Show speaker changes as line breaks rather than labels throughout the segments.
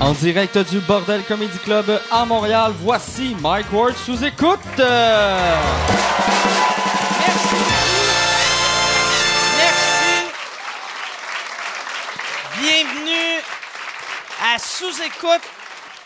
En direct du Bordel Comedy Club à Montréal, voici Mike Ward sous écoute. Euh,
Merci. Merci. Bienvenue à Sous-Écoute.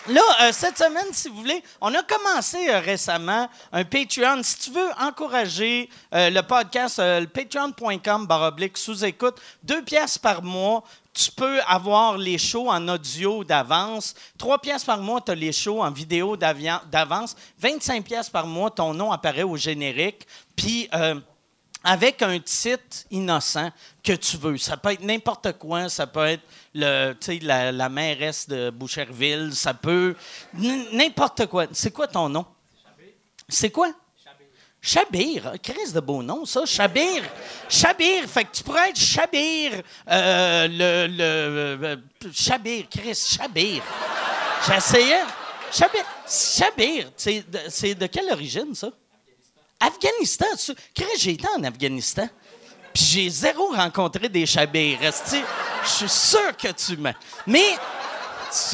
Là, euh, cette semaine, si vous voulez, on a commencé euh, récemment un Patreon. Si tu veux encourager euh, le podcast, euh, le patreon.com baroblique sous-écoute, deux pièces par mois, tu peux avoir les shows en audio d'avance. Trois pièces par mois, tu as les shows en vidéo d'avian- d'avance. 25 pièces par mois, ton nom apparaît au générique. Puis... euh, avec un titre innocent que tu veux. Ça peut être n'importe quoi, ça peut être le, tu sais, la, la mairesse de Boucherville, ça peut n- n'importe quoi. C'est quoi ton nom? C'est quoi? Chabir. Ah, Chris de beau nom, ça. Chabir. Chabir. Fait que tu pourrais être Chabir. euh, le. le euh, Chabir. Chris. Chabir. J'essayais. Chabir. Chabir. C'est de- c'est de quelle origine, ça? Afghanistan, tu- Chris, j'ai été en Afghanistan. Puis j'ai zéro rencontré des Chabirs. esti. Je suis sûr que tu mens. Mais.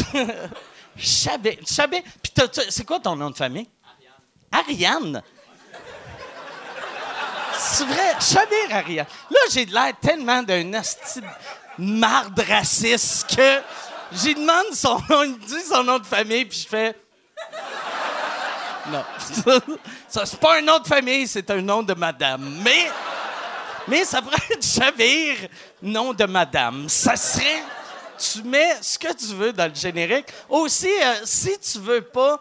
Chabir. Chabir. Puis t'as- t'as- c'est quoi ton nom de famille? Ariane. C'est vrai, Chabir Ariane. Là, j'ai de l'air tellement d'un asti de marde raciste que j'y demande son nom, il me dit son nom de famille, puis je fais. Non. ça, c'est pas un nom de famille, c'est un nom de madame. Mais, mais ça pourrait être Javir, nom de madame. Ça serait. Tu mets ce que tu veux dans le générique. Aussi, euh, si tu veux pas.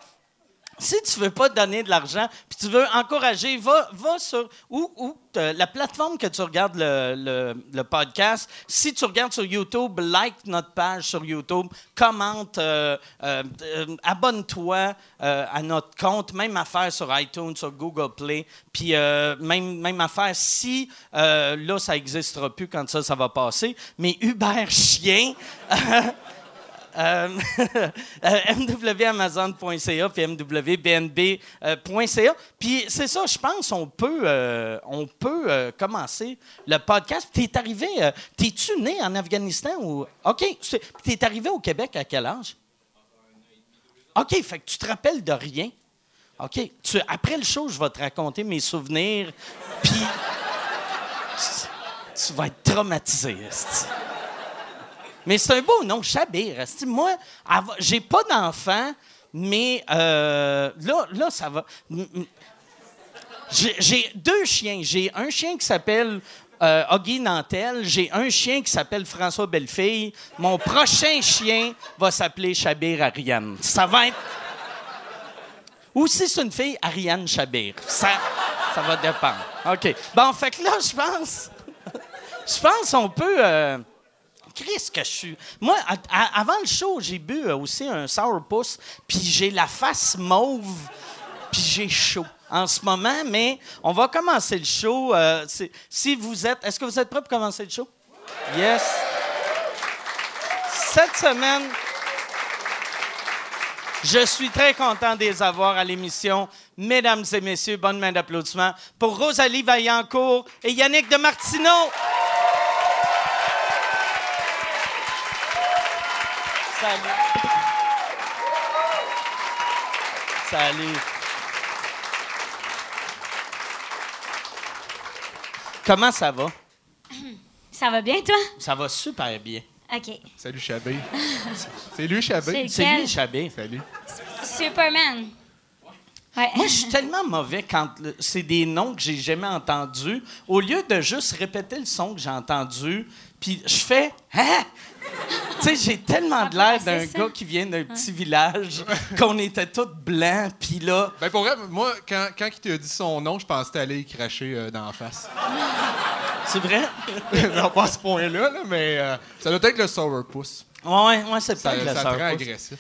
Si tu veux pas donner de l'argent, puis tu veux encourager, va, va sur ou, ou, euh, la plateforme que tu regardes le, le- le podcast. Si tu regardes sur YouTube, like notre page sur YouTube, commente, euh, euh, euh, abonne-toi euh, à notre compte, même affaire sur iTunes, sur Google Play, puis euh, même, même affaire si euh, là, ça n'existera plus quand ça, ça va passer. Mais Hubert Chien. Euh, euh, mwamazon.ca puis euh, mwbnb.ca. Puis c'est ça, je pense on peut, euh, on peut euh, commencer le podcast. Puis T'es arrivé, euh, t'es-tu né en Afghanistan ou... OK, c'est- puis t'es arrivé au Québec à quel âge? OK, fait que tu te rappelles de rien. OK, tu, après le show, je vais te raconter mes souvenirs, puis tu, tu vas être traumatisé. esti. Mais c'est un beau nom, Chabir. esti. Moi, av- j'ai pas d'enfant, mais euh, là, là, ça va. M- m- J'ai j'ai deux chiens. J'ai un chien qui s'appelle euh, Huggy Nantel. J'ai un chien qui s'appelle François Bellefille. Mon prochain chien va s'appeler Chabir Ariane. Ça va être. Ou si c'est une fille, Ariane Chabir. Ça, ça va dépendre. OK. Bon, fait que là, je pense. Je pense qu'on peut. euh, Chris que je suis. Moi, à- à- avant le show, j'ai bu euh, aussi un sourpuss, puis j'ai la face mauve, puis j'ai chaud en ce moment, mais on va commencer le show. euh, c'est- si vous êtes... Est-ce que vous êtes prêts pour commencer le show? Yes. Cette semaine, je suis très content de les avoir à l'émission. Mesdames et messieurs, bonne main d'applaudissements pour Rosalie Vaillancourt et Yannick de Martineau. Salut. Salut. Comment ça va?
Ça va bien, toi?
Ça va super bien.
OK.
Salut Chabé. C'est lui Chabé.
C'est-
C'est
Lequel?
lui, Chabé.
Salut.
Superman. Ouais.
Moi, je suis tellement mauvais quand le- c'est des noms que j'ai jamais entendus. Au lieu de juste répéter le son que j'ai entendu, puis je fais Hein? tu sais, j'ai tellement de l'air d'un
Ah, c'est ça. Hein?
gars qui vient d'un petit village qu'on était tous blancs, puis là.
Ben pour vrai, moi, quand, quand il t'a dit son nom, je pensais t'aller y cracher euh, dans la face.
C'est vrai?
non, pas à ce point-là, là, mais euh, ça doit être le sourpuss.
Ouais, ouais, c'est
Ça,
peut-être le
ça te rend
sourpuss.
agressif.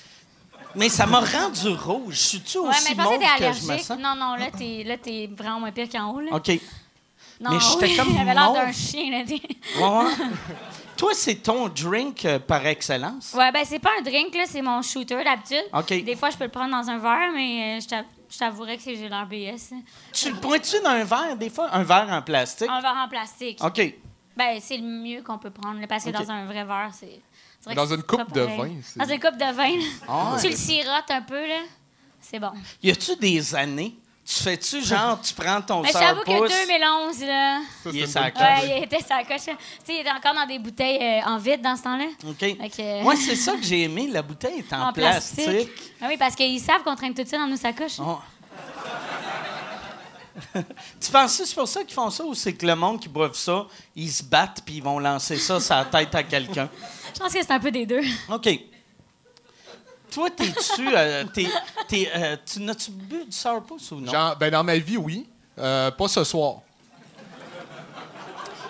Mais ça m'a rendu rouge. Je suis-tu
Ouais,
aussi
mais je pensais que t'es
mauve que je me
allergique.
sens?
Non, non, là, t'es, là, t'es vraiment moins pire qu'en haut, là.
OK. Ouais,
Non,
mais j'étais
oui,
comme
T'avais l'air
mauve.
d'un chien, là. t'es-
ouais. Toi, c'est ton drink euh, par excellence?
Ouais, ben, c'est pas un drink, là, c'est mon shooter, d'habitude.
OK.
Des fois, je peux le prendre dans un verre, mais euh, je t'av- je t'avouerais que c'est- j'ai l'air BS. là. Ah.
Tu le pointes-tu dans un verre, des fois? Un verre en plastique?
Un verre en plastique.
OK.
Ben, c'est le mieux qu'on peut prendre. là, Parce que
Ok.
dans un vrai verre, c'est. c'est vrai
Dans
que
une
c'est
coupe
pas
de
pareil.
vin, c'est-
Dans une coupe de vin, là.
Ah ouais.
tu le sirotes un peu, là. C'est bon.
Y a-tu des années? Tu fais-tu genre, tu prends ton
Mais j'avoue Ben, que
100 pouces,
2011, là.
Ça, c'est
Il est
une
sa
bonne
coche.
coche.
Ouais, il était sa coche. là. Tu sais, il était encore dans des bouteilles euh, en vide dans ce temps-là.
OK.
Fait que-
Moi, c'est ça que j'ai aimé. La bouteille est en, plastique.
Ah oui, parce qu'ils savent qu'on traîne tout ça dans nos sacoches.
Oh. tu penses que c'est pour ça qu'ils font ça ou c'est que le monde qui boive ça, ils se battent puis ils vont lancer ça sur la tête à quelqu'un?
Je pense que c'est un peu des deux.
OK. Toi, t'es-tu. euh, t'es- t'es, euh, tu n'as-tu bu du sourpuss ou non?
Genre, ben, dans ma vie, oui. Euh, pas ce soir.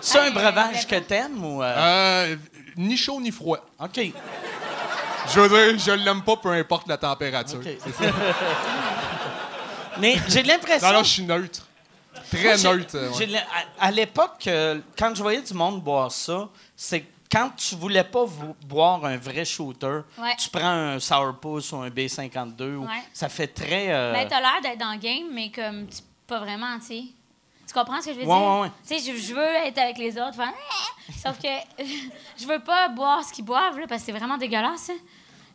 c'est un
Hey,
breuvage
mais
que t'aimes ou. euh,
Euh, ni chaud ni froid.
OK.
Je veux dire, je l'aime pas, peu importe la température.
OK.
C'est ça.
Mais j'ai l'impression.
Non, non, je suis neutre.
Moi,
Très
j'ai-
neutre. euh, ouais.
j'ai l'im- À, à l'époque, euh, quand je voyais du monde boire ça, c'est quand tu voulais pas vo- boire un vrai shooter,
Ouais.
tu prends un sourpuss ou un B52. ou-
Ouais.
Ça fait très. euh,
Ben, t'as l'air d'être dans le game, mais comme, tu- pas vraiment, tu sais. Tu comprends ce que je veux
Ouais,
dire?
ouais, ouais.
Tu sais, je, je veux être avec les autres, faire Sauf que je veux pas boire ce qu'ils boivent, là, parce que c'est vraiment dégueulasse. hein.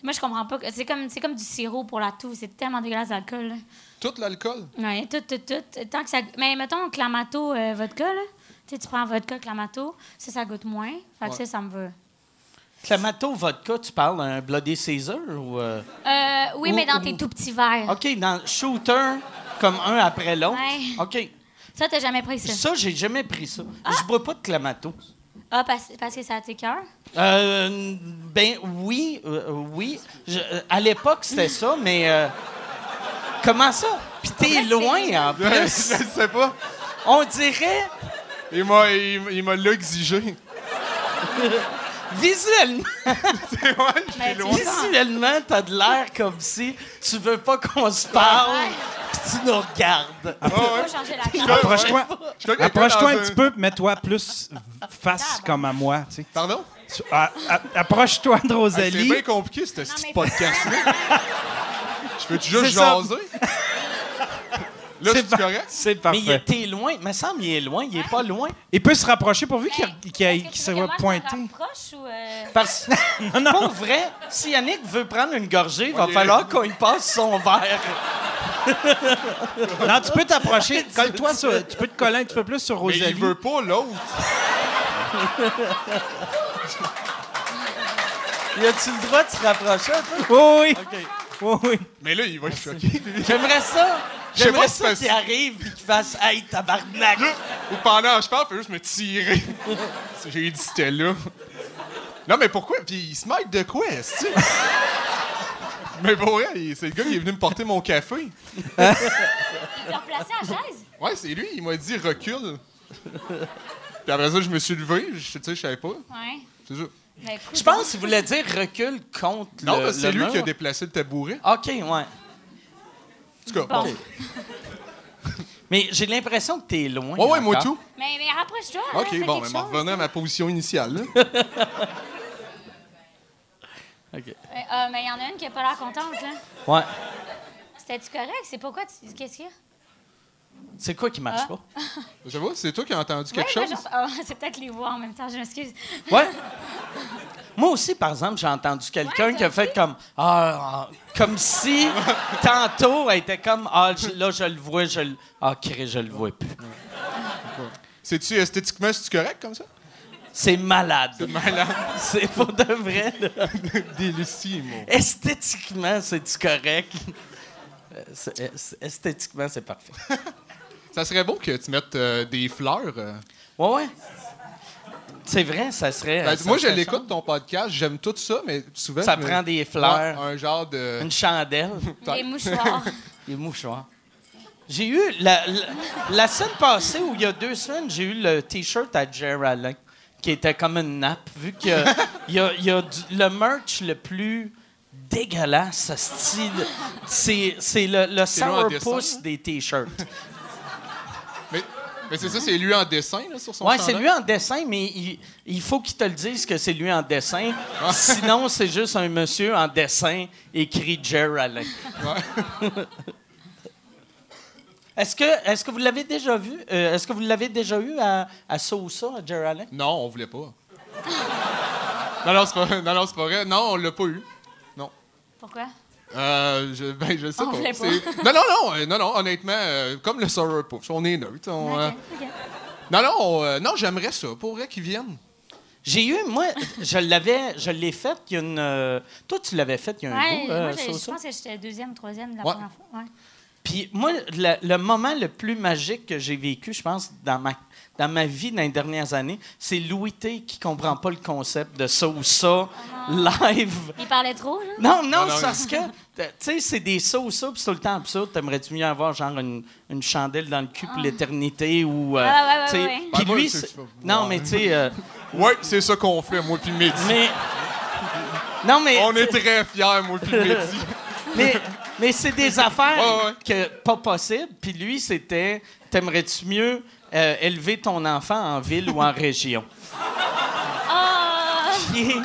Moi, je comprends pas. que- C'est comme, c'est comme du sirop pour la toux. C'est tellement dégueulasse l'alcool. là.
Tout l'alcool?
Ouais, tout, tout, tout. Tant que ça... Mais mettons, Clamato, euh, vodka, là. Tu sais, tu prends vodka, Clamato, ça, ça goûte moins. Fait que
Ouais.
ça, ça me veut.
Clamato vodka, tu parles un Bloody Caesar ou. euh,
Euh, oui,
Ou-
mais dans
ou-
tes tout petits verres.
OK, dans shooter, comme un après l'autre.
Ouais.
OK.
Ça, t'as jamais pris ça.
Ça, j'ai jamais pris ça. Je bois pas de Clamato.
Ah, parce, parce que ça t'écœure?
Euh, ben oui, euh, oui. Je- euh, à l'époque, c'était ça, mais. euh, comment ça? Puis t'es loin, en
Je ne
plus.
sais pas.
On dirait,
Il m'a, il, il m'a l'exigé.
visuellement,
C'est ouais, j'étais
Mais tu-
loin.
visuellement, t'as de l'air comme si tu veux pas qu'on se parle,
Ouais.
puis tu nous regardes.
Ah ouais.
Pas changer la
Je-
couleur.
Approche-toi.
je- je- je-
Approche-toi un
dans
petit peu, puis mets-toi plus face comme à moi. tu sais.
Pardon?
Tu- ah, ah, Approche-toi de
Ah, c'est
Rosalie.
bien compliqué, ce
mais-
petit podcast-là. Je peux-tu juste
C'est ça.
jaser? Là, je
C'est
suis
par-
correct?
C'est
Mais il-
parfait.
t'es loin. me semble qu'il est loin. Il est pas loin.
Il peut se rapprocher pourvu qu'il
Hey,
qu'il aille-
est-ce que
qu'il
tu
se
veux que
voit
moi, je me
pointer.
rapproche ou, euh,
Parce que, pour vrai, si Yannick veut prendre une gorgée, il va
Ouais, il-
falloir qu'on lui passe son verre.
Non, tu peux t'approcher. Colle-toi sur- Tu peux te coller un petit peu plus sur
Mais
Rosalie.
il veut pas l'autre.
Y a-tu le droit de se rapprocher un peu?
Oui, oui. Oui, oui.
Mais là, il va être choqué.
J'aimerais ça.
Je sais
J'aimerais
pas
ça
si
qu'il
parce-
arrive et qu'il fasse Hey, tabarnak!
Là, Ou pendant que je parle, il faut juste me tirer. J'ai dit c'était là. Non, mais pourquoi? Puis il se moque de quoi, est-ce que- Mais pour vrai, il- c'est le gars qui est venu me porter mon café.
Il t'a replacé à la chaise?
Ouais, c'est lui, il m'a dit recule. Puis après ça, je me suis levé, je, tu sais, je savais pas.
Ouais.
C'est ça.
Ben, écoute,
Je pense qu'il voulait dire recul contre
Non,
le.
parce que c'est
le
lui
mur.
qui a déplacé le tabouret.
OK, ouais.
En tout cas,
Bon.
bon.
Mais j'ai l'impression que t'es loin.
Ouais, ouais, moi
encore.
tout.
Mais, mais rapproche-toi. hein, fais
Ok, bon,
quelque
mais m'en
chose.
revenant à ma position initiale. là.
OK.
Mais, euh, mais il y en a une qui a pas l'air contente, là.
Ouais.
C'était-tu correct? C'est pourquoi tu. Qu'est-ce qu'il y a?
C'est quoi qui marche
Ah.
pas?
Je sais pas, c'est toi qui as entendu quelque
Ouais,
chose?
moi, j'en- Ah, c'est peut-être les voix en même temps, je m'excuse.
Ouais. Moi aussi, par exemple, j'ai entendu quelqu'un
Ouais,
qui a
t'as
fait
dit.
comme ah, ah, comme si tantôt elle était comme ah je- là je le vois je le ah crée je le vois plus.
C'est-tu euh, esthétiquement, c'est-tu correct comme ça?
C'est malade.
Malade.
C'est pour de vrai. là.
Délicie, mon.
Esthétiquement, c'est correct. Euh, c'est- est- Esthétiquement, c'est parfait.
Ça serait beau que tu mettes euh, des fleurs. euh.
Ouais, ouais. C'est vrai, ça serait.
Ben,
ça
moi, je
serait
l'écoute, ton podcast, j'aime tout ça, mais souvent.
Ça
je me-
prend des fleurs.
Ouais, un genre de.
chante. Une chandelle,
T'as-
Les mouchoirs.
des mouchoirs. J'ai eu. La, la, la semaine passée, ou il y a deux semaines, j'ai eu le T-shirt à Jer Alain, qui était comme une nappe, vu qu'il y a, il y a- il y a du- le merch le plus dégueulasse, ce style. C'est c'est le, le
C'est loin en dessin,
sourpuss
hein?
des T-shirts.
Mais, mais c'est ça, c'est lui en dessin, là, sur son
Ouais, c'est
chandail.
lui en dessin, mais il, il faut qu'il te le dise que c'est lui en dessin. Sinon, c'est juste un monsieur en dessin écrit Jer Alain. Est-ce que, est-ce que vous l'avez déjà vu? euh, est-ce que vous l'avez déjà eu à, à Sousa, à Jerry Allen?
Non, on voulait pas. non, non, c'est pas, non, non, c'est pas vrai. Non, on l'a pas eu. Non.
Pourquoi?
Euh, je, ben, je sais
On voulait
pas.
pas.
C'est- Non, non, non, euh, non, non, honnêtement, euh, comme le Sourpuff, on est neutre. on, euh,
Ok, ok.
Non, non, on, euh, non, j'aimerais ça. Pour vrai qu'ils viennent.
J'ai eu, moi, je l'avais, je l'ai fait il y a une. euh, toi, tu l'avais fait il y a un
Ouais,
bout, euh,
moi, j'ai- je
Sousa.
pense que j'étais deuxième, troisième de la
Ouais.
première fois. Ouais.
Puis moi, le, le moment le plus magique que j'ai vécu, je pense, dans ma, dans ma vie dans les dernières années, c'est Louis T qui comprend pas le concept de ça ou ça live.
Il parlait trop, là?
Non, non,
Non, non,
c'est parce que, euh, tu sais, c'est des ça ou ça, puis c'est tout le temps absurde. T'aimerais-tu mieux avoir, genre, une, une chandelle dans le cul pour l'éternité ou. euh,
Ah, ouais, ouais,
tu sais,
ouais, ouais.
Puis
Ben, moi,
lui,
c'est-
c'est-
c'est pas-
Non,
ouais.
mais tu sais. euh,
Ouais, c'est ça qu'on fait, moi puis Mehdi.
mais. Non, mais.
On est très fiers, moi puis Mehdi.
Mais, mais c'est des affaires
Ouais, ouais.
que pas possible. Puis lui, c'était T'aimerais-tu mieux euh, élever ton enfant en ville ou en région?
Ah!
Qui est,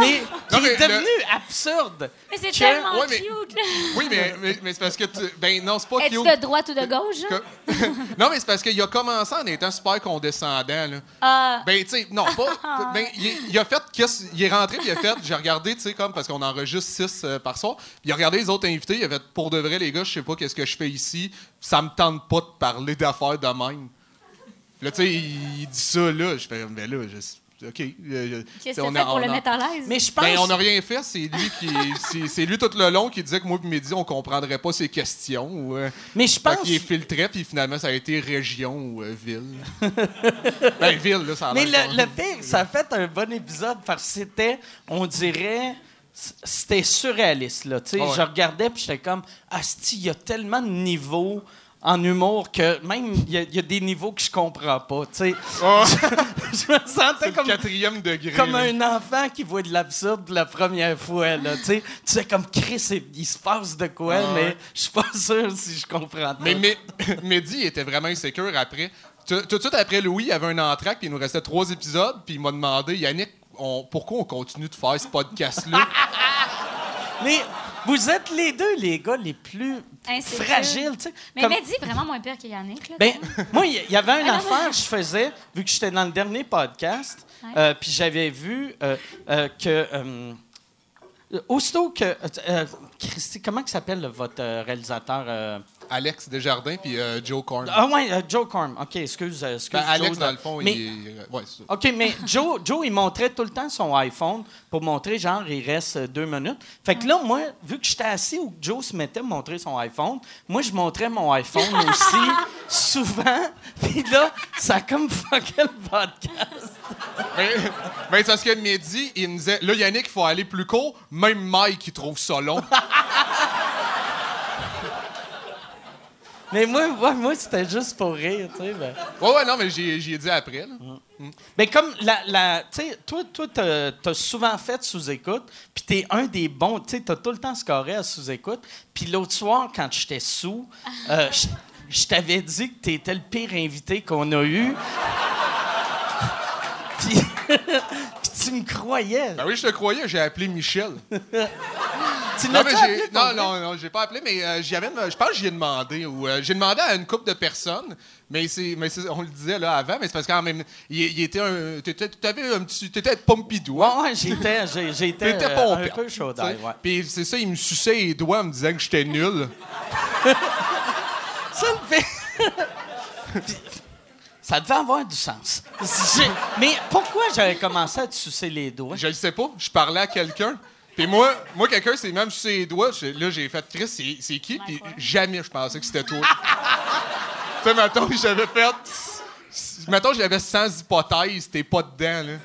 mais, qui
Non, mais
est
le-
devenu absurde.
mais c'est
Que-
tellement
ouais, mais-
cute, là!
Oui, mais, mais, mais c'est parce que... tu- Ben non, c'est pas
Es-tu
cute.
de droite ou de gauche? là?
Que- non, mais c'est parce qu'il a commencé en étant super condescendant. Là.
Ah,
Ben, tu sais, non, pas. Ben, il, il a fait. qu'est-ce- Il est rentré, puis il a fait. J'ai regardé, tu sais, comme, parce qu'on enregistre six euh, par soir. Puis il a regardé les autres invités. Il a fait, pour de vrai, les gars, je sais pas qu'est-ce que je fais ici. Ça me tente pas de parler d'affaires de même. Là, tu sais, il, il dit ça, là. Je fais, ben là, je- OK. euh,
qu'est-ce
t'sais,
que
on
t'as
a-
fait pour
on
le
a-
mettre à l'aise?
Mais je pense.
Ben, on n'a rien fait. C'est lui qui. c'est- C'est lui tout le long qui disait que moi, et Mehdi, on comprendrait pas ses questions. Ou, euh,
mais je
fait
pense.
qu'il filtrait, puis finalement, ça a été région ou euh, ville. ben, ville, là, ça a
Mais
l'air
le,
quand
le
même.
pire, ça a fait un bon épisode parce que c'était, on dirait, c- c'était surréaliste. Là, tu sais.
Ah ouais.
Je regardais puis j'étais comme, Asti, il y a tellement de niveaux en humour que même il y, a- il y a des niveaux que je comprends pas. tu sais.
Ah,
Je me sentais
le
comme,
quatrième degré.
comme
là.
un enfant qui voit de l'absurde pour la première fois. Là, tu sais. Tu sais, comme Chris, il- il se passe de quoi,
Ah ouais.
mais je suis pas sûr si je comprends. tout.
Mais, Mé- Mehdi il était vraiment insécure après. Tout tout de suite après Louis, il avait un entraque, puis il nous restait trois épisodes, puis il m'a demandé, Yannick, on- pourquoi on continue de faire ce podcast-là?
Mais vous êtes les deux, les gars, les plus
Insécures.
fragiles. tu sais.
Mais
Comme-
Mehdi est vraiment moins pire que Yannick, là.
Ben, moi, il y- y avait une
Ah, non,
affaire que je faisais, vu que j'étais dans le dernier podcast,
Ouais.
euh, puis j'avais vu euh, euh, que. euh, aussitôt que. euh, Christy, comment que s'appelle votre euh, réalisateur? euh?
Alex Desjardins, puis euh, Joe Corn.
Ah, ouais, euh, Joe Corm. OK, excuse. euh, excuse
Ben, Alex,
Joe,
dans le fond,
mais-
il est... euh, Ouais, c'est ça.
OK, mais Joe, Joe, il montrait tout le temps son iPhone pour montrer, genre, il reste euh, deux minutes. Fait que là, moi, vu que j'étais assis où Joe se mettait à me montrer son iPhone, moi, je montrais mon iPhone aussi, souvent. Puis là, ça a comme fucké le podcast.
Mais, mais c'est parce que Mehdi, il me disait, là, Yannick, il faut aller plus court. Même Mike, il trouve ça long.
Mais moi, moi, moi, c'était juste pour rire, tu sais. ben.
Ouais, ouais, non, mais j'y j'y ai dit après, là.
Mais comme la. la tu sais, toi, toi, t'as t'as souvent fait sous-écoute, puis t'es un des bons. Tu sais, t'as tout le temps scoré à sous-écoute. Puis l'autre soir, quand j'étais sous, euh, je- je t'avais dit que t'étais le pire invité qu'on a eu. puis puis tu me croyais.
Ben oui, je te croyais, j'ai appelé Michel.
tu
Non,
l'as
mais
appelé
j'ai,
pour
non,
vrai?
non, non, j'ai pas appelé, mais euh, j'y avais- je pense que j'y ai demandé. Ou, euh, j'ai demandé à une couple de personnes, mais, c'est, mais c'est- on le disait là avant, mais c'est parce qu'en même il, il était un. T'étais, t'avais un petit. T'étais Pompidou. hein?
Ouais, ouais, j'étais, j'ai- j'étais
T'étais
euh, un
pompette,
peu chaud
tu sais.
d'ail, ouais.
Puis c'est ça, il me suçait les doigts en me disant que j'étais nul.
Ça le fait. Puis, Ça devait avoir du sens. J'ai- Mais pourquoi j'avais commencé à te sucer les doigts?
Je le sais pas, je parlais à quelqu'un. Puis moi, moi quelqu'un s'est même sucé les doigts. J'ai- là, j'ai fait Chris, c'est, c'est qui? Puis jamais je pensais que c'était toi. tu sais, mettons, j'avais fait. Mettons, j'avais 100 hypothèses, t'es pas dedans, là.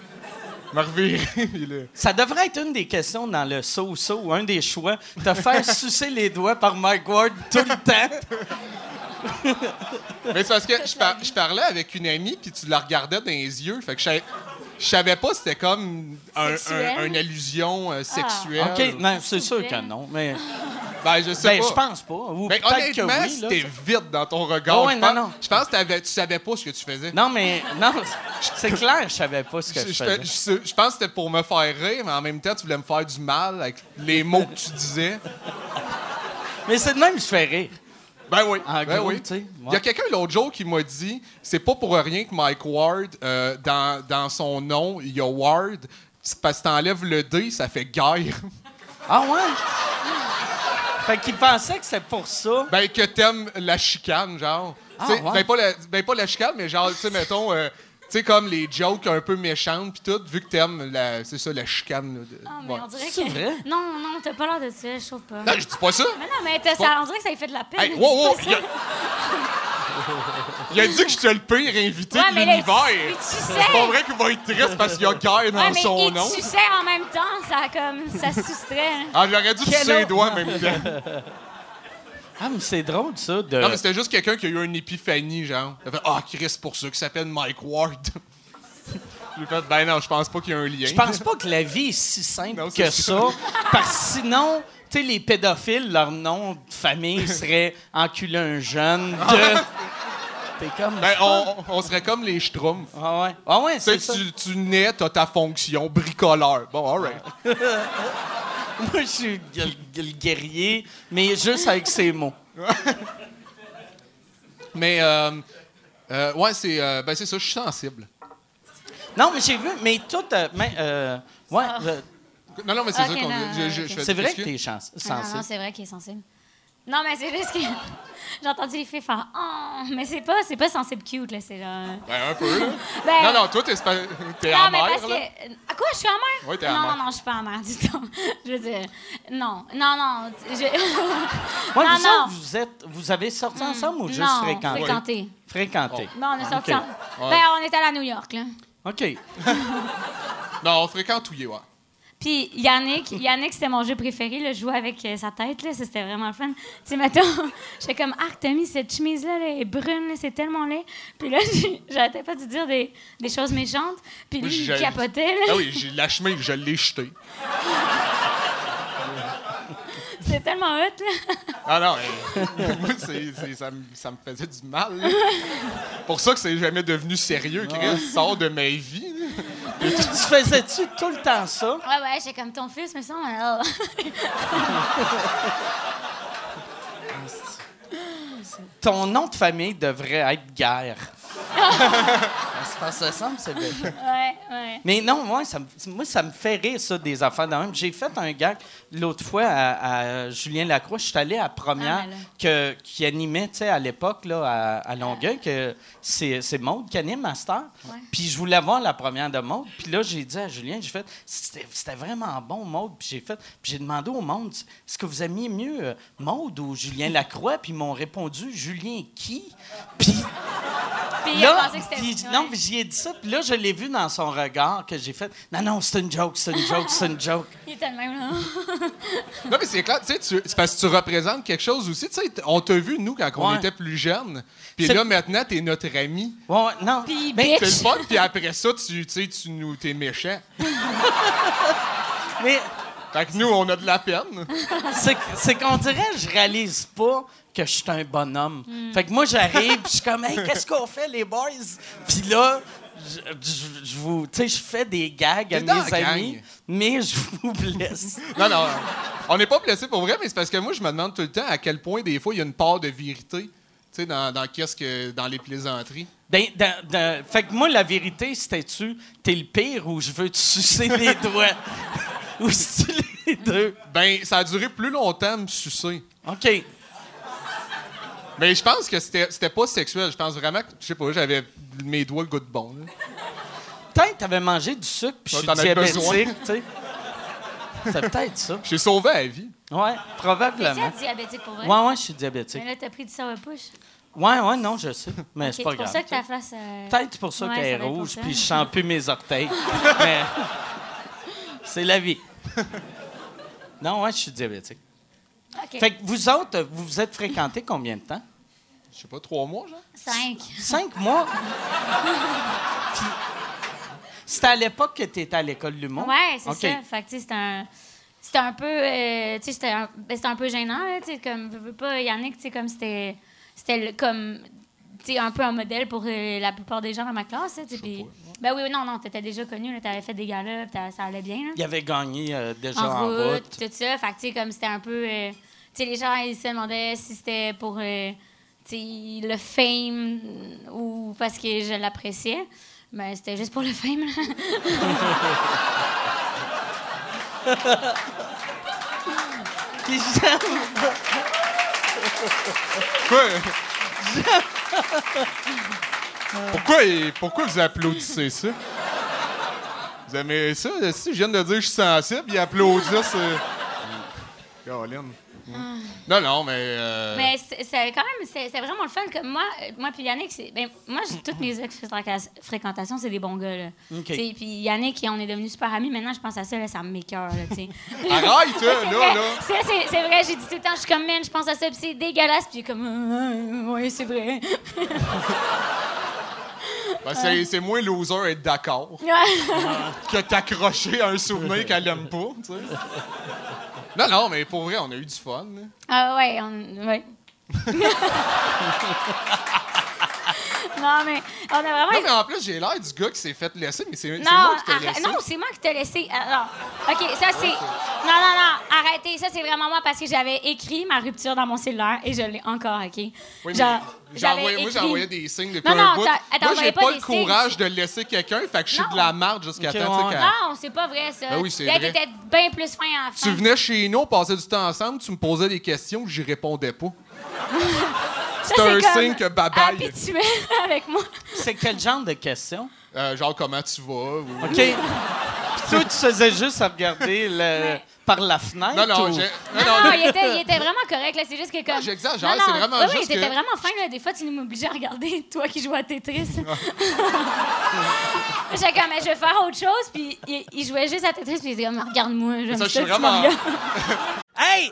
Je Me revirer, puis là.
Ça devrait être une des questions dans le so so ou un des choix, te faire sucer les doigts par Mike Ward tout le temps.
Mais c'est parce que je, par- je parlais avec une amie, puis tu la regardais dans les yeux. Fait que je savais- je savais pas c'était comme un,
Sexuel?
un- une allusion euh, sexuelle.
Ah. OK, non, c'est sûr
plaît.
que non, mais
Ben, je sais
ben,
pas.
je pense pas. Ou
Ben,
peut-être que
honnêtement,
oui. là.
c'était vide dans ton regard.
Ah ouais,
je
non,
pense,
non.
Je pense que t'avais- tu savais pas ce que tu faisais.
Non, mais non, c'est clair, je savais pas ce que
Je,
je
je-
faisais.
je- je pense que c'était pour me faire rire, mais en même temps, tu voulais me faire du mal avec les mots que tu disais.
Mais c'est de même que je fais rire.
Ben oui.
En
ben
gros,
oui.
tu sais, ouais.
Il y a quelqu'un l'autre jour qui m'a dit c'est pas pour rien que Mike Ward, euh, dans, dans son nom, il y a Ward. C'est Parce que t'enlèves le D, ça fait guerre.
Ah ouais? fait qu'il pensait que c'est pour ça.
Ben, que t'aimes la chicane, genre.
Ah,
T'sais,
ouais.
ben, pas la, ben, pas la chicane, mais genre, tu sais, mettons, euh, tu sais, comme les jokes un peu méchantes, pis tout, vu que t'aimes la, c'est ça, la chicane. là, de-
Ah, mais
ouais.
on dirait que.
C'est vrai?
Non, non, t'as pas l'air de ça, je trouve pas.
Non, je dis pas ça.
Mais non, mais t'as- ça, on dirait que ça lui fait de la peine.
Hey,
dis
wow, wow,
pas ça.
il a... il a dit que j'étais le pire invité
Ouais,
de
mais là, il- il
l'univers.
suçait.
C'est pas vrai qu'il va être triste parce qu'il y a guerre dans
Ouais, mais
son
il
nom.
suçait en même temps, ça comme. Ça se soustrait. hein.
Ah, j'aurais dû
Quel
sucer les
autre-
doigts en même temps.
Ah, mais c'est drôle, ça. De...
Non, mais c'était juste quelqu'un qui a eu une épiphanie, genre. Il a fait Ah, Chris, pour ça, qui s'appelle Mike Ward. J'ai fait Ben non, je pense pas qu'il y a un lien.
Je pense pas que la vie est si simple
Non, c'est
que
ça.
ça. Parce que sinon, tu sais, les pédophiles, leur nom de famille serait enculer un jeune de. T'es comme.
Ah. Ben, on, on serait comme les Schtroumpfs.
Ah ouais. Ah ouais,
Tu
c'est ça.
sais, tu, tu nais, t'as ta fonction, bricoleur. Bon, alright.
Moi, je suis le, le guerrier, mais juste avec ses mots.
Mais, euh, euh, ouais, c'est euh, ben, c'est ça, je suis sensible.
Non, mais j'ai vu, mais tout. euh, mais, euh, ouais,
Ah.
euh,
Non, non, mais c'est
Ok,
ça qu'on
non,
je- je-
ok.
je fais
c'est
des
vrai que
excuses.
t'es chance,
Ah, Non, non,
sensible.
c'est vrai qu'il est sensible. Non, mais c'est juste que. J'ai entendu les filles faire. Oh, mais c'est pas, c'est pas sensible cute, là, c'est là.
Ben, un peu, là.
Ben-
non, non, toi, t'es, spa- t'es
Non, mais
amer,
parce
là.
que. euh, À quoi, je suis amère?
Ouais, t'es
non,
amère.
non, non, je suis pas amère du tout. Je veux dire. Non, non, non. Je...
Ouais,
non,
vous,
Ah, non. Mm.
autres, vous, êtes, vous avez sorti ensemble ou juste
non,
fréquenté?
fréquenté.
Fréquenté.
Bon, on est sortis.
Ok.
en- Ben, on est allé à New York, là.
OK.
Non, on fréquente tout, ouais.
Puis Yannick, Yannick c'était mon jeu préféré, le jouer avec euh, sa tête, là, ça, c'était vraiment le fun. Tu sais, mettons, j'étais comme, ah, t'as mis cette chemise-là, là, elle est brune, là, c'est tellement laid. Puis là, j'ai- j'arrêtais pas de dire des, des choses méchantes. Puis lui,
J'ai-
il capotait, là.
Ah oui, j'ai la chemise, je l'ai jetée.
C'était tellement hot, là.
Ah non, euh, moi, c'est, c'est- ça, me, ça me faisait du mal. là. Pour ça que c'est jamais devenu sérieux, Chris. Sort de ma vie. là.
tu faisais-tu tout le temps ça?
Ouais, ouais, j'étais comme, ton fils, mais ça, on a...
Ton nom de famille devrait être Guerre. Ça parce que ça semble, c'est bien.
Ouais, ouais.
Mais non, moi ça, me, moi, ça me fait rire, ça, des affaires de même. J'ai fait un gag l'autre fois à, à Julien Lacroix. Je suis allé à la
Ah,
première
là.
que, qui animait, tu sais, à l'époque, là, à, à Longueuil, que c'est, c'est Maude qui anime Master.
Ouais.
Puis je voulais voir la première de Maude. Puis là, j'ai dit à Julien, j'ai fait, c'était, c'était vraiment bon, Maude. Puis j'ai fait, puis j'ai demandé au monde, est-ce que vous aimiez mieux euh, Maude ou Julien Lacroix? Puis ils m'ont répondu, Julien qui? Puis
Puis il a
là,
pensé que c'était...
puis-
ouais.
non, puis j'y ai dit ça, puis là, je l'ai vu dans son regard que j'ai fait Non, non, c'est une joke, c'est une joke, c'est une joke.
Il était le même, là.
Non, mais c'est clair, tu sais, tu- c'est parce que tu représentes quelque chose aussi. Tu sais, t- on t'a vu, nous, quand on
Ouais.
était plus jeunes. Puis
C'est-
là, maintenant, t'es notre ami.
Ouais, ouais, non.
Puis
mais,
bitch.
T'es le fun, puis après ça, tu, tu sais, tu nous, t'es méchant.
mais
Fait que nous, on a de la peine.
c'est c'est qu'on dirait, je réalise pas que je suis un bonhomme.
Hmm.
Fait que moi, j'arrive, puis je suis comme Hey, qu'est-ce qu'on fait, les boys? Puis là, je, je- je vous. Tu sais, je fais des gags à
T'es dans
mes
la gang.
amis, mais je vous blesse.
Non, non. On n'est pas blessé pour vrai, mais c'est parce que moi, je me demande tout le temps à quel point, des fois, il y a une part de vérité. Tu sais, dans, dans, qu'est-ce que, dans les plaisanteries.
Dans- dans- dans- Ben, fait que moi, la vérité, c'était-tu, t'es le pire ou je veux te sucer les doigts? ou c'est-tu les deux?
Ben, ça a duré plus longtemps me sucer.
OK.
Mais je pense que c'était c'était pas sexuel. Je pense vraiment que, je sais pas, j'avais mes doigts goût de bon. là.
Peut-être t'avais mangé du sucre puis je
T'en
suis
as besoin.
diabétique, tu sais. C'est peut-être ça.
J'ai sauvé la vie.
Ouais,
T'es
probablement.
diabétique pour vrai?
Ouais, ouais, je suis
Mais
diabétique.
là, t'as pris du sour push.
Ouais, ouais, non, je sais, mais
Ok,
c'est pas
pour ça
grave.
que ta face... euh,
Peut-être c'est pour ça
Ouais,
qu'elle
ça
est
doit être pour
rouge
ça.
puis je sens plus mes orteils. mais c'est la vie. Non, ouais, je suis diabétique.
Ok.
Fait que vous autres, vous vous êtes fréquentés combien de temps?
Je sais pas, trois mois, genre?
Cinq.
Cinq mois? Puis, C'était à l'époque que t'étais à l'école de l'humour?
Ouais, c'est
OK.
ça. Fait que, tu sais, c'était un. C'était un peu. euh, tu sais, c'était un, ben, c'était un peu gênant, là, tu sais, comme. Veux, veux pas, Yannick, tu sais, comme c'était. C'était le- comme. Tu sais, un peu un modèle pour euh, la plupart des gens dans ma classe, là, tu sais. puis- Ben oui, oui, non, non, t'étais déjà connu, là, t'avais fait des galas, puis t'as- ça allait bien, là.
Il avait gagné euh, déjà
En route,
En route.
puis tout ça. Fait que, tu sais, comme c'était un peu. euh, sais, les gens, ils se demandaient si c'était pour euh, tu sais, le fame ou parce que je l'appréciais. Ben, c'était juste pour le fame. là.
Puis j'aime,
Pourquoi? pourquoi, et- pourquoi vous applaudissez ça? Vous aimez ça? Si je viens de dire que je suis sensible, ils applaudissent. euh. Caroline. Mm. Non, non, mais. euh,
Ah. Mais c'est c'est quand même, c'est c'est vraiment le fun. Comme moi, euh, moi puis Yannick, c'est- ben, moi, j'ai- toutes mes ex-fréquentations, c'est des bons gars. Là.
OK.
Tu sais, Puis Yannick, on est devenus super amis. Maintenant, je pense à ça, là, ça me m'écœure. là, tu sais.
Arrête,
C'est
euh, là,
vrai,
là.
ça, c'est- C'est vrai, j'ai dit tout le temps, je suis comme, man, je pense à ça, puis c'est dégueulasse, puis il est comme, Euh, euh, oui, c'est vrai.
Ben, c'est, c'est moins loser être d'accord que t'accrocher à un souvenir qu'elle aime pas, tu sais. Non, non, mais pour vrai, on a eu du fun. là.
Ah ouais, on, ouais. non, mais on a vraiment.
Non, mais en plus, j'ai l'air du gars qui s'est fait laisser, mais c'est, c'est
Non,
moi qui t'ai
arrête-
laissé.
non, c'est moi qui t'ai laissé. Alors, OK, ça, c'est... Non, non, non, arrêtez. Ça, c'est vraiment moi parce que j'avais écrit ma rupture dans mon cellulaire et je l'ai encore, OK?
Oui, mais
Genre,
j'ai
j'avais
envoyé- moi,
écrit-
j'envoyais des signes depuis
Non, non,
un bout.
t'as- t'as
Moi,
envoyé
j'ai
pas
pas,
des
le courage
signes.
de laisser quelqu'un, fait que je suis
Non.
de la marde jusqu'à
Ok,
temps. tu sais,
ouais.
quand-
Non, c'est pas vrai, ça.
Ben oui, c'est
Là,
vrai.
t'étais bien plus fin à la fin.
Tu venais chez nous, on passait du temps ensemble, tu me posais des questions, j'y répondais pas.
Ça,
c'est un
comme
signe que babaille.
habituel avec moi.
c'est quel genre de question?
Euh, genre, comment tu vas? ou-
OK. Puis toi, tu faisais juste à regarder le- par la fenêtre?
Non, non,
ou-
j'ai-
Non,
Ah non, non,
non, il, était, il était vraiment correct. là. C'est juste que comme...
Non, j'exagère, c'est
non,
vraiment
oui,
juste
Oui, t'étais
que-
vraiment fin. Là. Des fois, tu nous m'obligeais à regarder toi qui jouais à Tetris. J'étais comme, mais je vais faire autre chose. Puis il, il jouait juste à Tetris. Puis il était comme, regarde-moi. j'aime
Ça, je
ça,
suis
tu m'en
vraiment-
regardes.
Hey,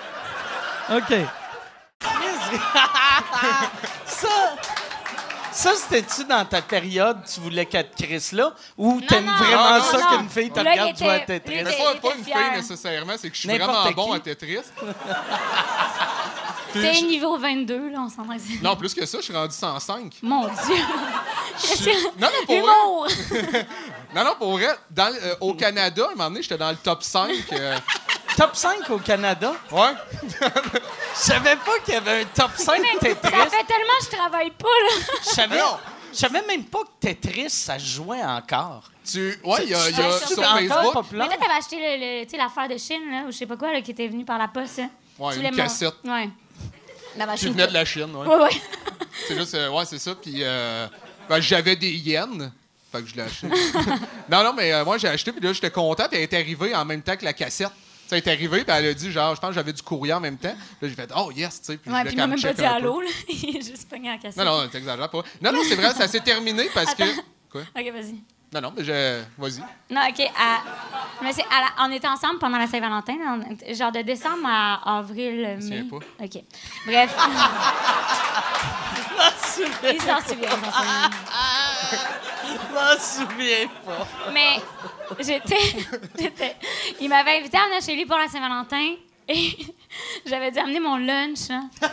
OK.
Ça, ça c'était-tu dans ta période, tu voulais qu'elle te crisse là? Ou
Non,
t'aimes
non,
vraiment
non,
ça
non.
qu'une fille te
Là, il
regarde
était-
jouer à Tetris?
il
Mais
était-
pas,
il
pas
était
une
fier.
fille nécessairement, c'est que je suis
N'importe
vraiment bon
qui.
à Tetris.
T'es niveau 22, là, on s'entend. que c'est-
Non, plus que ça, je suis rendu 105.
Mon Dieu. Qu'est-ce
suis-
que-
Non, non, pour
Humour.
Non, non, pour vrai, dans le- euh, au Canada, à un moment donné, j'étais dans le top 5. euh,
Top 5 au Canada?
ouais.
Je savais pas qu'il y avait un top 5
Ça
Tetris.
fait tellement que je travaille pas, là.
Je savais,
Non.
je savais même pas que Tetris, ça se jouait encore.
Tu, ouais, il y a, il y a
C'est-
sur
C'est encore
Facebook.
Ah Mais
populaire?
toi, t'avais acheté le- le- tu sais, l'affaire de Chine, là, ou je sais pas quoi, là, qui était venue par la poste. hein. là.
Ouais,
Tu
une
voulais mon-
cassette.
Ouais. Là-bas,
Tu venais de la Chine, ouais.
Ouais, ouais.
C'est juste, euh, ouais, c'est ça. Puis, euh, ben, j'avais des yens. Fait que je l'ai acheté. non, non, mais euh, moi, j'ai acheté, puis là, j'étais content, puis elle est arrivée en même temps que la cassette. Ça est arrivé, puis elle a dit, genre, je pense que j'avais du courrier en même temps. Là, j'ai fait, oh, yes, tu sais. Puis, je
Ouais,
l'ai
puis il m'a
comme
même pas
check
dit
un peu.
allô, là. Il est juste pogné en cassette.
Non, non, t'exagères pas. Non, non, c'est vrai, ça s'est terminé parce que.
Attends. Hein?
Quoi?
OK, vas-y.
Non, non, mais je. Vas-y.
Non, OK. à- Mais c'est à la- On était ensemble pendant la Saint-Valentin, on- genre de décembre à avril, mai.
souviens pas.
OK. Bref. Ils s'en souviennent, ils s'en souviennent.
Je m'en souviens pas.
Mais j'étais. j'étais- Il m'avait invité à venir chez lui pour la Saint-Valentin et j'avais dû amener mon lunch. hein.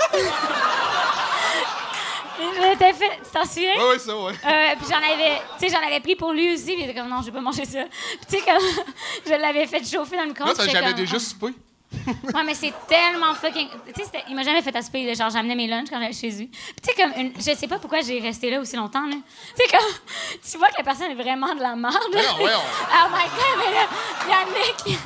Et je m'étais fait. Tu t'en souviens?
Ouais, ouais, ça, ouais.
Euh, puis j'en avais, tu sais, j'en avais pris pour lui aussi, puis il était comme non, je vais pas manger ça. Puis tu sais comme je l'avais fait chauffer dans le micro
Là, ça, j'avais
comme, ah.
déjà soupé.
Ouais, mais c'est tellement fucking. Tu sais, c'était- il m'a jamais fait aspirer. là. Genre, j'amenais mes lunchs quand j'allais chez lui. Puis, tu sais, comme, une- je sais pas pourquoi j'ai resté là aussi longtemps, là. Tu sais, comme, tu vois que la personne est vraiment de la merde. là.
non, voyons.
oh my god, mais là, Yannick. tu sais,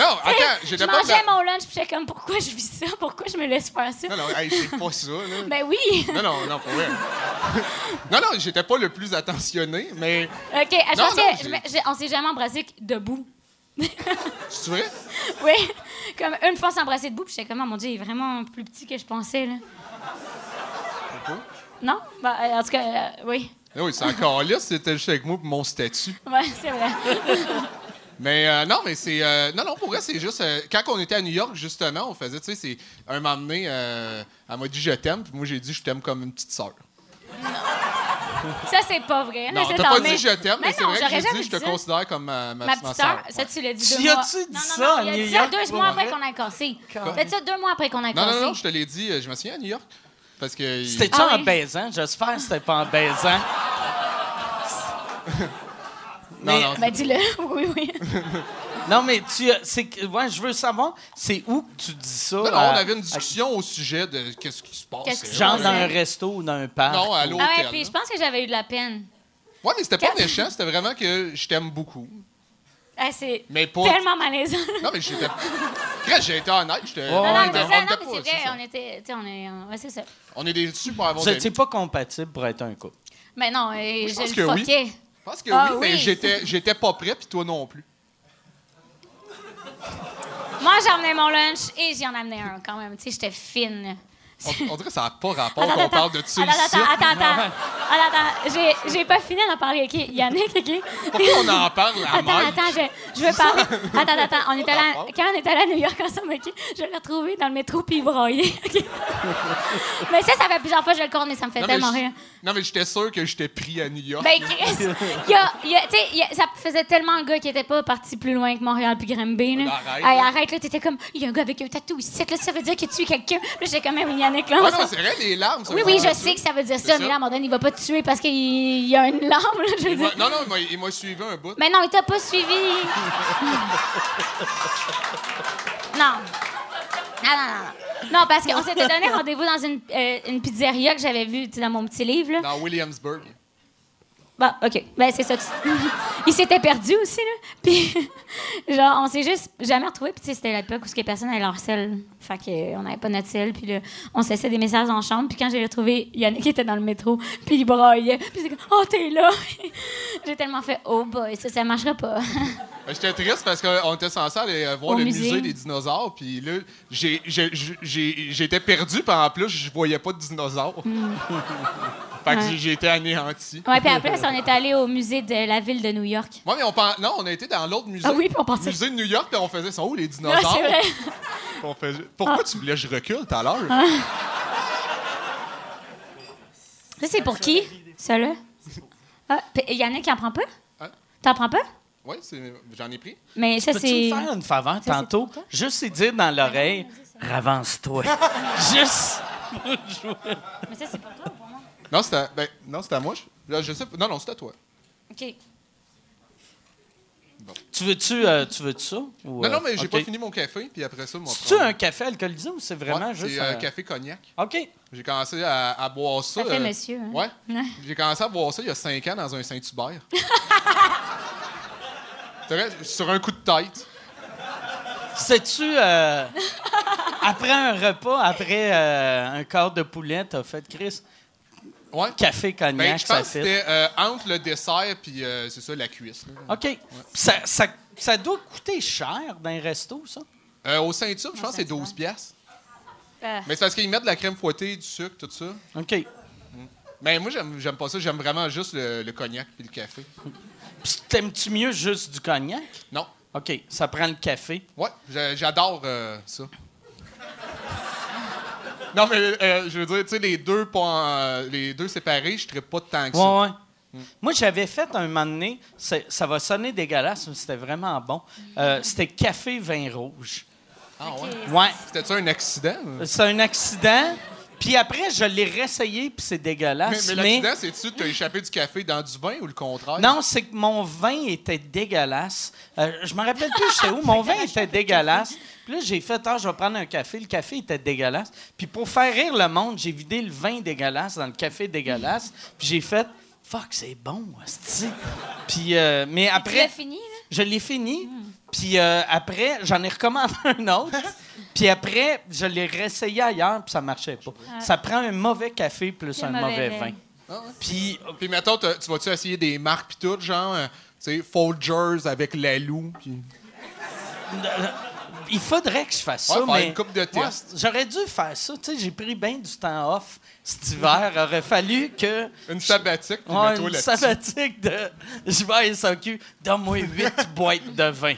Non, attends, j'étais
Je
pas.
mangeais mon lunch, puis j'étais comme, pourquoi je vis ça? Pourquoi je me laisse faire ça?
Non, non, hey, c'est pas ça, là.
Ben oui.
Non, non, non, pour vrai. non, non, j'étais pas le plus attentionné, mais.
OK, je
Non,
pense
non,
que
j'ai-
je me- j'ai- on s'est jamais embrassé que debout.
C'est vrai?
Oui, comme une fois s'embrasser debout, puis j'étais comme, Ah, mon Dieu, il est vraiment plus petit que je pensais, là.
Pourquoi?
Non? Ben, euh, en tout cas, euh, oui.
Eh Non, oui, c'est encore là, c'était juste avec moi pour mon statut.
Ouais, c'est vrai.
Mais euh, non, mais c'est. euh, non, non, pour vrai, c'est juste. euh, quand on était à New York, justement, on faisait, tu sais, c'est. Un moment donné, euh, elle m'a dit je t'aime, puis moi j'ai dit je t'aime comme une petite sœur.
Ça, c'est pas vrai.
Non,
c'est
t'as
en
pas
mai.
dit je t'aime, mais, c'est
non,
vrai que
j'aurais
j'ai
jamais
dit je
ça.
te considère comme euh, ma, ma,
Ma petite
sœur.
sœur, ça, tu l'as dit
Tu
deux
y
mois.
as-tu dit
non, non,
ça
non,
à
il a
New
dit ça
York,
deux
pour
mois
vrai?
après qu'on a cassé. Fait ça deux mois après qu'on a
Non, non,
cassé.
non, je te l'ai dit, euh, je me souviens à New York. Parce que. il-
C'était-tu en
Ah oui.
baisant? J'espère que c'était pas en baisant.
Non,
mais-
non.
Ben, dis-le. Oui, oui.
Non, mais tu. euh, c'est que- ouais, je veux savoir, c'est où que tu dis ça?
Non, non,
à-
on avait une
à-
discussion au sujet de qu'est-ce qui se passe. euh,
Qu'est-ce qui se
genre dans
Ouais.
un resto ou dans un parc.
Non, à l'hôtel.
Ah ouais, puis je pense que j'avais eu de la peine.
Ouais, mais c'était pas
Qu'est-ce-
méchant, c'était vraiment que je t'aime beaucoup.
Ah, c'est
Mais pas.
tellement malaisant.
Non, mais j'étais. Crèche, j'ai été honnête, j'étais.
Ouais,
Non,
ouais,
non,
on
mais
était-
c'est
on
ça,
était
non,
pas-
mais c'est
c'est
vrai,
ça.
on était, tu sais, on est, ouais, c'est ça.
On est des super bons
Vous
amis.
étiez pas compatible pour être un couple.
Mais non, euh, je, le
pense que oui.
fuckais.
Je pense que
Ah
oui, mais
oui.
j'étais, j'étais pas prêt, puis toi non plus.
Moi, j'emmenais mon lunch et j'y en amenais un quand même. Tu sais, j'étais fine. là.
On, on dirait que ça n'a pas rapport
Attends,
qu'on
attends,
parle de ça
attends,
ici.
attends, attends, attends, attends, attends. J'ai- J'ai pas fini d'en parler, OK? Yannick, OK?
Pourquoi on en parle à
Attends,
Mike?
attends, je, je veux parler. Attends, attends, on est allé à-
rapport.
quand on est allé à New York ensemble, OK? Je l'ai retrouvé dans le métro puis il broyait, OK? mais ça, ça fait plusieurs fois que je le compte, mais ça me fait
Non mais,
tellement
je-
rire.
non, mais j'étais sûr que j'étais pris à New York.
Ben, Chris, il y a, il y a- tu sais, il y a- ça faisait tellement un gars qui était pas parti plus loin que Montréal puis Grimby. Là.
Ben, arrête,
Hey,
là.
arrête, là, t'étais comme, il y a un gars avec un tatou ici, là, ça veut dire que tu es quelqu'un. Puis Là, j'étais comme, mais oui, Yannick, là, on
Ouais,
s'en-
non, c'est vrai, les larmes. ça
Oui,
me
oui,
fait
je
ça.
sais que ça veut dire
C'est
ça,
ça.
mais là, à un moment donné, il va pas te tuer parce qu'il il y a une larme, là, je veux
Il m'a-
dire.
Non, non, il m'a- il m'a suivi un bout.
Mais non, il t'a pas suivi. non. Non, non, non, non. Non, parce qu'on s'était donné rendez-vous dans une, euh, une pizzeria que j'avais vue tu sais, dans mon petit livre. Là.
Dans Williamsburg.
Bon, OK. Ben, c'est ça. tu- il s'était perdu aussi, là. Puis, genre, on s'est juste jamais retrouvés. Puis, tu sais, c'était l'époque où ce que personne n'avait leur sel. Fait qu'on n'avait pas notre sel. Puis, là, on se laissait des messages en chambre. Puis, quand j'ai retrouvé Yannick, il était dans le métro. Puis, il braillait. Puis, c'est comme, oh, t'es là. j'ai tellement fait, oh, boy, ça, ça marchera pas.
Ben, J'étais triste parce qu'on était censé aller euh, voir
Au
le musée.
musée.
des dinosaures, puis là, j'ai- j'ai- j'ai- j'étais perdu, puis en plus, je voyais pas de dinosaures. fait que
Hmm. Ouais.
j'ai été anéanti.
ouais, puis après, ça, on est allé au musée de la ville de New York.
Moi, mais on pen- Non, on a été dans l'autre musée.
Ah oui, puis on pensait.
musée de New York, puis on faisait. Sont où les
Ouais,
dinosaures?
c'est vrai. Ah.
Puis on faisait, Pourquoi tu voulais que je recule tout à l'heure?
Ça, c'est pour qui, ça, là? Ah, puis Yannick, il en prend pas?
Hein?
T'en prends pas?
Oui, j'en ai pris.
Mais ça,
Peux-tu me
c'est.
faire une faveur
Ça, c'est
tantôt?
pour toi?
Juste y dire dans l'oreille, ravance-toi. Juste.
Mais ça, c'est pour toi ou pour moi?
Non, c'était à... ben, non, c'était à moi. Je... là, je sais pas. Non, non, c'était à toi.
OK.
Tu veux-tu euh, tu veux ça? ou,
Non, non, mais
euh,
j'ai
OK.
pas fini mon café, puis après ça, moi.
C'est-tu un café alcoolisé ou c'est vraiment juste.
C'est euh,
un-
café cognac.
OK.
J'ai commencé à, à boire ça. euh,
Ça fait monsieur, hein?
Ouais.
Ouais.
J'ai commencé à boire ça il y a 5 ans dans un Saint-Hubert. C'est vrai, Sur un coup de tête.
Sais-tu, euh, après un repas, après euh, un quart de poulet, t'as fait, Chris,
Ouais.
café cognac,
Ben, je pense
ça
que
fait.
c'était euh, entre le dessert puis euh, c'est ça, la cuisse. là.
OK. Ça, ça- ça doit coûter cher dans un resto, ça?
Euh, au Saint-Hubert, je pense que c'est
Saint-Hubert.
12 piastres.
Euh.
Mais c'est parce qu'ils mettent de la crème fouettée, du sucre, tout ça.
OK. Puis
Mais moi, j'aime j'aime pas ça. J'aime vraiment juste le, le cognac puis le café.
T'aimes-tu mieux juste du cognac?
Non.
OK, ça prend le café.
Ouais, j'a- j'adore euh, ça. Non, mais euh, je veux dire, tu sais, les deux, pas en- euh, les deux séparés, je ne pas tant que ça. Mm.
Ouais, ouais. Moi, j'avais fait un moment donné, c'est- ça va sonner dégueulasse, mais c'était vraiment bon. Euh, c'était café vin rouge.
Ah, ouais.
Ouais.
C'était-tu un accident?
C'est un accident. Puis après, je l'ai réessayé, puis c'est
Mais,
dégueulasse.
mais l'accident, c'est-tu que tu as échappé du café dans du vin ou le contraire?
Non, c'est que mon vin était dégueulasse. Euh, je me rappelle plus j'étais où. Mon vin était dégueulasse. Puis là, j'ai fait, ah, je vais prendre un café. Le café était dégueulasse. Puis pour faire rire le monde, j'ai vidé le vin dégueulasse dans le café dégueulasse. Puis j'ai fait, fuck, c'est bon, hostie. Puis, euh, mais
Tu l'as
après,
fini, là?
je l'ai fini. Puis euh, après, j'en ai recommandé un autre. Puis après, je l'ai réessayé ailleurs, puis ça marchait pas. Ça prend un mauvais café plus
Le
un mauvais
mauvais vin.
vin. Puis
Ah, Puis mettons, t'as- tu vas-tu essayer des marques puis tout, genre, euh, tu sais, Folgers avec la loup? puis-
il faudrait que je fasse ça,
Ouais, faire
mais...
une coupe de
Moi,
tests.
J'aurais dû faire ça, tu sais, j'ai pris bien du temps off cet hiver. aurait fallu que...
Une sabbatique, puis
Ouais,
mets-toi
une
là-dessus.
sabbatique de... Je vais à SAQ, donne-moi huit boîtes de vin.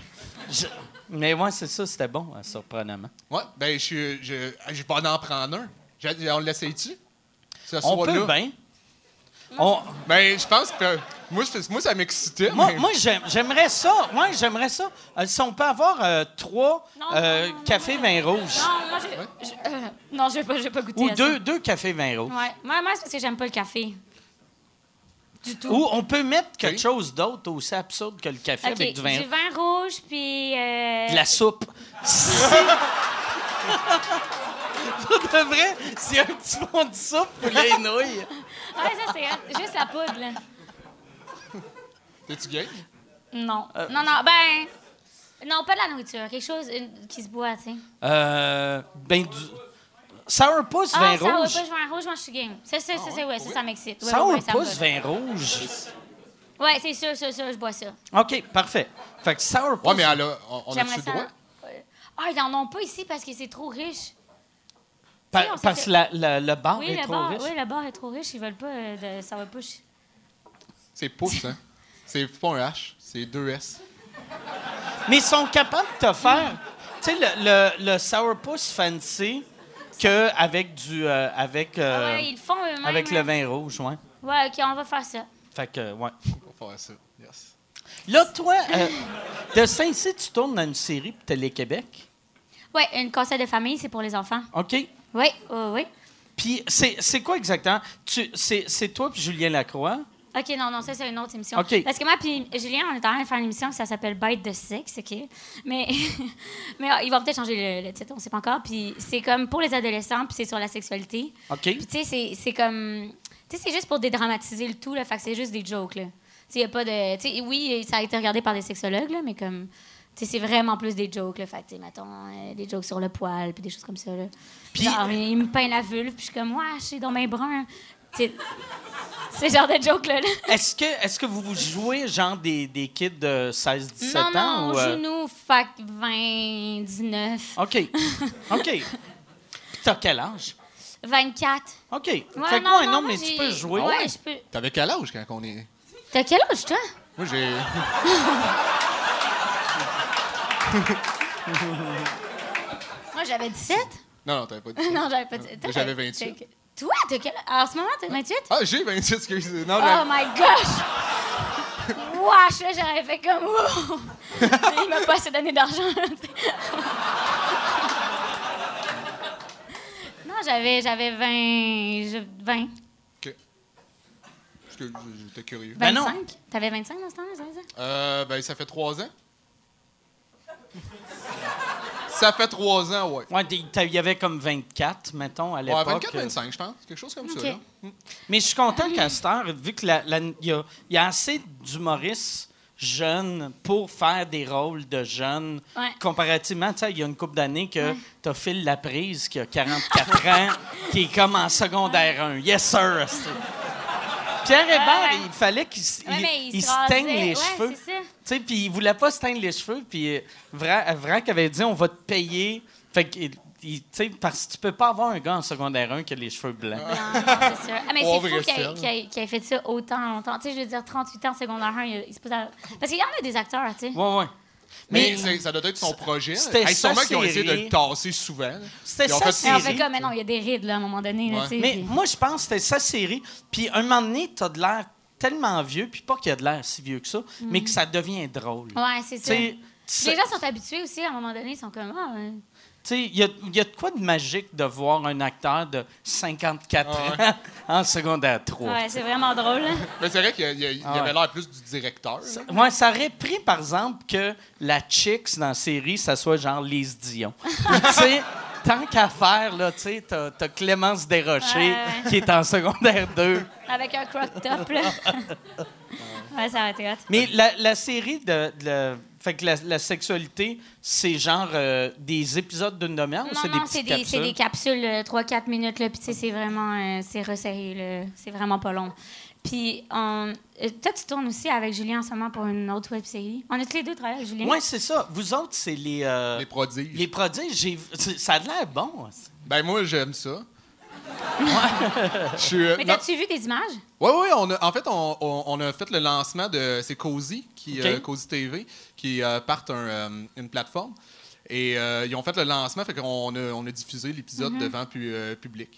Je- Mais ouais, c'est ça, c'était bon, hein, surprenamment.
Ouais, ben, je suis. Je, je vais en prendre un. Je- on l'essaye-tu? Ce
On
soir-là?
peut ben. bien. On-
Ben, je pense que. Moi, je- moi ça m'excitait.
Moi,
mais-
moi, j'aime- j'aimerais ça. Moi, j'aimerais ça. Euh, si on peut avoir euh, trois
Non,
euh,
non, non, non,
cafés
non.
vin rouge.
Non, moi, je. je- euh, non, je vais pas, je vais pas goûter
Ou
à
deux, deux cafés vin rouge.
ça. Ouais. Moi, moi c'est parce que j'aime pas le café. Du tout.
Ou on peut mettre quelque
Ok.
chose d'autre aussi absurde que le café
Ok,
avec du vin rouge.
rouge, puis. euh,
De la soupe. Pour de vrai, c'est un petit fond de soupe pour les nouilles.
Ouais, ça, c'est juste la poudre, là.
T'es-tu gay?
Non.
Euh.
Non, non, ben. Non, pas de la nourriture. Quelque chose une- qui se boit, tu sais.
Euh, ben, du... Sourpuss,
Ah,
vin
ça,
rouge.
ouais,
Ah
pas, je vin rouge, moi, je suis game. Ça, ça, ça, ça, ouais, ça, ça m'excite. Ouais, ouais, ouais, ça me
Sourpuss,
botte.
vin rouge.
Ouais, c'est sûr, sûr, sûr, je bois ça.
OK, parfait. Fait que Sourpuss...
Ouais, mais elle a, on, on a-tu
J'aimerais
le
ça.
droit?
Ah, ils en ont pas ici parce que c'est trop riche.
pa-
tu sais, on
parce que
s'était-
la- la- le bar
Oui,
est
le
trop
bar,
riche.
oui, le bar est trop riche. Ils veulent pas euh, de, ça va push.
C'est pouce, hein? C'est pas un H, c'est deux S.
Mais ils sont capables de te faire... Tu sais, le, le, le Sourpuss fancy que avec du... euh, avec euh,
Ah ouais, ils le font eux-mêmes.
avec le
hein.
vin rouge, ouais.
Ouais, ok, on va faire ça.
Fait que, ouais.
On va faire ça. Yes.
Là, toi, euh, de Saint-Cy, tu tournes dans une série pour Télé-Québec.
Ouais, une conseil de famille, c'est pour les enfants.
OK?
Oui, oui, oui.
Puis, c'est c'est quoi exactement? Tu- C'est c'est toi puis Julien Lacroix?
OK, non, non, ça, c'est une autre émission.
OK.
Parce que moi puis Julien, on est en train de faire une émission qui s'appelle Bête de sexe, OK? Mais, mais euh, ils vont peut-être changer le, le titre, on sait pas encore. Puis c'est comme pour les adolescents, puis c'est sur la sexualité.
OK.
Puis tu sais, c'est- c'est comme... Tu sais, c'est juste pour dédramatiser le tout, là. Fait que c'est juste des jokes, là. Tu sais, y a pas de... Tu sais, oui, ça a été regardé par des sexologues, là, mais comme... Tu sais, c'est vraiment plus des jokes, là. Fait que, tu sais, mettons, euh, des jokes sur le poil, puis des choses comme ça, là.
Puis-
Genre, il me peint la vulve, puis je suis comme, ouais, je suis dans mes bruns. Tu sais, ce genre de joke-là, là.
Est-ce que, est que vous vous jouez genre des, des kids de 16-17
Non,
ans?
non,
ou,
au
euh,
genou, fac 20, 19,
OK. OK. Puis T'as quel âge?
24.
OK.
Ouais,
fait que, ouais, non,
moi,
mais
j'ai-
tu peux jouer.
Ouais,
Ouais.
je peux.
T'avais quel âge quand on est.
T'as quel âge, toi?
Moi, j'ai.
Moi, j'avais 17.
Non, non, t'avais pas dit.
non, j'avais pas dit.
Moi, J'avais 28.
Check. Toi, t'as quel âge? En ce moment, t'as 28?
Ah, j'ai 28, excuse. Non,
Oh
j'avais-
my gosh! Wesh, là, j'aurais fait comme wow! Il m'a pas assez donné d'argent. non, j'avais, j'avais 20, je- 20,
Ok. Parce que j- j'étais curieux.
Ben non.
25. T'avais 25 dans ce temps-là, c'est ça?
Euh, ben, ça fait trois ans. ça fait trois ans, ouais.
Ouais, des- t'as- il y avait comme 24, mettons, à
Ouais,
l'époque.
24, 25, je pense. Quelque chose comme
Ok.
ça. Là.
Mais je suis content qu'à cette heure, vu qu'il y, a- il y a assez d'humoristes jeunes pour faire des rôles de jeunes.
Ouais.
Comparativement, tu sais, il y a une couple d'années que t'as Phil Laprise, qui a 44 ans, qui est comme en secondaire 1. Yes, sir! c'est- Pierre Hébert,
ouais.
il fallait qu'il s-
Ouais,
il-
mais il
il
se
se teigne
rasait.
les
Ouais,
cheveux.
c'est ça.
Tu sais, puis il voulait pas se teindre les cheveux, puis euh, Vra- Vrac avait dit « On va te payer. » Fait que, il- il- tu sais, parce que tu peux pas avoir un gars en secondaire 1 qui a les cheveux blancs.
Non, non, c'est sûr. Ah, mais
Oh,
c'est fou
vrai
qu'il ait-
sel.
qu'il ait, qu'il ait fait ça autant longtemps. Tu sais, je veux dire, 38 ans, secondaire 1, il, il se pose à- Parce qu'il y en a des acteurs, tu sais.
Ouais, ouais.
Mais,
Mais-
c'est- ça doit être son projet. là.
c'était
Hey,
sa
sûrement qu'ils ont essayé de
série.
le tasser souvent. là.
C'était
Ils ont
sa
fait-
série.
Et on fait comme, mais non, il y a des rides, là, à un moment donné, là,
Ouais.
tu sais.
Mais
puis-
moi, je pense que c'était sa série. Puis un moment donné, t'as de l'air tellement vieux, puis pas qu'il a de l'air si vieux que ça, mais que ça devient drôle.
Ouais, c'est
Tu
ça.
sais,
Les
tu
gens sont habitués aussi, à un moment donné, ils sont comme, ah, ouais.
sais, il y a, il y a de quoi de magique de voir un acteur de 54
Ah ouais.
ans en secondaire 3.
ouais, c'est vraiment drôle. hein.
Mais c'est vrai qu'il y a- il y a- il y
Ah ouais.
avait l'air plus du directeur. là.
Moi, ça aurait pris, par exemple, que la Chicks dans la série, ça soit genre Lise Dion. tu sais, tant qu'à faire, là, tu sais, t'as, t'as Clémence Desrochers
Ouais, ouais, ouais.
qui est en secondaire 2.
Avec un croc top, là. ouais, ça aurait été hot.
Mais la, la série de, de la- fait que la, la sexualité, c'est genre euh, des épisodes d'une demi-heure ou c'est
Non,
des
non, c'est
petites
des, c'est
capsules?
euh, des capsules, 3-4 minutes, là, puis tu sais, c'est vraiment, euh, c'est resserré, là. C'est vraiment pas long. Puis, on... euh, toi, tu tournes aussi avec Julien en ce moment pour une autre web série. On a tous les deux travaillé avec Julien.
Ouais, c'est ça. Vous autres, c'est les, euh,
Les prodiges.
les prodiges. J'ai- c'est- Ça a l'air bon.
Ben moi, j'aime ça. Je suis, euh,
Mais
non-
t'as-tu vu des images?
Oui, oui, on a- en fait, on, on- on a fait le lancement de. C'est Cozy, qui,
OK.
euh, Cozy TV, qui euh, partent un, euh, une plateforme. Et euh, ils ont fait le lancement, fait qu'on a, on a diffusé l'épisode
Mhm.
devant pu- euh, public.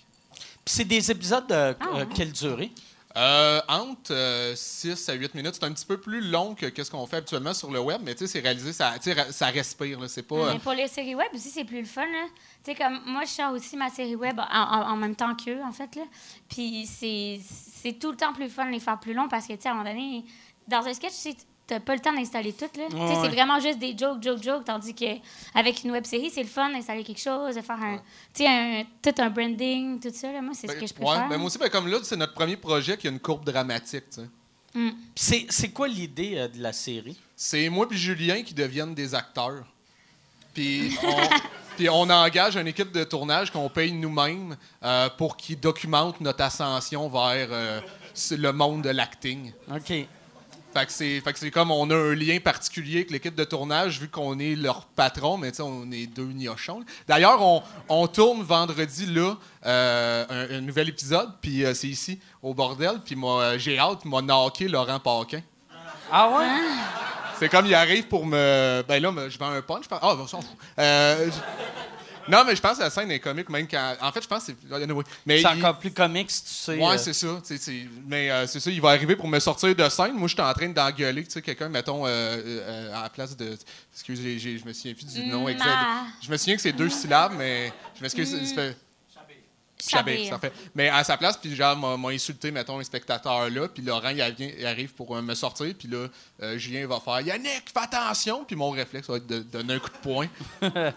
Puis c'est des épisodes de euh,
Ah, ouais.
quelle durée?
Euh, entre 6 à 8 minutes, c'est un petit peu plus long que ce qu'on fait habituellement sur le web, mais tu sais, c'est réalisé, ça, tu sais, ra- ça respire, là, c'est pas. euh,
Mais pour les séries web aussi, c'est plus le fun. là. Tu sais, comme moi, je sors aussi ma série web en, en- en même temps qu'eux, en fait. Là. Puis c'est c'est tout le temps plus fun de les faire plus long parce que, tu sais, à un moment donné, dans un sketch, tu sais, t'as pas le temps d'installer tout. là. Tu sais,
ouais.
C'est vraiment juste des jokes, jokes, jokes. Tandis qu'avec une web série, c'est le fun d'installer quelque chose, de faire un, tu sais, un- tout un branding, tout ça. là. Moi, c'est ce
ben,
que je
ouais,
préfère.
ben, moi aussi, ben, comme là, c'est notre premier projet qui a une courbe dramatique, tu sais.
Puis c'est, c'est quoi l'idée euh, de la série?
C'est moi puis Julien qui deviennent des acteurs. Puis on, puis on engage une équipe de tournage qu'on paye nous-mêmes euh, pour qu'ils documentent notre ascension vers euh, ce- le monde de l'acting.
OK.
Fait que c'est fait que c'est comme on a un lien particulier avec l'équipe de tournage vu qu'on est leur patron, mais tu sais, on est deux niochons. là. D'ailleurs, on, on tourne vendredi là euh, un, un nouvel épisode, puis euh, c'est ici au bordel, puis moi euh, j'ai hâte, m'a knocké Laurent Paquin.
Ah ouais?
C'est comme il arrive pour me. Ben là, me- je vends un punch. je pense- Ah, ben, on s'en fout. Euh, je- Non, mais je pense que la scène est comique, même quand. En fait, je pense que c'est. anyway. Mais
C'est
il-
encore plus comique si tu sais.
Ouais,
euh,
c'est ça. tu sais, c'est- Mais euh, c'est ça, il va arriver pour me sortir de scène. Moi, je suis en train d'engueuler tu sais, quelqu'un, mettons, euh, euh, à la place de. Excusez, j'ai- je me souviens plus du nom exact.
Ma.
Je me souviens que c'est deux syllabes, mais je m'excuse. ça fait-
Mm,
Chabé,
Chabé.
ça fait. Mais à sa place, puis genre, m'a m'a insulté, mettons, un spectateur là, puis Laurent, il, vient- il arrive pour euh, me sortir, puis là, euh, Julien va faire Yannick, fais attention, puis mon réflexe va être de donner un coup de poing,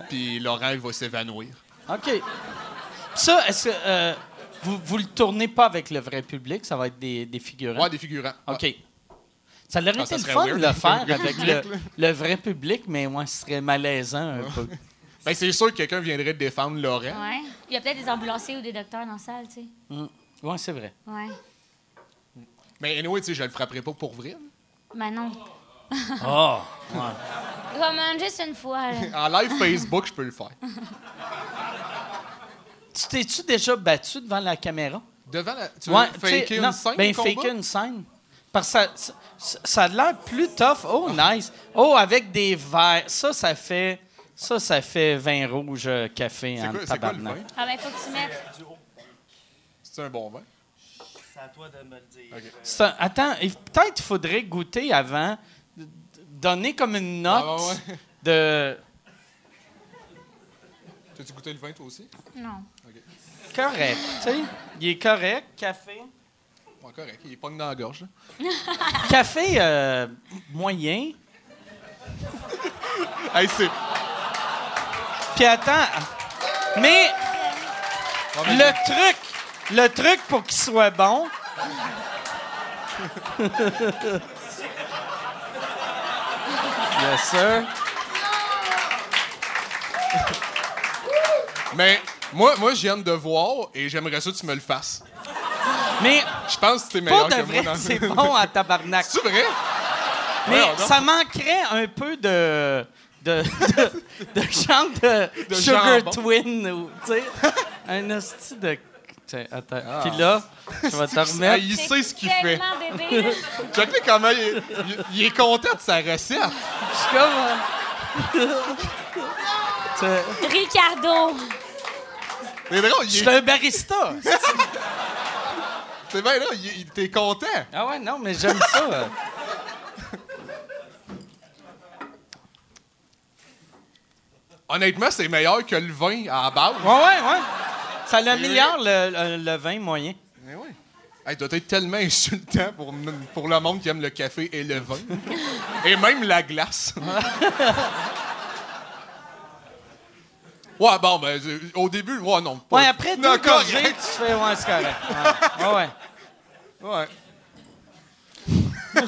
puis Laurent, il va s'évanouir.
OK. Puis ça, est-ce que euh, vous, vous le tournez pas avec le vrai public? Ça va être des, des figurants?
Ouais, des figurants.
Hein? OK. Ça aurait
Ah,
été
ça
le
serait
fun de
weird,
le
le
faire
public,
avec le, le vrai public, mais moi, ce serait malaisant un peu.
Ben, c'est sûr que quelqu'un viendrait défendre Laurent.
euh, Ouais. Il y a peut-être des ambulanciers ou des docteurs dans la salle, tu sais.
Oui, c'est vrai.
Ouais.
Mais anyway, tu sais, je le frapperai pas pour vrai.
Mais non.
Oh!
Ouais, même juste une fois. là.
En live Facebook, je peux le faire.
Tu t'es-tu déjà battu devant la caméra?
Devant la. Tu
Ouais,
veux
tu sais,
faker
non,
une scène?
ben,
de combat?
faker une scène. Parce que ça, ça, ça a l'air plus tough. Oh,
Ah.
nice. Oh, avec des verres. Ça, ça fait... Ça, ça fait vin rouge euh, café
C'est
en
quoi, c'est quoi le
tabarnak.
vin?
Ah, ben, faut que tu mettes.
C'est un bon vin.
C'est à toi de me le dire.
Ok.
C'est un- Attends, et peut-être il faudrait goûter avant, d- donner comme une note
Ah ouais.
de...
T'as-tu goûté le vin, toi aussi?
Non.
Correct, tu sais. Il est correct. Café.
Ouais, correct. Il pogne dans la gorge. là.
Café euh, moyen.
Hey, c'est.
Puis attends. Mais le truc, le truc pour qu'il soit bon... yes, sir.
Mais moi, moi je viens de voir et j'aimerais ça que tu me le fasses.
Mais
Je pense que t'es
pour
meilleur
de
que moi.
vrai,
dans-
c'est bon à tabarnak.
C'est vrai?
Mais
Voyons donc.
ça manquerait un peu de. de. de, de genre de,
De
Sugar
jambon.
Twin. ou, Tu sais, un asti de. Tiens, attends. Puis là, je vais te
Ah,
remettre.
il sait ce qu'il fait.
tellement bébé, là.
Check-le comment il, il- il est content de sa recette.
Je suis comme. euh,
hein.
Tu-
Ricardo.
C'est
Je
drôle, il
suis
est-
un barista.
c'est bien là, il, il- t'es content.
Ah ouais, non, mais j'aime ça. euh.
Honnêtement, c'est meilleur que le vin à la base.
Ouais, ouais, ouais. Ça l'améliore le, le, le vin moyen.
Mais Eh oui. Hey, doit être tellement insultant pour, pour le monde qui aime le café et le vin. et même la glace. ouais, bon, ben, euh, au début, ouais, non. pas-
Ouais, après
non,
deux gorgées, tu
correct.
fais. Ouais, c'est correct. Ouais, ouais. ouais.
Ouais.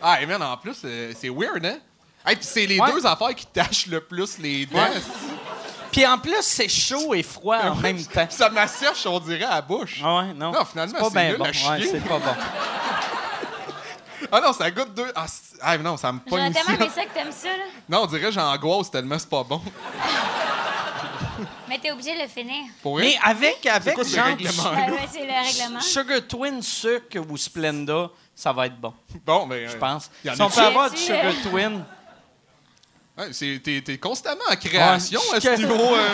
ah, et man, en plus, euh, c'est weird, hein? Hey, puis c'est les
Ouais.
deux affaires qui tâchent le plus les dents.
Puis en plus, c'est chaud et froid en même temps.
Ça m'asserche, on dirait, à la bouche.
Ah ouais, non.
Non, finalement,
pas
c'est
ben
nul
bon.
à chier.
Ouais, c'est pas bon.
Ah non, ça goûte deux. Ah, c'est- ah, non, ça me
J'aurais
pogne
tellement
ça.
aimé ça que t'aimes ça, là.
Non, on dirait j'angoisse tellement c'est pas bon.
Mais t'es obligé de le finir.
Pour
Mais
vrai.
avec, avec
quoi ce
genre,
règlement?
Ben, ouais, c'est le règlement.
Sugar Twin, sucre ou Splenda, ça va être bon,
Bon, ben, euh, mais.
je pense.
Il y en
Si on
a
peut avoir du
J'ai dit,
Sugar Twin,
Ouais, c'est- t'es, t'es constamment en création
Ouais,
à ce
je-
niveau. euh,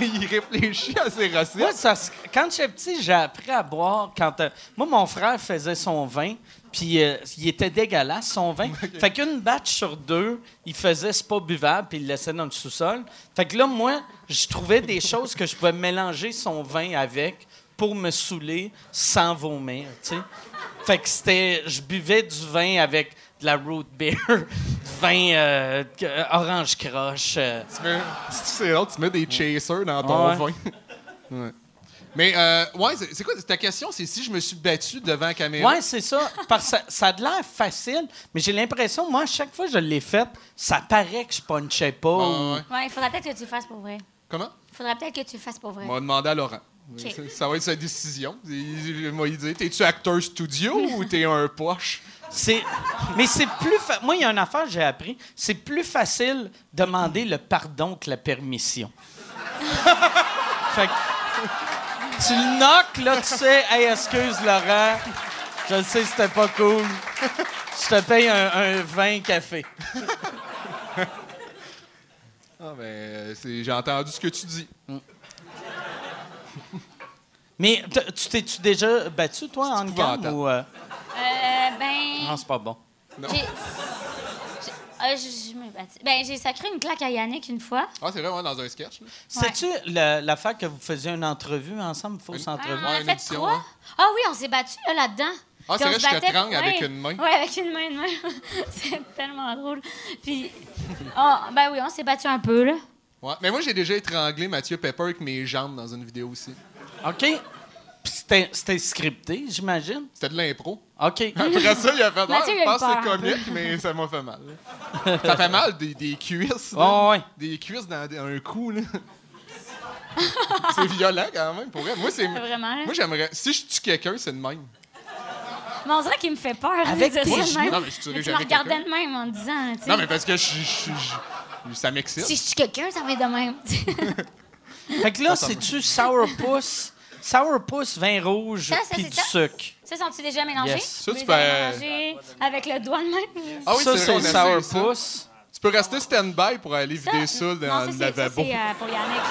il, il réfléchit à ses recettes.
Moi, ça se- quand j'étais petit, j'ai appris à boire. Quand, euh, moi, mon frère faisait son vin, puis euh, il était dégueulasse, son vin. Fait qu'une batch sur deux, il faisait c'est pas buvable, puis il le laissait dans le sous-sol. Fait que là, moi, je trouvais des choses que je pouvais mélanger son vin avec pour me saouler sans vomir, tu sais. Fait que c'était... Je buvais du vin avec de la root beer, du vin euh, euh, orange croche. euh.
Tu mets- si tu sais l'autre, tu mets des chasers dans ton
Ouais.
vin. Ouais. Mais, euh, ouais, c'est, c'est quoi ta question? C'est si je me suis battu devant la caméra?
Ouais, c'est ça. Parce que ça, ça a de l'air facile, mais j'ai l'impression, moi, à chaque fois que je l'ai fait, ça paraît que je punchais pas.
Ouais,
ou-
Ah, ouais, ouais.
Ouais, il faudra peut-être que tu le fasses pour vrai.
Comment?
Il faudra peut-être que tu le fasses pour vrai.
On va demander à Laurent.
Ok.
Ça- Ça va être sa décision. Il, il m'a dit T'es-tu acteur studio ou t'es un poche
C'est- Mais c'est plus... fa- Moi, il y a une affaire que j'ai appris. C'est plus facile demander le pardon que la permission. fait que... Tu le knock, là, tu sais, « Hey, excuse, Laurent, je le sais, c'était pas cool. Je te paye un, un 20 café.
Ah, ben, euh, c'est- j'ai entendu ce que tu dis. »
Mais t- tu t'es-tu déjà battu, toi, en
épouvantable.
gamme ou... euh,
Euh, ben.
Non, c'est pas bon.
Ah, Non.
J'ai- j'ai- ah, je- je me battis. Ben, j'ai sacré une claque à Yannick une fois.
Ah, c'est vrai, ouais, dans un sketch. là.
Sais-tu la- l'affaire que vous faisiez une entrevue ensemble, une fausse
Ah,
entrevue?
on a
une
fait
émission,
trois.
hein.
Ah oui, on s'est battus là, là-dedans.
Ah,
Puis
c'est
on
vrai,
se
je te
battait-
trangue avec
ouais.
une main.
Ouais, avec une main, une main. c'est tellement drôle. Puis, ah, ben oui, on s'est battus un peu, là.
Ouais. Mais moi, j'ai déjà étranglé Mathieu Pepper avec mes jambes dans une vidéo aussi.
OK. Puis c'était c'était scripté, j'imagine.
C'était de l'impro.
OK.
Après ça, il a fait ah,
Mathieu, il
Je
a eu
pense que c'est
peur un
comique, mais ça m'a fait mal. ça fait mal des, des cuisses. là.
Oh, ouais.
Des cuisses dans dans un coup. là. c'est violent quand même. Pour vrai. Moi, c'est.
Vraiment, là.
Moi, j'aimerais. Si je tue quelqu'un, c'est de même.
Mais on dirait qu'il me fait peur.
Avec
de dire
tes
ça de
genoux.
même.
Non, mais je tuerai
Mais tu me
jamais
regardais
quelqu'un.
de même en disant, tu sais.
Non, mais parce que je. je- je- je- ça m'excite.
Si je tue quelqu'un, ça va être de même.
Fait que là, c'est-tu sourpuss, sourpuss, vin rouge,
Ça, ça,
puis
c'est
du
ça?
sucre?
ça, sont-tu déjà mélangés?
Yes.
Ça,
Vous
tu
les
peux-
avez mélangés avec le doigt de même.
Ah oui,
ça,
c'est
c'est
vrai, on a essayé ça.
sourpuss.
Tu peux rester stand-by pour aller vider ça dans
non, ça,
le
c'est-
lavabo.
Ça, c'est euh, pour Yannick.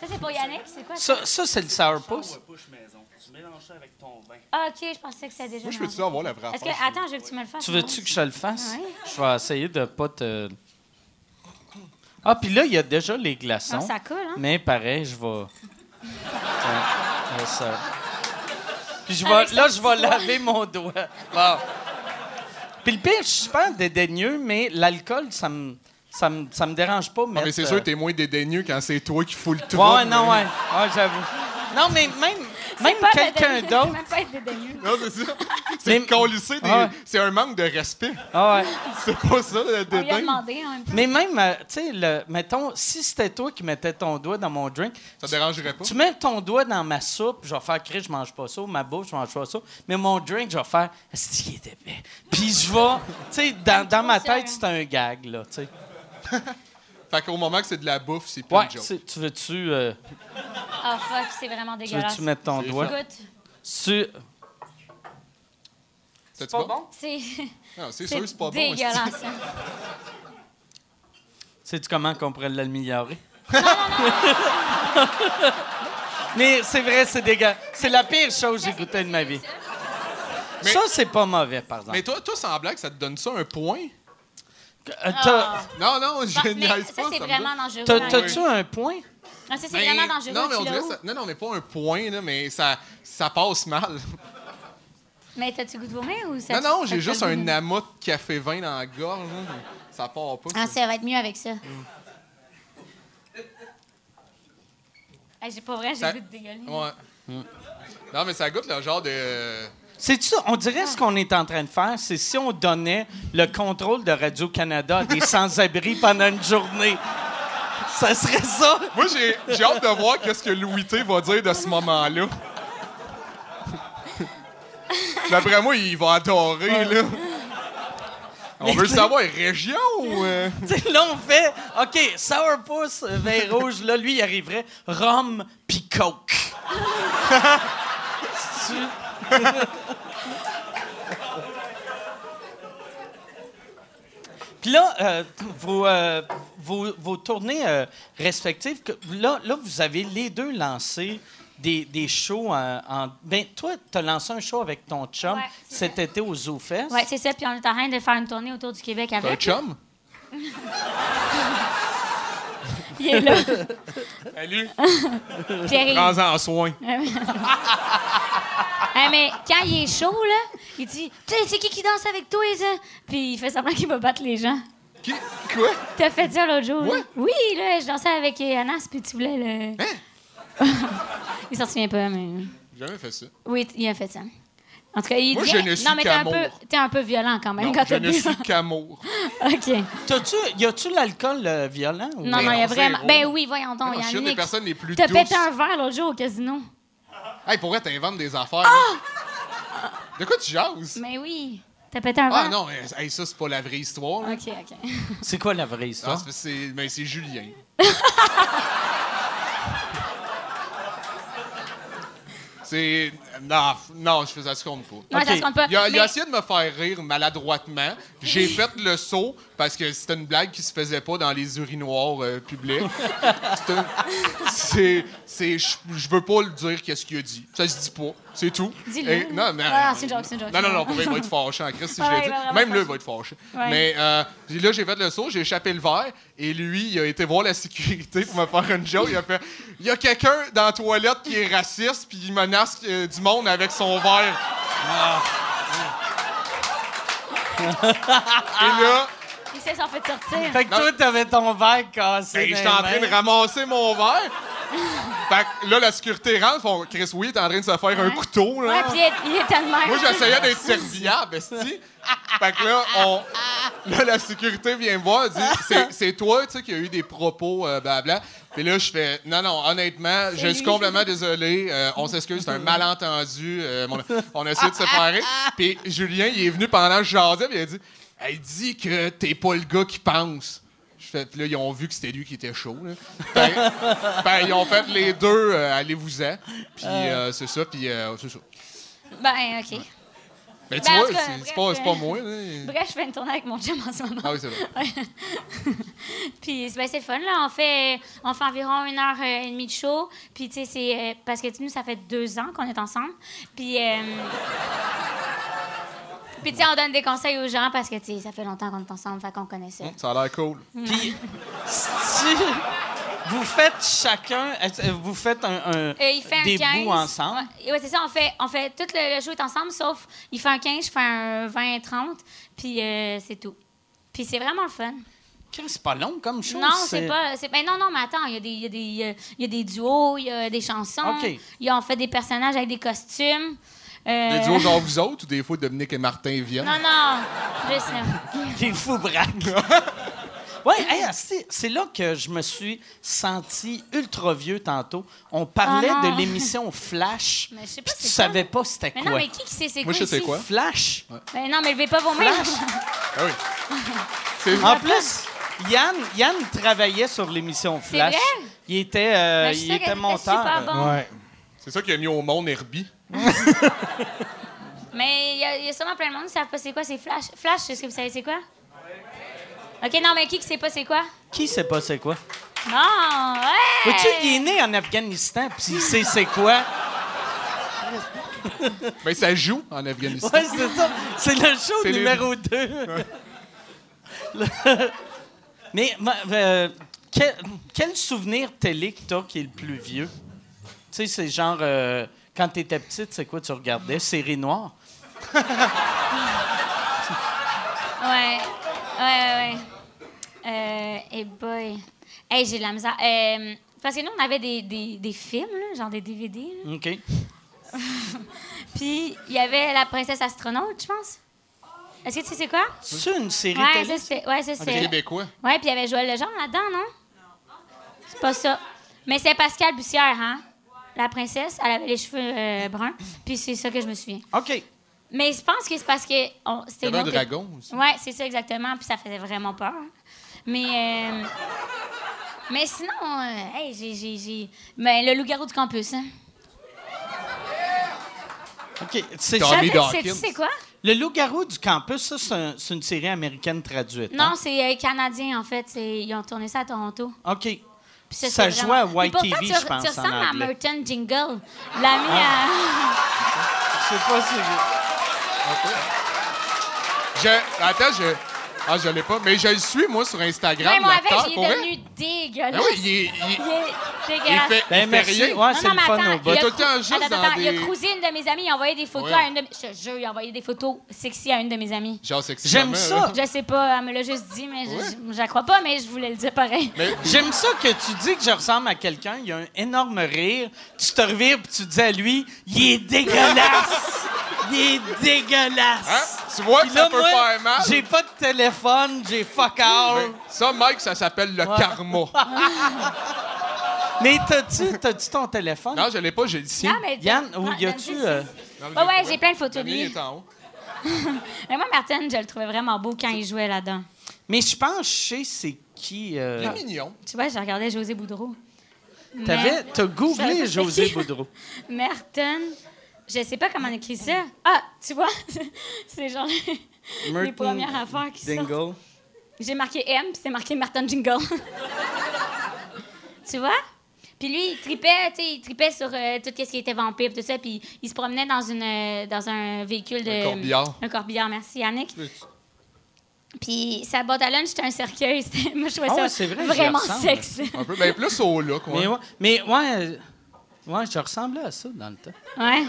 ça, c'est pour Yannick. C'est quoi? ça?
Ça, ça c'est le sourpuss.
push maison. Tu mélanges ça avec ton vin.
Ah, OK, je pensais que c'était déjà...
Moi, je peux-tu
mélangé.
avoir la vraie
Est-ce
affaire?
que... Attends, je veux que tu me le fasses.
Tu veux-tu que je te le fasse?
Ouais.
Je vais essayer de pas te... Ah, puis là, il y a déjà les glaçons.
Ah, ça coule, hein?
Mais pareil, je vais. Tiens, fais ça. Puis je vais-
Avec
là,
son
je vais
petit doigt.
laver mon doigt. Bon. Puis le pire, je suis pas dédaigneux, mais l'alcool, ça me, ça me, ça me dérange pas.
Ah, mais c'est sûr,
t'es.
t'es moins dédaigneux quand c'est toi qui fous le trou.
euh, Ouais, non, ouais. Ouais, j'avoue. Non, mais même,
C'est
même
pas
quelqu'un
dédaigneux,
d'autre.
C'est même pas être dédaigneux.
Non, c'est ça. C'est
Mais-
colisser des-
Ah ouais.
C'est un manque de respect.
Ah ouais.
C'est pas ça, le
On lui a
dédain.
demandé en même temps.
Mais même, euh, tu sais, le- mettons, si c'était toi qui mettais ton doigt dans mon drink,
Ça te dérangerait pas?
Tu mets ton doigt dans ma soupe, je vais faire crier, je mange pas ça, ou ma bouffe, je mange pas ça, mais mon drink, je vais faire est-ce qu'il est épais? Puis je vais, tu sais, dans, dans ma tête, c'est un gag, là, tu sais.
Fait qu'au moment que c'est de la bouffe, c'est plus
Ouais,
une
tu
joke.
sais, tu veux-tu euh,
Ah, fuck, c'est vraiment
tu veux-tu
dégueulasse.
mettre ton
C'est
doigt?
Écoute,
Tu...
C'est
pas bon?
c'est...
Non, c'est sûr, c'est
C'est
pas bon. esti.
dégueulasse. hein.
Sais-tu comment qu'on pourrait l'améliorer? mais c'est vrai, c'est dégueulasse. C'est la pire chose que j'ai goûtée de ma vie.
Mais-
ça, c'est pas mauvais, par exemple.
Mais toi, toi, sans blague, ça te donne ça un point?
Euh, t'as-
Non, non, je
Bon, Bah, mais
niaise
ça,
pas.
c'est
me
vraiment
donne-
dangereux.
t'as-
hein.
T'as-tu un point?
Ah, ça, c'est
Ben,
vraiment dangereux.
Non, mais
tu
on
l'as
dirait
où?
ça- Non, non, mais pas un point, là, mais ça, ça passe mal.
Mais t'as-tu goût de vomir ou ça?
Non, non, j'ai
ça te
juste
donne le
un
goût?
amas de café-vin dans la gorge. hein, mais Ça part pas.
Ah,
ça.
ça va être mieux avec
Mm.
ça. Hey, j'ai pas vrai, j'ai
Ça-
le goût de dégueuler.
Ouais. Non, mais ça goûte le genre de.
C'est ça, on dirait ce qu'on est en train de faire, c'est si on donnait le contrôle de Radio-Canada à des sans-abri pendant une journée. Ça serait ça.
Moi, j'ai j'ai hâte de voir qu'est-ce que Louis T va dire de ce moment-là. D'après moi, il va adorer, là. On
Mais
veut
tu-
savoir, région ou... euh,
Tu sais, là, on fait, OK, sourpuss, euh, vin rouge, là, lui, il arriverait, rhum pis coke. C'est-tu- Puis là, euh, vos, euh, vos, vos tournées euh, respectives, que- là, là, vous avez les deux lancé des, des shows en, en- Ben, toi, t'as lancé un show avec ton chum
Ouais.
cet été au Zoo Fest.
Ouais, c'est ça. Puis on est en train de faire une tournée autour du Québec
T'as un
avec.
chum?
Il est là.
Salut.
Pierre,
Prends-en soin.
Hein, mais quand il est chaud, là, il dit Tu sais, c'est qui qui danse avec toi, ça? Puis il fait semblant qu'il va battre les gens.
Qui? Quoi?
T'as fait ça l'autre jour? là?
Ouais.
Oui, là, je dansais avec euh, Anas, puis tu voulais le.
Hein?
il s'en souvient pas, mais.
J'ai jamais fait ça.
Oui, t- il a fait ça. En tout cas, il
Moi,
dit.
je ne suis
non, mais t'es un,
qu'amour.
peu, t'es un peu violent quand même
Non,
quand
je
t'as
ne
bu.
suis qu'amour.
OK.
T'as-tu, y a-tu l'alcool euh, violent? ou-
Non, non, il y a
non,
vraiment.
zéro.
Ben oui, voyons donc,
Non, je suis une des
Yannick.
personnes les plus
T'as
douces.
pété un verre l'autre jour au casino.
Hey, pour vrai, t'inventes des affaires. là. De quoi tu jases?
Ah! Mais oui. T'as pété un verre?
Ah non, mais, hey, ça, c'est pas la vraie histoire. là.
OK, OK.
C'est quoi la vraie
Ah,
histoire?
c'est- c'est mais c'est Julien. c'est non, f- non, je faisais ça se compte pas.
Non, ça
OK.
se compte pas.
Il a, il a
mais-
essayé de me faire rire maladroitement. J'ai fait le saut parce que c'était une blague qui se faisait pas dans les urinoirs euh, publics. C'est un- C'est. c'est- Je je veux pas le dire qu'est-ce qu'il a dit. Ça se dit pas. C'est tout.
Dis-le.
Et- Non, mais.
Ah, c'est une joke, c'est une joke.
Non, non, non, pour vrai, il va être fâché en Christ si
Ah
je
ouais,
le
il va
dis.
vraiment
Même
être
là, il
fâché.
va être fâché.
Ouais.
Mais euh, puis là, j'ai fait le saut, j'ai échappé le verre et lui, il a été voir la sécurité pour me faire une joke. Il a fait Il y a quelqu'un dans la toilette qui est raciste puis il menace euh, du monde avec son verre. Et là,
Il s'est en fait sortir.
Fait que toi, t'avais ton verre cassé.
ben,
dans
j'étais en
les
train de
mains.
ramasser mon verre. Fait que là, la sécurité rentre, font Chris, oui, t'es en train de se faire un couteau. Là.
Ouais, puis il est- il est tellement.
Moi, j'essayais d'être serviable, esti. Fait que là, on... là, la sécurité vient me voir, elle dit C'est- C'est toi, tu sais, qui a eu des propos, euh, blabla. Puis là, je fais Non, non, honnêtement, je suis
lui.
complètement désolé. euh, on s'excuse, c'est un malentendu. euh, mon- On a essayé de se séparer. Puis Julien, il est venu pendant que je jasais, puis il a dit Elle dit que t'es pas le gars qui pense. Je fais, puis là, ils ont vu que c'était lui qui était chaud. Là. Fait- fait, ils ont fait les deux, euh, allez-vous-en. Puis euh, c'est ça, puis euh, c'est ça.
Ben, OK.
Mais tu
Ben, en
vois,
tout cas,
c'est- c'est pas,
bref,
c'est pas
euh,
moi. là.
Bref, je fais une tournée avec mon chum en ce moment.
Ah oui, c'est vrai.
Ouais. puis ben, c'est le fun, là. On fait, on fait environ une heure euh, et demie de show. Puis, tu sais, c'est. euh, parce que tu sais, nous, ça fait deux ans qu'on est ensemble. Puis. euh, puis, tu sais, on donne des conseils aux gens parce que, tu sais, ça fait longtemps qu'on est ensemble, fait qu'on connaît ça.
Ça a l'air cool.
Puis, si vous faites chacun, euh, vous faites un, un-
Euh, il fait un
des
15.
bouts ensemble.
Ouais, ouais, c'est ça. On fait, on fait tout le, le show est ensemble, sauf il fait un 15, je fais un 20, 30. Puis, euh, c'est tout. Puis, c'est vraiment le fun.
Chris, C'est pas long comme chose.
Non, c'est pas. c'est- ben non, non, mais attends, il y, a des- il y, a des- il y a- il y a des duos, il y a des chansons.
OK.
Ils ont fait des personnages avec des costumes. Euh,
Des duos genre vous autres ou des fois Dominique et Martin viennent?
Non, non, je sais.
Des fous braques. Ouais, hey, asti, c'est là que je me suis senti ultra vieux tantôt. On parlait
Ah non.
de l'émission Flash.
Mais je sais pas
Puis tu
c'est
savais pas c'était
Mais
quoi.
non, mais qui qui sait c'est
Moi,
quoi?
je sais
ici?
quoi.
Flash.
Ben non, mais levez pas vos mains.
Ah oui. C'est
Ah.
En plus, Yann, Yann travaillait sur l'émission Flash.
vrai?
Il était, euh,
Ben, je
il
sais qu'elle
était
était
monteur.
super bonne.
Ouais.
c'est ça qui a mis au monde Herbie.
Mais il y, a- il y a sûrement plein de monde qui ne savent pas c'est quoi, c'est Flash. Flash, est-ce que vous savez c'est quoi? OK, non, mais qui qui sait pas c'est quoi?
Qui sait pas c'est quoi?
Non, ouais!
Vois-tu, il est né en Afghanistan, puis il sait c'est quoi.
Mais ça joue en Afghanistan.
Ouais, c'est ça. C'est le show
C'est les-
numéro 2. Mais ma- euh, quel, quel souvenir télé que t'as qui est le plus vieux? Tu sais, c'est genre, euh, quand t'étais petite, c'est quoi tu regardais? Série noire?
Ouais, ouais, ouais. Euh, hey boy. Hey, j'ai de la misère. Euh, parce que nous, on avait des, des, des films, là, genre des DVD. là.
OK.
Puis, il y avait La princesse astronaute, je pense. Est-ce que tu sais c'est quoi?
C'est une série
Ouais,
télé?
ça, c'est. Ouais, ça,
Des
c'est.
Québécois.
Ouais, puis il y avait Joël Legendre là-dedans, non? C'est pas ça. Mais c'est Pascal Bussière, hein? La princesse, elle avait les cheveux euh, bruns. Puis c'est ça que je me souviens.
OK.
Mais je pense que c'est parce que. on-
Il
c'était
y avait un
une autre-
dragon aussi.
Ouais, c'est ça exactement. Puis ça faisait vraiment peur. Mais. euh, Mais sinon, euh, hey, j'ai- j'ai. j'ai- Mais le loup-garou du campus, hein?
OK. C'est
T'as
ça-
Tommy
Attends, sais-tu
Dawkins.
c'est quoi?
Le loup-garou du campus, ça, c'est un- c'est une série américaine traduite.
Non,
hein?
c'est euh, canadien, en fait. C'est- Ils ont tourné ça à Toronto.
OK.
Puis ça,
Ça
c'est
jouait à
vraiment- Puis pourtant,
YTV,
tu-
je pense,
Tu
en
ressembles à
anglais.
Merton Jingle. L'ami euh, à...
Je sais pas si.
Ah, Je- Attends, je. Ah, je l'ai pas, mais je le suis, moi, sur Instagram.
Ouais, moi, avec,
l'acteur,
il
pour
est
vrai.
devenu
Ben
dégueulasse.
oui, il, est- il-
Il est
il
dégueulasse.
fait,
Ben,
il fait
merci. Ouais,
rien.
Non,
c'est
non,
le
mais
fun
attends,
au bout.
Il y a
crou-
tout le temps juste
attends,
dans
attends, il
des-
a cruisé une de mes amies, il a envoyé des photos
Ouais.
à une de mes... Je te jure, il a envoyé des photos sexy à une de mes amies.
Genre sexy.
J'aime
maman,
ça.
là.
Je sais pas, elle me l'a juste dit, mais je-
Ouais.
je je la crois pas, mais je voulais le dire pareil.
Mais
J'aime ça que tu dis que je ressemble à quelqu'un, il y a un énorme rire, tu te revires puis tu dis à lui, il est dégueulasse! il est
hein,
dégueulasse!
tu vois que
Puis là,
ça peut
moi,
faire mal.
j'ai pas de téléphone, j'ai fuck all.
Mais Ça, Mike, ça s'appelle le karma.
Mais t'as-tu, t'as-tu ton téléphone?
Non, je l'ai pas, j'ai le sien.
Non, mais...
Yann, ou
Ouais,
y a-tu...
Nancy,
euh,
Non,
Ouais,
je l'ai
ouais,
pas.
j'ai plein de photos
Le
de
mien
lui.
est en haut.
Mais moi, Martin, je le trouvais vraiment beau quand il jouait là-dedans.
Mais je pense, que je sais c'est qui... euh,
Il est mignon.
Tu vois, je regardais José Boudreau.
T'avais,
Mais-
t'as
Je savais
googlé
pas
José
c'était qui.
Boudreau.
Merton. Je sais pas comment on écrit ça. Ah, tu vois, c'est genre les- les
Merton
premières affaires qui sortent.
Dingle.
J'ai marqué M, puis c'est marqué Martin Jingle. tu vois? Puis lui, il tripait, tu sais, il tripait sur euh, tout ce qui était vampire, tout ça, puis il se promenait dans, une, euh, dans un véhicule de...
Un corbillard.
Un corbillard, merci Yannick. Puis sa boîte à lunch, c'était un cercueil. C'était- Moi, je trouvais
Ah
ça
ouais, c'est vrai, j'y
vraiment
ressemble.
sexe.
Un peu. Ben, plus au look, ouais.
Mais ouais, mais ouais, euh, ouais, je ressemblais à ça dans le temps.
Ouais.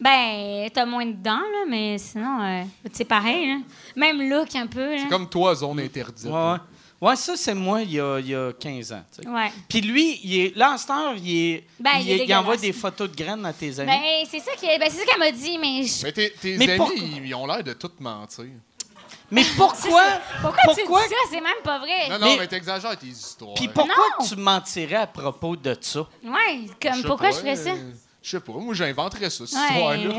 Ben, t'as moins de dents, là, mais sinon, euh, c'est pareil, là. Même look un peu, là.
C'est comme toi, zone interdite.
Ouais, ouais. Ouais, ça, c'est moi il y a, il y a 15 ans. tu sais.
Ouais.
Puis lui, il est, là, en cette heure, il, est,
Ben, il est
il envoie
dégueulasse.
des photos de graines à tes amis.
Ben, c'est ça que- ben, c'est ça qu'elle m'a dit, mais... je-
Mais tes, tes
Mais
amis,
pourquoi-
ils, ils ont l'air de tout mentir.
mais
C'est
pourquoi?
ça. Pourquoi, tu dis ça? C'est même pas vrai.
Non, non, mais,
Mais-
t'exagères tes histoires.
Puis pourquoi
Non.
tu mentirais à propos de ça?
Ouais,
Je
comme,
sais
pourquoi
pas,
je ferais ça?
euh, Je sais pas, moi j'inventerais ça, cette histoire-là.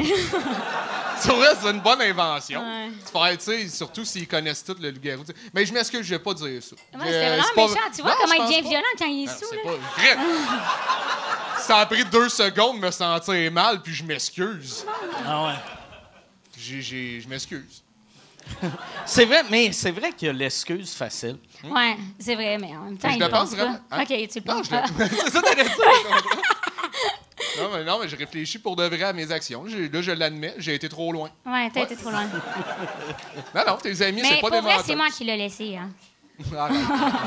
Ouais.
C'est vrai, c'est une bonne invention.
Ouais.
Tu fais, tu sais, surtout s'ils connaissent tout le loup-garou. tu sais. Mais je m'excuse, je vais pas dire ça.
Ouais,
Euh,
c'est
c'est
vraiment
pas-
méchant. Tu vois
Non,
comment
je
il
pense
devient
pas.
violent quand il est
Non,
sous,
C'est
là?
pas vrai. Ça a pris deux secondes de me sentir mal, puis je m'excuse.
Ah ouais.
J'ai- j'ai- Je m'excuse.
C'est vrai, mais c'est vrai qu'il y a l'excuse facile.
Ouais, c'est vrai, mais en même temps,
Je
il
le
le
pense
pense
vraiment.
pas.
Hein?
OK, tu le
Non,
penses
je
pas.
l'ai- C'est ça, t'allais dire, je comprends. Non mais, non, mais je réfléchis pour de vrai à mes actions. J'ai- Là, je l'admets, j'ai été trop loin.
Ouais, t'as été trop loin.
Non, non, tes amis,
Mais
c'est pas
pour
des
vrai,
menteurs.
c'est moi qui l'ai laissé, hein.
Arrête.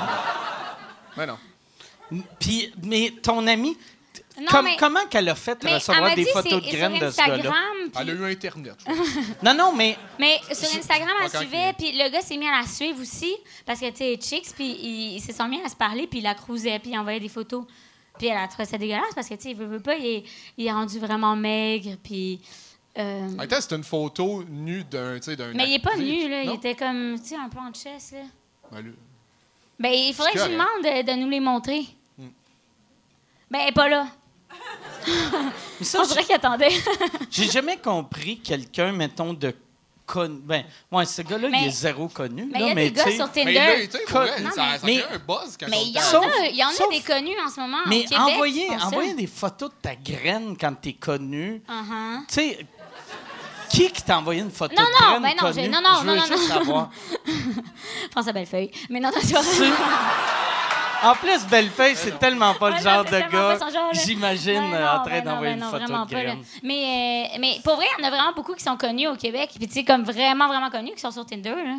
Mais non.
M- Puis, mais ton ami, t-
Non,
com-
mais-
comment qu'elle a fait
Mais elle
recevoir
m'a
des
dit,
photos de
c'est sur
graines de ce gars-là?
Instagram, puis-
Elle a eu Internet. je crois.
Non, non, mais
Mais sur Instagram,
Pas
elle
quand
suivait, puis le gars s'est mis à la suivre aussi, parce que, tu sais, Chicks, puis ils, ils se sont mis à se parler, puis il la cruisait, puis il envoyait des photos. Puis elle a trouvé ça dégueulasse, parce que, tu sais, il veut, veut pas, il est, il est rendu vraiment maigre, puis... euh,
En même temps, c'est une photo nue d'un. tu sais, d'un
mais il est pas
actif,
nu, là,
non?
il était comme, tu sais, un peu en chess, là.
Ben, lui-
Ben, il faudrait que je lui
correct.
demande de, de nous les montrer. Ben, elle est pas là.
mais ça,
On
je-
dirait qu'il attendait.
j'ai jamais compris quelqu'un, mettons, de connu. Ben, ouais, ce gars-là, il
Mais-
est zéro connu.
Mais
là,
il y a des
tu
gars
sais-
sur
Mais là,
Tinder.
tu sais, pour vrai,
Non,
ça,
mais-
ça
mais-
crée un buzz quand
Mais
on
il y en
parle.
Sauf-
a, il y en a
sauf-
des connus en ce moment. Ah, au
Mais
Québec,
envoyer,
qui font ça.
envoyer des photos de ta graine quand t'es connu.
Uh-huh.
Tu sais, qui qui t'a envoyé une photo
Non,
de
non,
graine
ben non, j'ai-
connue?
non, non,
Je veux
non, non,
juste
non.
savoir.
François Bellefeuille. Mais non, non, c'est pas vrai.
En plus, Bellefeuille, c'est tellement pas
Ouais,
le
Ah, non,
genre
c'est
de
tellement
gars,
pas son genre, là.
j'imagine,
Ouais,
euh,
non,
en train
ben non,
d'envoyer
ben non,
une
vraiment
photo de
pas, là.
graine.
Mais, euh, mais pour vrai, il y en a vraiment beaucoup qui sont connus au Québec. Puis, tu sais, comme vraiment, vraiment connus, qui sont sur Tinder. Là.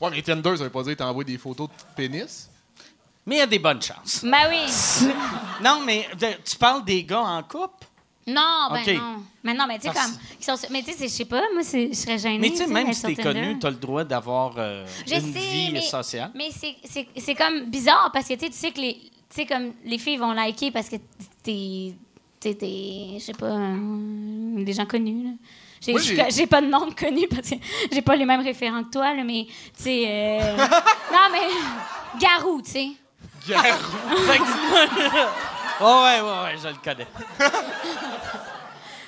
Ouais, mais Tinder, ça veut pas dire que t'envoies des photos de pénis.
Mais il y a des bonnes chances.
Ben oui.
non, mais de- tu parles des gars en couple?
Non, ben
Ok.
non. Mais non, mais tu sais,
Parce-
comme. qui sont sur- Mais tu sais, c'est- je sais pas, moi, c'est- je serais gênée.
Mais tu sais, même
d'être
si
sur
t'es
Tinder.
connu, t'as le droit d'avoir euh,
Je
une
sais,
vie
mais-
sociale.
Mais c'est- c'est c'est comme bizarre parce que tu sais, tu sais que les, tu sais, comme les filles vont liker parce que t'es. t'es- t'es- Je sais pas. euh, des gens connus, là. J'ai-
Moi,
je-
j'ai-
J'ai pas de nom de connu parce que j'ai pas les mêmes référents que toi, là, mais tu sais. euh, non, mais. Garou, tu sais.
Pierre
Fait que moi, je- Ouais, ouais, ouais, ouais, je le connais.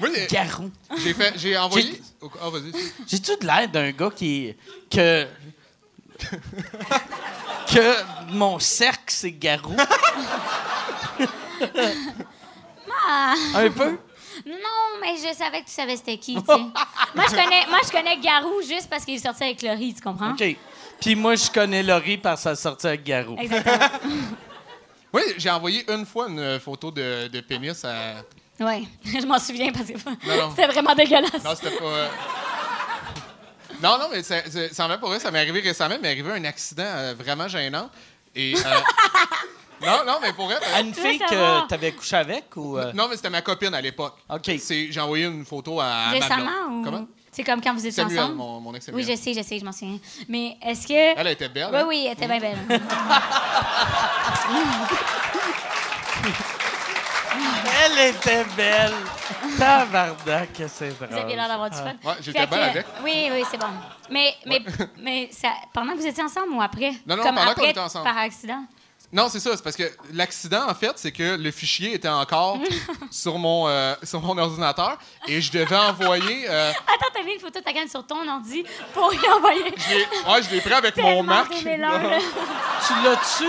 Moi, les-
Garou.
j'ai fait, j'ai envoyé.
J'ai-
Oh, Ah, vas-y.
J'ai-tu de l'air d'un gars qui. que. que mon cercle, c'est Garou? Un peu?
Ah, Non, mais je savais que tu savais c'était qui, tu sais. moi, je connais, moi, je connais Garou juste parce qu'il est sorti avec Laurie, tu comprends?
OK. Puis moi, je connais Laurie par sa sortie avec Garou.
Exactement.
Oui, j'ai envoyé une fois une photo de, de pénis à.
Ouais, je m'en souviens parce que
non.
c'était vraiment dégueulasse.
Non, c'était pas. euh, Non, non, mais ça, ça, ça en va pour vrai, ça m'est arrivé récemment, mais arrivé un accident euh, vraiment gênant. Et. euh, non, non, mais pour vrai. parce-
À une
Je veux
fille
savoir.
que t'avais couché avec ou. euh,
Non, mais c'était ma copine à l'époque.
OK.
C'est- J'ai envoyé une photo à. à ma blonde.
Récemment ou.
Comment?
C'est comme quand vous étiez
Samuel,
ensemble.
mon, mon ex
Oui, je sais, je sais, je m'en souviens. Mais est-ce que.
Elle était belle.
Oui,
hein?
oui, elle était bien belle.
Elle était belle. Tabarnak, que c'est drôle.
Vous aviez l'air d'avoir du fun.
Ouais, j'étais
Fait
bien
que-
avec.
Oui, oui, c'est bon. Mais, mais, mais ça, pendant que vous étiez ensemble ou après?
Non, non,
Comme
pendant qu'on
après,
était ensemble.
Par accident.
Non, c'est ça. C'est parce que l'accident, en fait, c'est que le fichier était encore sur, mon, euh, sur mon ordinateur et je devais envoyer. euh,
Attends, t'as mis une photo de ta canne sur ton ordi pour y envoyer.
je l'ai- ouais, je l'ai pris avec mon
Tellement
Mac.
des mélanges, là.
Tu l'as-tu?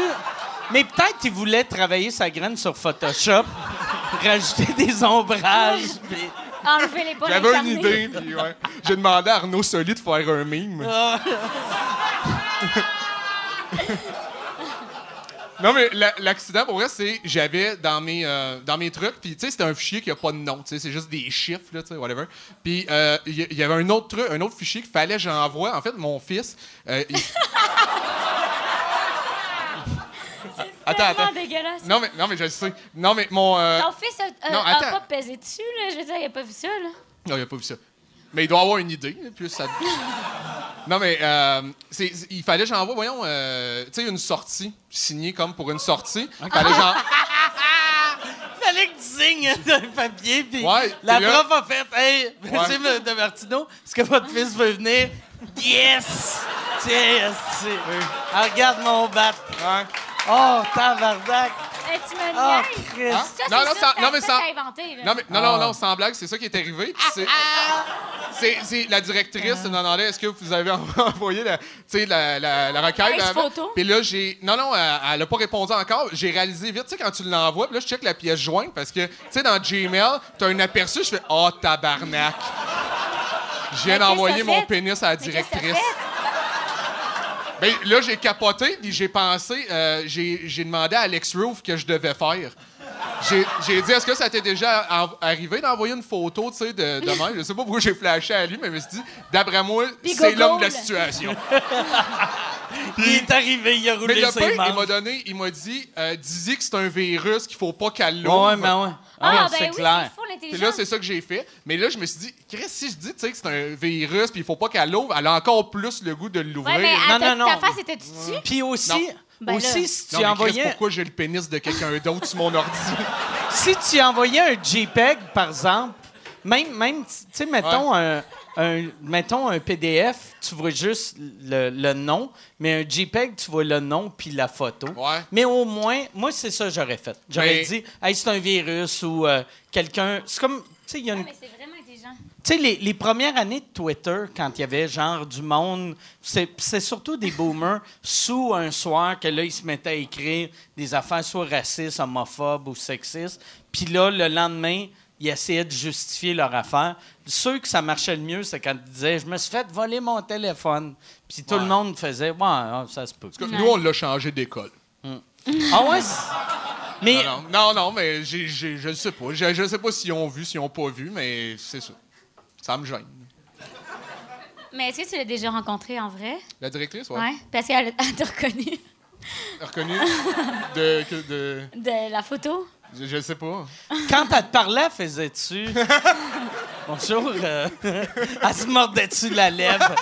Mais peut-être qu'il voulait travailler sa graine sur Photoshop, rajouter des ombrages. puis-
Enlever les poils
J'avais une
incarnés.
idée. puis ouais. J'ai demandé à Arnaud Soli de faire un mime. Non, mais la- l'accident, pour vrai, c'est j'avais dans mes euh, dans mes trucs, puis tu sais, c'était un fichier qui a pas de nom, tu sais, c'est juste des chiffres, là, tu sais, whatever. Puis euh, il y, il y avait un autre truc, un autre fichier qu'il fallait que j'envoie. En fait, mon fils. euh, il- attends,
Tellement
attends.
dégueulasse.
Non, mais, non, mais je le sais. Non, mais mon. euh,
Ton fils a, a-
Non,
a
attends.
pas pesé dessus, là. Je veux dire, il a pas vu ça, là.
Non, il a pas vu ça. Mais il doit avoir une idée. là, Puis ça... non, mais euh, c'est- c'est- il fallait que j'envoie, voyons, euh, tu sais, une sortie, signée comme pour une sortie. Il fallait que j'en-
Ah! fallait que tu signes un papier, puis
Ouais,
la
puis là-
prof a fait « Hey, monsieur de Martino, est-ce que votre fils veut venir? »« Yes! » Tiens, esti. Ah, regarde mon bat.
Ouais.
Oh, tabarnak.
Eh, tu me
Oh,
niaises.
Christ.
Hein?
Ça,
non,
c'est
non,
sûr
sans-
que
non, mais
t'as-
sans-
t'as inventé, là.
Non, mais, non, non, non, sans blague, c'est ça qui est arrivé. puis c'est-
Ah,
C'est c'est la directrice qui demandait est-ce que vous avez envoyé la, tu sais, la, la, la requête.
Nice
avant?
Ah, photo.
Puis là, j'ai. Non, non, elle, elle a pas répondu encore. J'ai réalisé vite, tu sais, quand tu l'envoies, puis là, je check la pièce jointe parce que, tu sais, dans Gmail, t'as un aperçu, je fais Oh, tabarnak. Je viens
Mais qu'est-ce
d'envoyer
que t'as
mon
fait? Ah,
pénis à la
Mais qu'est-ce que t'as
directrice. Ben, là, j'ai capoté, puis j'ai pensé, euh, j'ai j'ai demandé à Alex Roof que je devais faire. J'ai j'ai dit, est-ce que ça t'est déjà en- arrivé d'envoyer une photo, tu sais, de, de même? Je sais pas pourquoi j'ai flashé à lui, mais je me suis dit, d'après moi,
Puis
c'est l'homme de la
Google.
situation.
Il est arrivé, il a
mais
roulé
le
ses
pire, il m'a
manches.
donné, il m'a dit, euh, dis-y que c'est un virus, qu'il faut pas qu'elle l'ouvre.
Ouais, mais ouais.
Ah,
Ouais,
ben
c'est
oui,
clair.
c'est fou,
Puis là,
l'intelligence.
c'est ça que j'ai fait. Mais là, je me suis dit, Chris, si je dis, tu sais, que c'est un virus, puis il faut pas qu'elle l'ouvre, elle a encore plus le goût de l'ouvrir.
Ouais, mais
Non,
ah, ta-
non, non.
ta face était dessus?
Puis aussi,
Non.
Ben
aussi
là.
si tu
Non, mais Chris,
envoyais...
pourquoi j'ai le pénis de quelqu'un d'autre sur mon ordi?
si tu envoyais un JPEG, par exemple, même, même tu sais, mettons, un, un- mettons un PDF, tu vois juste le, le nom, mais un JPEG, tu vois le nom puis la photo.
Ouais.
Mais au moins, moi, c'est ça que j'aurais fait. J'aurais
Mais-
dit, hey, c'est un virus ou euh, quelqu'un. C'est comme, tu sais, il y a une
Ah, mais c'est vraiment intelligent.
tu sais, les, les premières années de Twitter, quand il y avait genre du monde, c'est c'est surtout des boomers sous un soir que là, ils se mettaient à écrire des affaires soit racistes, homophobes ou sexistes. Puis là, le lendemain, ils essayaient de justifier leur affaire. Ceux que ça marchait le mieux, c'est quand ils disaient Je me suis fait voler mon téléphone. Puis tout le monde faisait Ouais, ah, ça se peut.
Parce que Nous, on l'a changé d'école.
Ah ouais? c'est- Mais
Non, non, non, non, mais j'ai- j'ai- je ne sais pas. Je ne sais pas s'ils ont vu, s'ils n'ont pas vu, mais c'est ça. Ça me gêne.
Mais est-ce que tu l'as déjà rencontré en vrai?
La directrice, ouais.
Ouais. Parce qu'elle elle t'a reconnu
Reconnue de, que- de-
de la photo.
Je je sais pas.
quand elle te parlait, faisais-tu Bonjour. euh, elle se mordait-tu la lèvre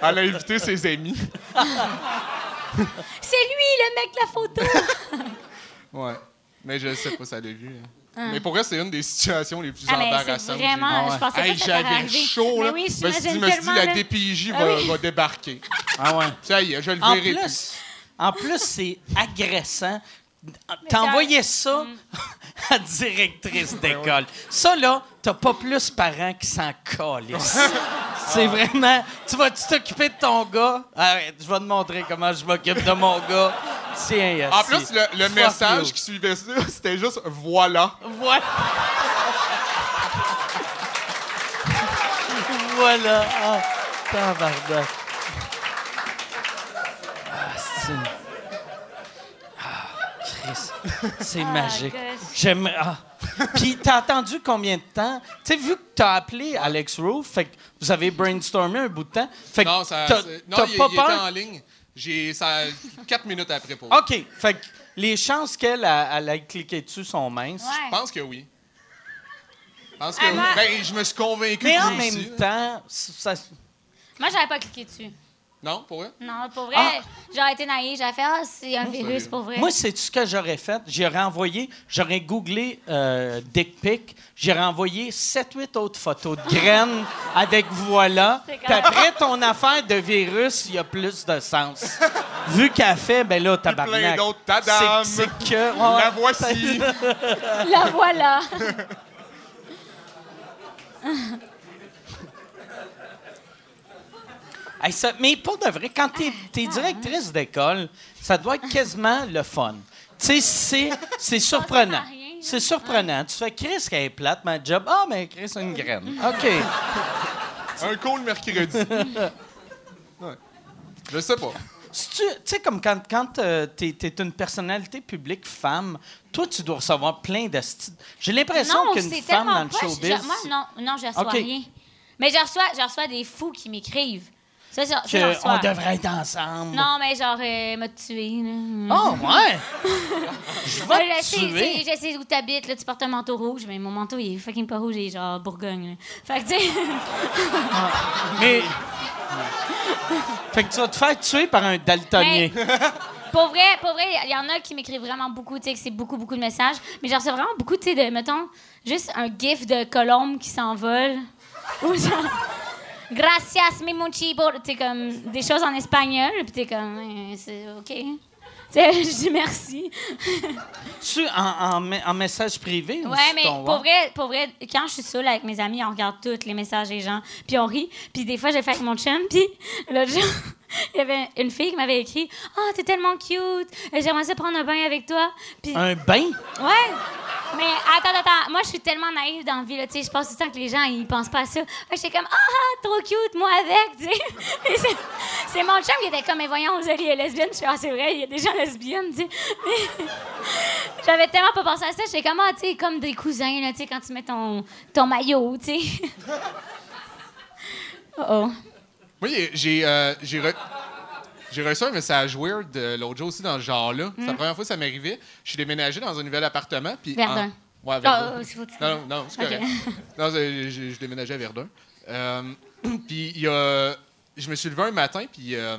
Elle a invité ses amis.
C'est lui, le mec de la photo!
Ouais. Mais je sais pas, ça l'a vu. hein. Mais pour vrai, c'est une des situations les plus
Ah, mais c'est
embarrassantes. que j'ai vues.
vraiment...
ouais.
Je pensais pas
Hey,
que ça t'allait
j'avais
arriver.
chaud, là.
Mais oui,
je me suis dit,
j'imagine
me suis dit,
tellement,
la
là.
DPJ
Ah
va,
oui.
va débarquer.
Ah ouais.
Ça y est, je le
En
verrai
plus, En plus, c'est agressant.
ça-
T'envoyais ça à directrice
Ben
d'école. Ça, là, t'as pas plus parents qui s'en calissent.
Ah.
C'est vraiment... Tu vas-tu t'occuper de ton gars? Arrête, je vais te montrer comment je m'occupe de mon gars. Tiens, Yassi.
En plus, le, le
Fuck
message
you.
qui suivait ça, c'était juste voilà.
Voilà. voilà. Ah, tabarnak. Ah, c'est... Ah, Chris. C'est
Ah,
magique.
gosh.
J'aime... Ah. Puis t'as attendu combien de temps? Tu sais, vu que t'as appelé Alex Roof, fait que vous avez brainstormé un bout de temps. Fait que
Non, ça,
t'as,
c'est-
t'as
non il,
pas
il
peur
était en ligne. J'ai ça 4 minutes après pour.
OK. Fait que les chances qu'elle a- elle ait cliqué dessus sont minces.
Je pense que oui. Je pense que
Ah,
oui.
moi-
Ben, je me suis convaincu
Mais
que
en
oui
même
aussi.
temps, ça...
Moi, j'avais pas cliqué dessus.
Non, pour vrai?
Non, pour
Ah.
vrai, j'aurais été naïve. J'aurais fait, ah, c'est un virus,
va.
pour vrai.
Moi, c'est ce que j'aurais fait. J'aurais envoyé, j'aurais googlé euh, dick pic, j'aurais envoyé 7-8 autres photos de graines avec voilà.
C'est
Puis
quand même-
après, ton affaire de virus, il y a plus de sens. Vu qu'elle fait, ben là, tabarnak.
plein d'autres, tadam.
C'est c'est que...
La
ouais.
voici.
La voilà.
Hey, ça- mais pour de vrai, quand t'es es directrice d'école, ça doit être quasiment le fun. Tu sais, c'est- c'est surprenant.
à rien, là.
C'est surprenant. Tu fais Chris qu'elle est plate, ma job. Ah, mais Chris a une graine. OK.
Un call mercredi. Ouais. Je sais pas.
Si Tu tu sais, comme quand, quand euh, t'es t'es une personnalité publique femme, toi, tu dois recevoir plein de... sti- J'ai l'impression
Non,
qu'une
c'est
femme
tellement
dans le
poche.
showbiz...
Je- moi, non, non, je reçois
Ok.
rien. Mais je reçois, je reçois des fous qui m'écrivent. Ça, ça, ça,
que
j'en reçois.
on devrait être ensemble.
Non, mais genre, euh, m'a tué. là.
Oh, ouais! je
Ouais,
vais
je
te
sais,
tuer.
tu sais, je sais où t'habites, là, tu portes un manteau rouge, mais mon manteau, il est fucking pas rouge, il est genre Bourgogne. là. Fait que, tu sais,
Mais... fait que tu vas te faire tuer par un daltonien.
pour vrai, pour vrai, il y en a qui m'écrivent vraiment beaucoup, tu sais, que c'est beaucoup, beaucoup de messages, mais je reçois vraiment beaucoup, tu sais, de, mettons, juste un gif de colombe qui s'envole, ou genre, gracias, mi muchi, por- tu sais, comme, des choses en espagnol, puis t'es comme, euh, c'est OK. Tu sais, je dis merci.
Tu en, en, me- en message privé ou
Ouais,
sur
mais
ton
pour
wall?
vrai, pour vrai, quand je suis seule avec mes amis, on regarde tous les messages des gens, puis on rit. Puis des fois, j'ai fait avec mon chum, puis l'autre jour, il y avait une fille qui m'avait écrit « Ah, t'es tellement cute! J'aimerais ça prendre un bain avec toi! » Puis,
Un bain?
ouais! Mais attends, attends, moi, je suis tellement naïve dans la vie, là, tu sais, je pense tout le temps que les gens, ils pensent pas à ça. Fait que j'étais comme « Ah, trop cute, moi avec! » tu sais. Puis c'est- C'est mon chum qui était comme « Mais voyons, Zoli est lesbienne! » Je suis Ah, c'est vrai, il y a des gens lesbiennes, tu sais. Mais- j'avais tellement pas pensé à ça. J'étais comme, ah, tu sais, comme des cousins, là, tu sais, quand tu mets ton, ton maillot, tu sais. oh oh.
Moi, j'ai- j'ai euh, j'ai re- j'ai reçu un message weird euh, l'autre jour aussi dans ce genre-là.
Hmm.
C'est la première fois que ça m'arrivait. Je suis déménagé dans un nouvel appartement. Puis
Verdun.
en- Ouais, Verdun.
Ah, euh, c'est faut que tu-
non, non, non, c'est
Ok.
correct. Non, c'est- je, je déménageais à Verdun. Euh, puis il y a- je me suis levé un matin, puis euh,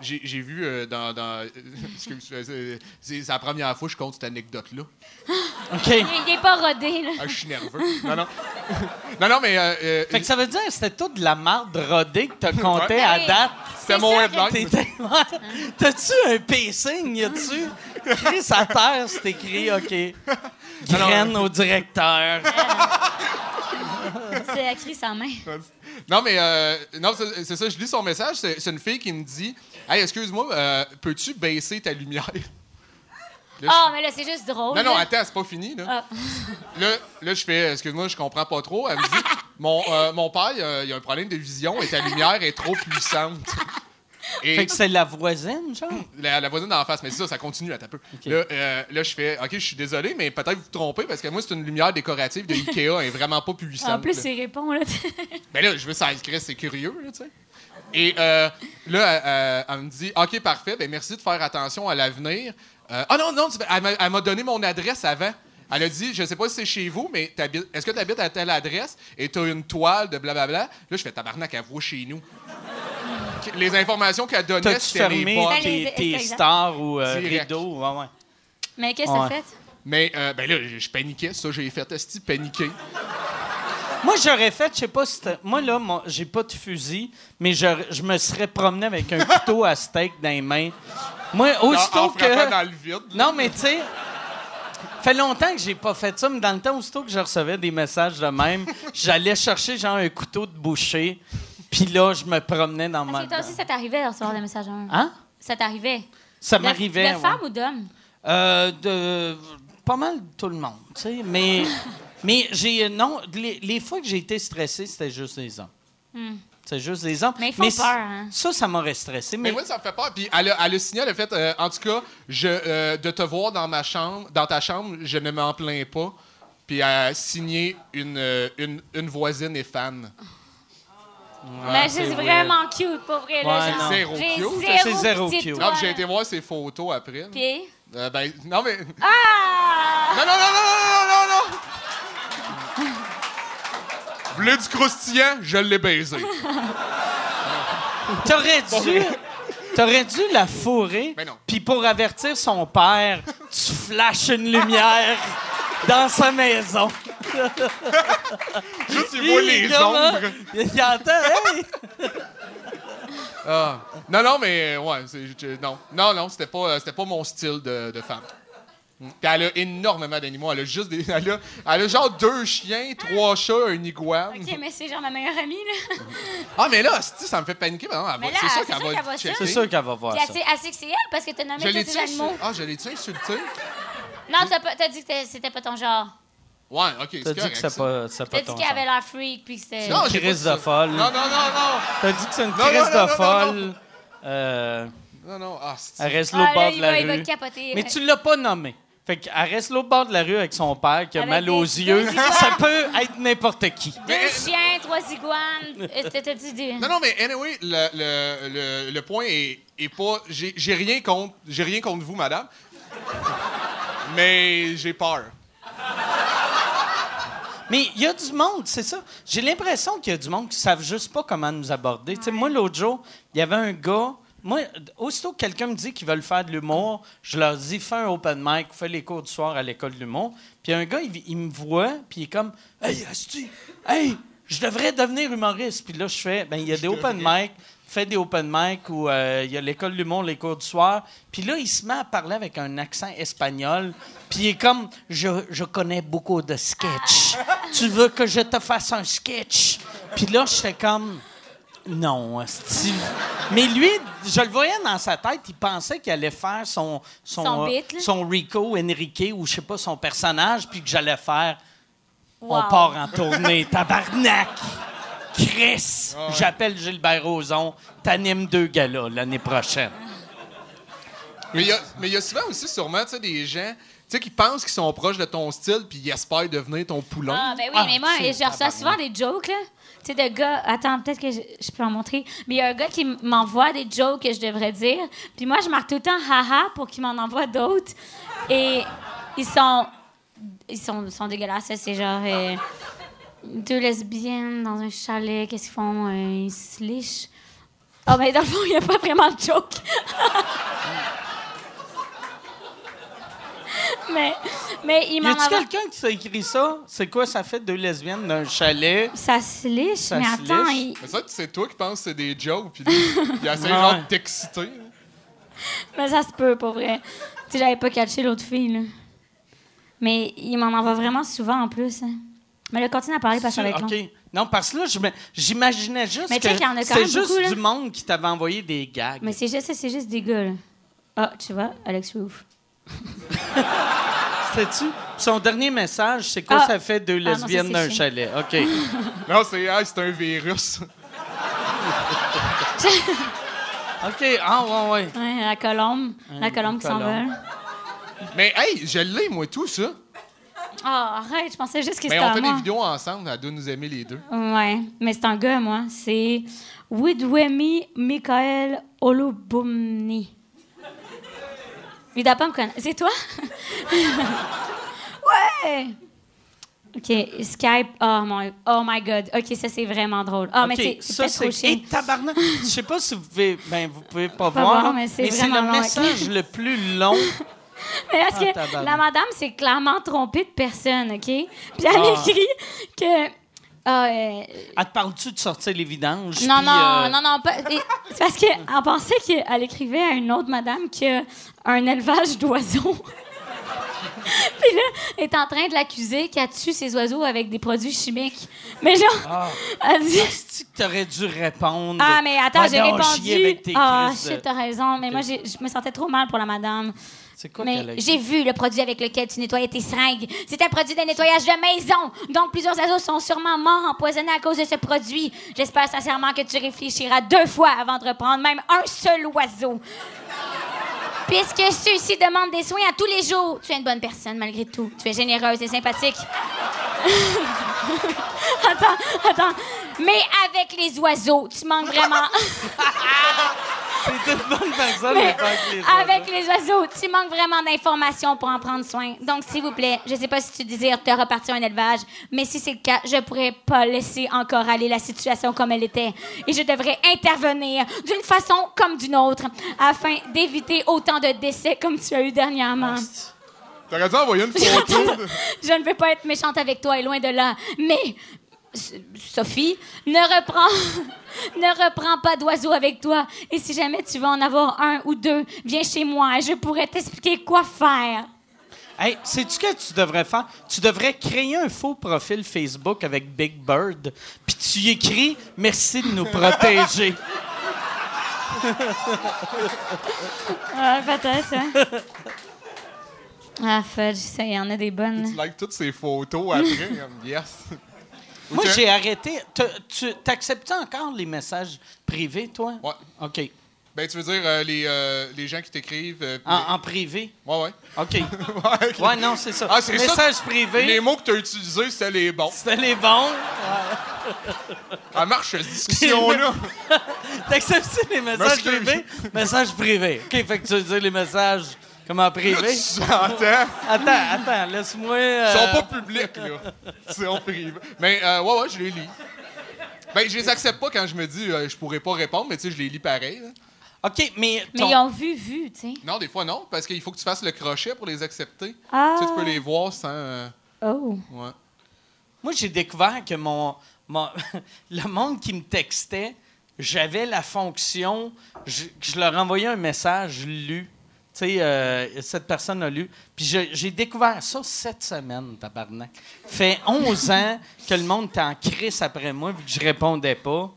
j'ai j'ai vu euh, dans... dans excuse, euh, c'est c'est la première fois que je compte cette anecdote-là.
OK.
Il, il est pas rodé, là.
Ah, je suis nerveux. Non, non. non, non, mais... euh, euh,
Fait que ça veut dire que c'était toute de la marde rodée que t'as compté
Ouais.
à
Hey.
date.
c'était mon
ça que-
headline.
T'étais- Ouais. T'as-tu un piercing, y a-tu? Chris à terre, c'est écrit, OK. Graine au directeur.
C'est écrit sans main.
Non, mais euh, non, c'est c'est ça, je lis son message. C'est c'est une fille qui me dit Hey, excuse-moi, euh, peux-tu baisser ta lumière Là,
Ah, mais là, c'est juste drôle.
je- Non, non,
là.
attends, c'est pas fini. Là,
Ah.
là, là, je fais Excuse-moi, je comprends pas trop. Elle me dit Mon, euh, mon père, euh, il a un problème de vision et ta lumière est trop puissante. Et
Fait que c'est la voisine, genre?
la, la voisine d'en face, mais c'est ça, ça continue à taper. Là, euh, là, je fais Ok, je suis désolé, mais peut-être vous vous trompez parce que moi, c'est une lumière décorative de Ikea, elle est vraiment pas puissante.
En plus,
là.
il répond, là.
Ben là, je veux ça Chris, c'est curieux, là, tu sais. Et euh, là, euh, elle me dit OK, parfait, ben merci de faire attention à l'avenir. Euh, ah non, non, tu- elle m'a- elle m'a donné mon adresse avant. Elle a dit Je sais pas si c'est chez vous, mais t'habites- est-ce que tu habites à telle adresse et tu as une toile de blablabla Là, je fais tabarnak, elle voit chez nous. Les informations qu'elle donnait,
T'as-tu
c'était les
fermé
bonnes.
C'était Ben, les-
tes, tes
exact.
stars ou euh,
Direct.
rideaux? Ouais, ouais.
mais qu'est-ce que
Ouais.
ça fait?
Mais euh, ben là, je je paniquais, ça, j'ai fait esti paniquer.
Moi, j'aurais fait, je sais pas si. t'as- Moi, là, mon- j'ai pas de fusil, mais j'aurais- je me serais promené avec un couteau à steak dans les mains. Moi,
En, en
aussitôt
frappant
que.
dans le vide. là.
Non, mais tu sais, fait longtemps que j'ai pas fait ça, mais dans le temps, aussitôt que je recevais des messages de même, j'allais chercher genre un couteau de boucher, puis là, je me promenais dans
Parce
ma.
que Ah, toi aussi, ça t'arrivait de recevoir des messages. hein?
Hein?
Ça t'arrivait.
Ça
De-
m'arrivait.
De
ouais.
femme ou d'homme?
Euh, de pas mal tout le monde, tu sais, mais mais j'ai euh, non les, les fois que j'ai été stressé, c'était juste des hommes. C'est juste des hommes.
Hmm. Mais ils font
c-
peur, hein.
Ça, ça m'aurait stressé.
Mais
Mais,
moi, ça me fait peur. Puis elle a, elle a signé le fait, euh, en tout cas, je, euh, de te voir dans ma chambre, dans ta chambre, je ne m'en plains pas. Puis elle a signé une, euh, une, une voisine et fan. Ah,
mais
c'est
c'est Ben, vraiment cute, pour
Ouais,
vrai. là, genre,
non.
Zéro
j'ai
cute.
Ça, c'est
zéro
zéro
petite
cute.
Non,
toile.
puis j'ai été voir ses photos après. là.
Puis-
Euh, ben, non, mais. Non,
Ah!
non, non, non, non, non, non, non! Vous voulez du croustillant? Je l'ai baisé.
T'aurais dû, t'aurais dû la fourrer.
Ben non.
Puis pour avertir son père, tu flashes une lumière dans sa maison.
Juste, il voit les ombres.
hein? Il entend. Hey!
Ah. Non, non, mais euh, ouais, c'est, je- non, non, non, c'était pas, euh, c'était pas mon style de, de femme. Mm. Puis elle a énormément d'animaux. Elle a juste des, elle a, elle a genre deux chiens, trois chats, un iguane.
OK, mais c'est genre ma meilleure amie, là.
Ah, mais là, hostie, ça me fait paniquer. Ben non, elle va-
Mais là,
c'est sûr
c'est
qu'elle
sûr
va,
qu'elle va
checker.
C'est sûr qu'elle va voir
Puis
ça.
elle- elle sait que c'est elle parce que t'as nommé
Je
tous
l'ai-tu
tes animaux.
insulté? Ah, je l'ai-tu insulté?
Non, t'as pas- t'as dit que t'es- c'était pas ton genre.
Ouais, ok, c'est
T'as dit
correct,
que c'est
ça.
pas, c'est
T'as
pas
dit
ton
qu'il avait
genre.
l'air freak, puis que c'était...
Non, j'ai pas
crise
dit ça.
de folle.
Non, non, non,
T'as dit que c'est une
non, non,
crise
non,
de
non, non.
folle. Euh,
non. Non, non, ah, hostie.
elle reste
Ah,
là au
là,
bord
il
de
va-
la
il va
rue.
capoter.
Mais tu l'as pas nommé. Fait qu'elle reste là au bord de la rue avec son père qui a
Avec
mal aux
des-
yeux.
deux iguanes.
Ça peut être n'importe qui.
Deux chiens, trois iguanes. euh, T'as t'as dit... des-
Non, non, mais anyway, le, le, le, le point est, est pas. J'ai j'ai rien contre. J'ai rien contre vous, madame. Mais j'ai peur.
Mais il y a du monde, c'est ça. J'ai l'impression qu'il y a du monde qui savent juste pas comment nous aborder. Tu sais, moi, l'autre jour, il y avait un gars. Moi, aussitôt que quelqu'un me dit qu'ils veulent faire de l'humour, je leur dis fais un open mic, fais les cours du soir à l'école de l'humour. Puis un gars, il, il me voit, puis il est comme Hey, Asti, hey, je devrais devenir humoriste. Puis là, je fais ben il y a des open mic, fais des open mic ou euh, il y a l'école de l'humour, les cours du soir. Puis là, il se met à parler avec un accent espagnol. Puis il est comme je, je connais beaucoup de sketchs. Tu veux que je te fasse un sketch? Puis là, j'étais comme non, Steve. Mais lui, je le voyais dans sa tête, il pensait qu'il allait faire son son,
Son bit, là.
son Rico Enrique ou je sais pas son personnage, puis que j'allais faire
Wow.
on part en tournée, tabarnak. Chris,
Ah
j'appelle Gilbert Rozon, t'animes deux galas l'année prochaine.
Mais il y a- mais il y a souvent aussi, sûrement, tu sais, des gens tu sais, qui pensent qu'ils sont proches de ton style puis ils espèrent devenir ton poulain.
Ah, ben oui,
Ah,
mais moi,
c'est
je reçois souvent des jokes, là. Tu sais, de gars. Attends, peut-être que je, je peux en montrer. Mais il y a un gars qui m- m'envoie des jokes que je devrais dire. Puis moi, je marque tout le temps haha pour qu'il m'en envoie d'autres. Et ils sont. Ils sont, sont dégueulasses. C'est genre. euh, deux lesbiennes dans un chalet. Qu'est-ce qu'ils font? Euh, ils se lichent. Oh, mais dans le fond, il n'y a pas vraiment de joke. mais, mais il
Y
m'en
a-tu
envoie.
quelqu'un qui s'est écrit ça? C'est quoi, ça fait deux lesbiennes d'un chalet?
Ça se liche,
Ça
mais
se
attends,
liche.
il-
Mais ça, c'est toi qui penses que c'est des jokes puis lui, il essaie genre de t'exciter.
Mais ça se peut, pour vrai. Tu sais, j'avais pas catché l'autre fille, là. Mais il m'en envoie vraiment souvent, en plus. hein. Mais là, continue à parler, parce que ça va être long.
OK. Non, parce que là, je me- j'imaginais juste
Mais
que
check, il y en a
c'est
quand même
juste
beaucoup, là.
du monde qui t'avait envoyé des gags.
Mais c'est juste, c'est juste des gars, là. Ah, tu vois, Alex Roof.
Sais-tu? Son dernier message, c'est quoi,
Ah.
ça fait deux
Ah, non, ça,
lesbiennes
c'est
d'un
chiant.
chalet? OK.
Non, c'est hey, c'est un virus.
OK. Ah, ouais, ouais.
Ouais, la colombe. la colombe qui
colombe.
s'envole.
Mais hey, je l'ai, moi, tout ça.
Ah, arrête, je pensais juste que
Mais
c'était
Ben, on
à
fait
moi.
des vidéos ensemble, elle doit nous aimer les deux.
Ouais, mais c'est un gars, moi. C'est Widwemi Michael Olubumni. Il doit pas me connaître. C'est toi? ouais! OK, Skype. Oh my, oh my God. OK, ça, c'est vraiment drôle. Ah, mais
OK,
c'est- c'est
ça,
peut-être trop
c'est.
chiant.
Et tabarnak! Je sais pas si vous pouvez. Ben, vous pouvez pas,
Pas
voir,
voir,
mais
mais c'est
c'est le
vraiment long.
message le plus long.
Mais parce
Ah,
que
tabarnak.
la madame s'est clairement trompée de personne, OK? Puis elle
Ah.
écrit que Ah, euh,
Elle te parle-tu de sortir les vidanges?
non,
puis,
non,
euh,
non, non, pas- et- C'est parce qu'elle pensait qu'elle écrivait à une autre madame que un élevage d'oiseaux. Puis là, elle est en train de l'accuser qu'elle tue ses oiseaux avec des produits chimiques. Mais genre,
Ah.
elle dit.
Est-ce que t'aurais dû répondre?
Ah, mais attends,
Ah
j'ai
non,
répondu.
chier avec tes
Ah,
crises de-
shit, t'as raison. Mais moi, j'ai- je me sentais trop mal pour la madame.
C'est quoi qu'elle a
Mais
écrit?
j'ai vu le produit avec lequel tu nettoyais tes seringues. C'est un produit de nettoyage de maison. Donc, plusieurs oiseaux sont sûrement morts empoisonnés à cause de ce produit. J'espère sincèrement que tu réfléchiras deux fois avant de reprendre même un seul oiseau. Puisque ceux-ci demandent des soins à tous les jours, tu es une bonne personne malgré tout. Tu es généreuse et sympathique. attends, attends. Mais avec les oiseaux, tu manques vraiment.
T'es une bonne personne, mais
Mais
pas avec les
avec les oiseaux, tu manques vraiment d'informations pour en prendre soin. Donc, s'il vous plaît, je sais pas si tu désires te repartir un élevage, mais si c'est le cas, je pourrais pas laisser encore aller la situation comme elle était. Et je devrais intervenir d'une façon comme d'une autre afin d'éviter autant de décès comme tu as eu dernièrement.
T'aurais dû envoyer une photo. de-
Je ne veux pas être méchante avec toi et loin de là, mais S- Sophie, ne reprends, ne reprends pas d'oiseau avec toi. Et si jamais tu veux en avoir un ou deux, viens chez moi et je pourrais t'expliquer quoi faire.
Hey, sais-tu que tu devrais faire? Tu devrais créer un faux profil Facebook avec Big Bird, puis tu y écris « Merci de nous protéger
Ah, peut-être, Ah, fudge, ça, il y en a des bonnes.
Tu likes toutes ces photos après. comme, yes. ».
Moi,
Ok.
j'ai arrêté. Te- Tu t'acceptes encore les messages privés, toi?
Ouais.
OK.
Ben, tu veux dire euh, les, euh, les gens qui t'écrivent. euh, pis-
En, en privé?
Ouais, ouais.
OK.
ouais, ok.
Ah. Ouais, non, c'est ça.
Ah, c'est ça.
Message privé.
Les mots que tu as utilisés, c'était les bons.
C'était les bons.
Ça marche, cette discussion-là.
T'acceptes les messages
M'excuse.
privés? Messages privés. OK, fait que tu veux dire les messages comme en
Là,
privé?
tu s'entends.
Euh,
Attends, attends, laisse-moi... euh,
Ils sont pas publics, là. C'est en privé. Mais euh, ouais, ouais, je les lis. Ben, je les accepte pas quand je me dis euh, je pourrais pas répondre, mais tu sais, je les lis pareil. là.
OK, mais...
Mais
ton-
ils ont vu, vu, tu sais.
Non, des fois, non, parce qu'il faut que tu fasses le crochet pour les accepter.
Ah.
Tu sais, tu peux les voir sans. euh,
Oh.
ouais.
Moi, j'ai découvert que mon, mon- le monde qui me textait, j'avais la fonction, je, je leur envoyais un message lu. Tu sais, euh, cette personne a lu. Puis je- j'ai découvert ça cette semaine, tabarnak. Fait 11 ans que le monde était en crise après moi vu que je répondais pas.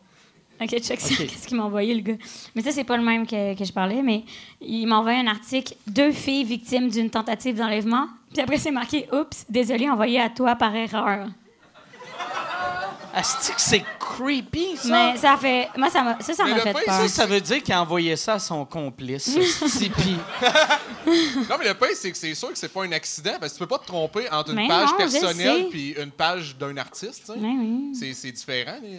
Ok, check ça.
Ok.
Qu'est-ce qu'il m'a envoyé, le gars? Mais ça, c'est pas le même que, que je parlais, mais il m'a envoyé un article Deux filles victimes d'une tentative d'enlèvement. Puis après, c'est marqué Oups, désolé, envoyé à toi par erreur.
Asti que c'est creepy, ça?
Mais ça fait. Moi, ça m'a ça, ça
Mais
m'a
le
fait
pain,
Ça,
peur.
ça veut dire qu'il a envoyé ça à son complice, asti, puis-
Non, mais le pire, c'est que c'est sûr que c'est pas un accident, parce que tu peux pas te tromper entre une
Mais
page
non, je sais.
personnelle puis une page d'un artiste. tu sais.
Mais oui.
C'est- C'est différent. euh. les-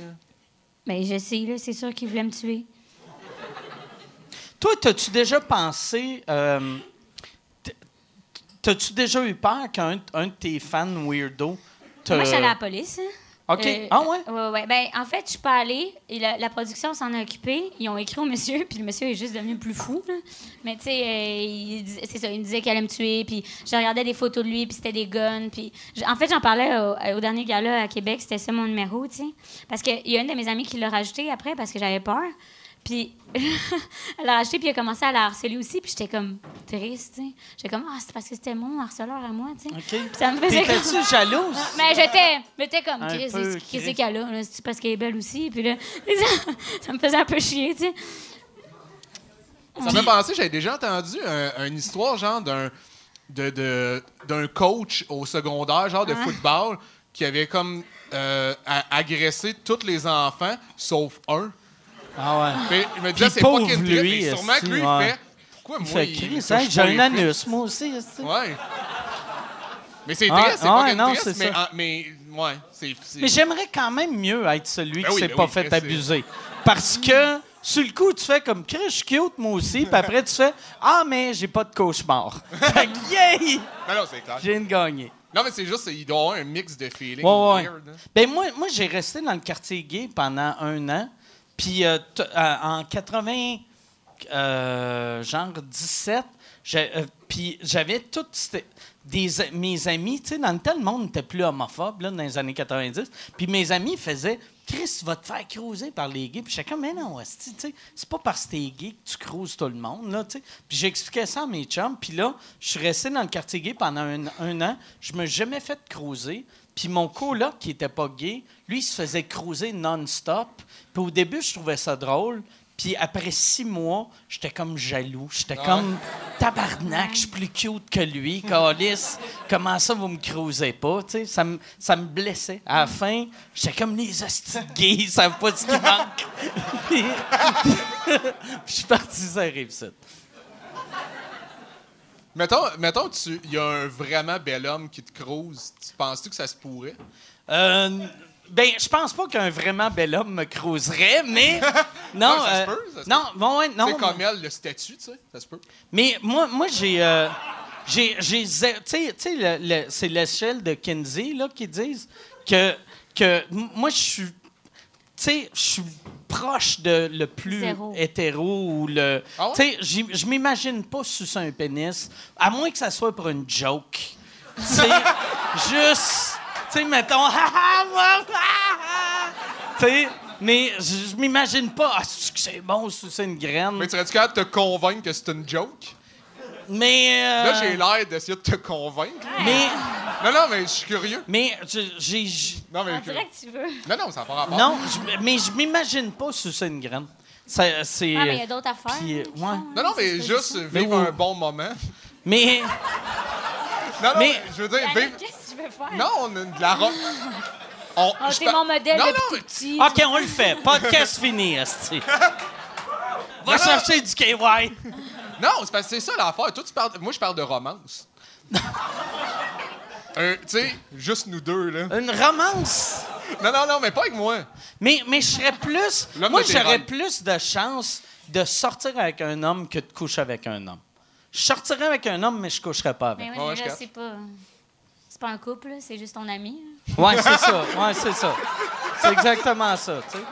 Mais je sais, là, c'est sûr qu'il voulait me tuer.
Toi, t'as-tu déjà pensé. euh, t- t'as-tu déjà eu peur qu'un un de tes fans weirdo te.
Moi, je suis allée à la police. hein.
OK.
Euh,
ah ouais?
Ouais, ouais. Ben, en fait, je suis pas allée. Et la, la production s'en a occupée. Ils ont écrit au monsieur, puis le monsieur est juste devenu plus fou. là. Mais tu sais, euh, il dis- c'est ça, il me disait qu'il allait me tuer. Puis je regardais des photos de lui, puis c'était des guns. Puis je- en fait, j'en parlais au, au dernier gala à Québec. C'était ça mon numéro, tu sais. Parce qu'il y a une de mes amies qui l'a rajouté après parce que j'avais peur. Puis elle l'a acheté, puis elle a commencé à la harceler aussi. Puis j'étais comme triste, tu sais. J'étais comme, ah, c'est parce que c'était mon harceleur à moi, tu sais.
OK.
Puis ça me faisait comme-
T'étais-tu jalouse?
mais j'étais, j'étais comme,
Un
Chris,
peu,
qu'est-ce qu'est-ce
Chris.
qu'elle a? là? C'est-tu parce qu'elle est belle aussi? Puis là, ça, ça me faisait un peu chier, tu sais.
Ça m'a pensé, j'avais déjà entendu un- une histoire genre d'un de- de- d'un coach au secondaire, genre de football, qui avait comme euh, a- agressé tous les enfants sauf un.
Ah ouais.
Mais je me disais,
Puis
c'est
pauvre
fucking triste.
lui,
mais Sûrement que lui, il
ouais.
fait. Pourquoi
Il
moi,
fait
il
Chris,
touche
hein,
pas
j'ai un
les filles?
anus, moi aussi. asti.
Ouais. Mais c'est
Ah,
triste, c'est
ah,
fucking
non,
triste,
c'est
mais,
ça.
en- mais ouais, c'est. c'est-
Mais j'aimerais quand même mieux être celui
Ben
qui
oui,
s'est
ben
pas
oui,
fait
c'est-
abuser. Parce que, sur le coup, tu fais comme Chris, je suis cute, moi aussi. Puis après, tu fais Ah, mais j'ai pas de cauchemar. fait que, yay!
Non, non, c'est clair.
J'ai une gagnée.
Non, mais c'est juste, il doit y avoir un mix de feelings
Ouais, ouais.
weird, hein.
Ben moi, moi j'ai resté dans le quartier gay pendant un an. Puis euh, t- euh, en 80, euh, genre 17. j'ai- euh, Puis j'avais toutes ces- des, a- mes amis, tu sais, dans le temps, le monde était plus homophobe là, dans les années 90. Puis mes amis faisaient Chris va te faire cruiser par les gays. Puis j'étais comme, mais non, esti, tu sais, c'est pas parce que t'es gay que tu cruises tout le monde. Là, tu sais. puis j'expliquais ça à mes chums. Puis là, je suis resté dans le quartier gay pendant un, un an. Je me suis jamais fait cruiser. Puis mon coloc, qui était pas gay, lui, il se faisait cruiser non-stop. Puis au début, je trouvais ça drôle. Puis après six mois, j'étais comme jaloux. J'étais comme tabarnak, je suis plus cute que lui. Calis, comment ça vous me cruisez pas? Tu sais, ça me ça me blessait. À la fin, j'étais comme les hosties de gays, ils savent pas ce qui manque. Puis- puis je suis parti sur la rive sud.
Mettons, mettons tu, il y a un vraiment bel homme qui te crouse. Tu penses-tu que ça se pourrait?
Euh, ben, je pense pas qu'un vraiment bel homme me cruiserait, mais. Non,
Ouais, ça se
euh,
peut, ça se
non, bon, ouais,
Tu
non.
sais, comme elle, le statut, tu sais, ça se peut.
Mais moi, moi j'ai. euh, j'ai, j'ai zé- tu sais- tu sais, le- le- c'est l'échelle de Kinsey là, qui disent que, que m- moi, je suis. Tu sais, je suis proche de le plus
Zéro.
hétéro ou le.
Ah ouais?
Tu sais, j'im- je m'imagine pas sucer un pénis, à moins que ça soit pour une joke. Tu sais, juste. Tu sais, mettons. Ha, ha, moi, ha, ha. Tu sais, mais je je m'imagine pas. Ah, c'est-tu que c'est bon sucer une graine.
Mais tu serais-tu capable de te convaincre que c'est une joke?
Mais. euh,
Là, j'ai l'air d'essayer de te convaincre.
Mais,
Non, non, mais je suis curieux.
mais je- j'ai. j-
Non, mais
On dirait que tu veux.
Non, non, ça n'a pas rapport.
Non, je- mais je m'imagine pas sucer une graine. Ça, c'est.
Ah, mais il y a d'autres affaires.
Puis,
là,
euh,
qui
ouais.
font, hein.
Non, non,
c'est
mais
ça,
juste
ça.
vivre
Mais-
un bon moment.
Mais,
Non, non,
Mais-
mais je veux dire,
Yannick,
vivre.
Qu'est-ce que tu veux faire?
Non, on a de la robe. On,
Ah,
je
t'es
par-
mon modèle
Non, non,
depuis
mais-
tout petit.
OK, on le fait. Podcast fini, Asti. Va chercher du KY.
Non, c'est parce que c'est ça l'affaire. Toi, tu parles... Moi, je parle de romance. Euh, tu sais, juste nous deux, là.
Une romance.
Non, non, non, mais pas avec moi.
Mais, mais je serais plus.
L'homme
Moi,
de tes
j'aurais
rêves.
plus de chance de sortir avec un homme que de coucher avec un homme. Je sortirais avec un homme, mais je coucherais pas avec.
Mais oui,
Ouais,
mais
je
là,
capte.
c'est pas. C'est pas un couple, là, c'est juste ton ami. là.
Ouais, c'est ça. Ouais, c'est ça. C'est exactement ça, tu sais.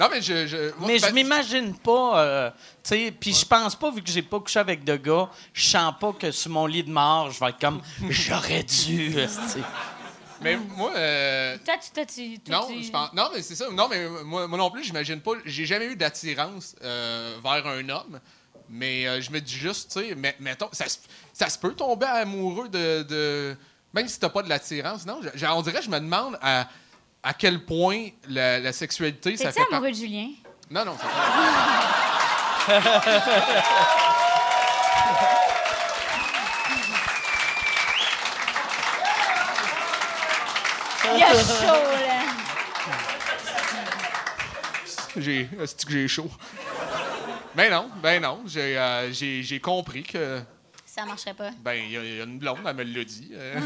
Non, mais je. je- moi,
Mais
ben,
je m'imagine pas, euh, tu sais, puis je pense pas, vu que j'ai pas couché avec de gars, je sens pas que sur mon lit de mort, je vais être comme, j'aurais dû, euh, tu sais.
Mais moi. euh,
Toi, tu t'as. Tu, toi,
Non,
tu-
je pense- non, mais c'est ça. Non, mais moi, moi non plus, j'imagine pas. J'ai jamais eu d'attirance euh, vers un homme. Mais euh, je me dis juste, tu sais, mais- mettons, ça, se- ça se peut tomber amoureux de. de- même si t'as pas de l'attirance, non? Je- je- on dirait, je me demande à, à quel point la, la sexualité, ça
T'es-tu
fait. par-
amoureux de Julien?
Non, non, ça fait.
Il a chaud, là.
J'ai. est-ce que j'ai chaud? Mais non, ben non. J'ai euh, j'ai- j'ai compris que.
Ça marcherait pas.
Ben, il y, a- il y a une blonde, elle me l'a dit. Euh.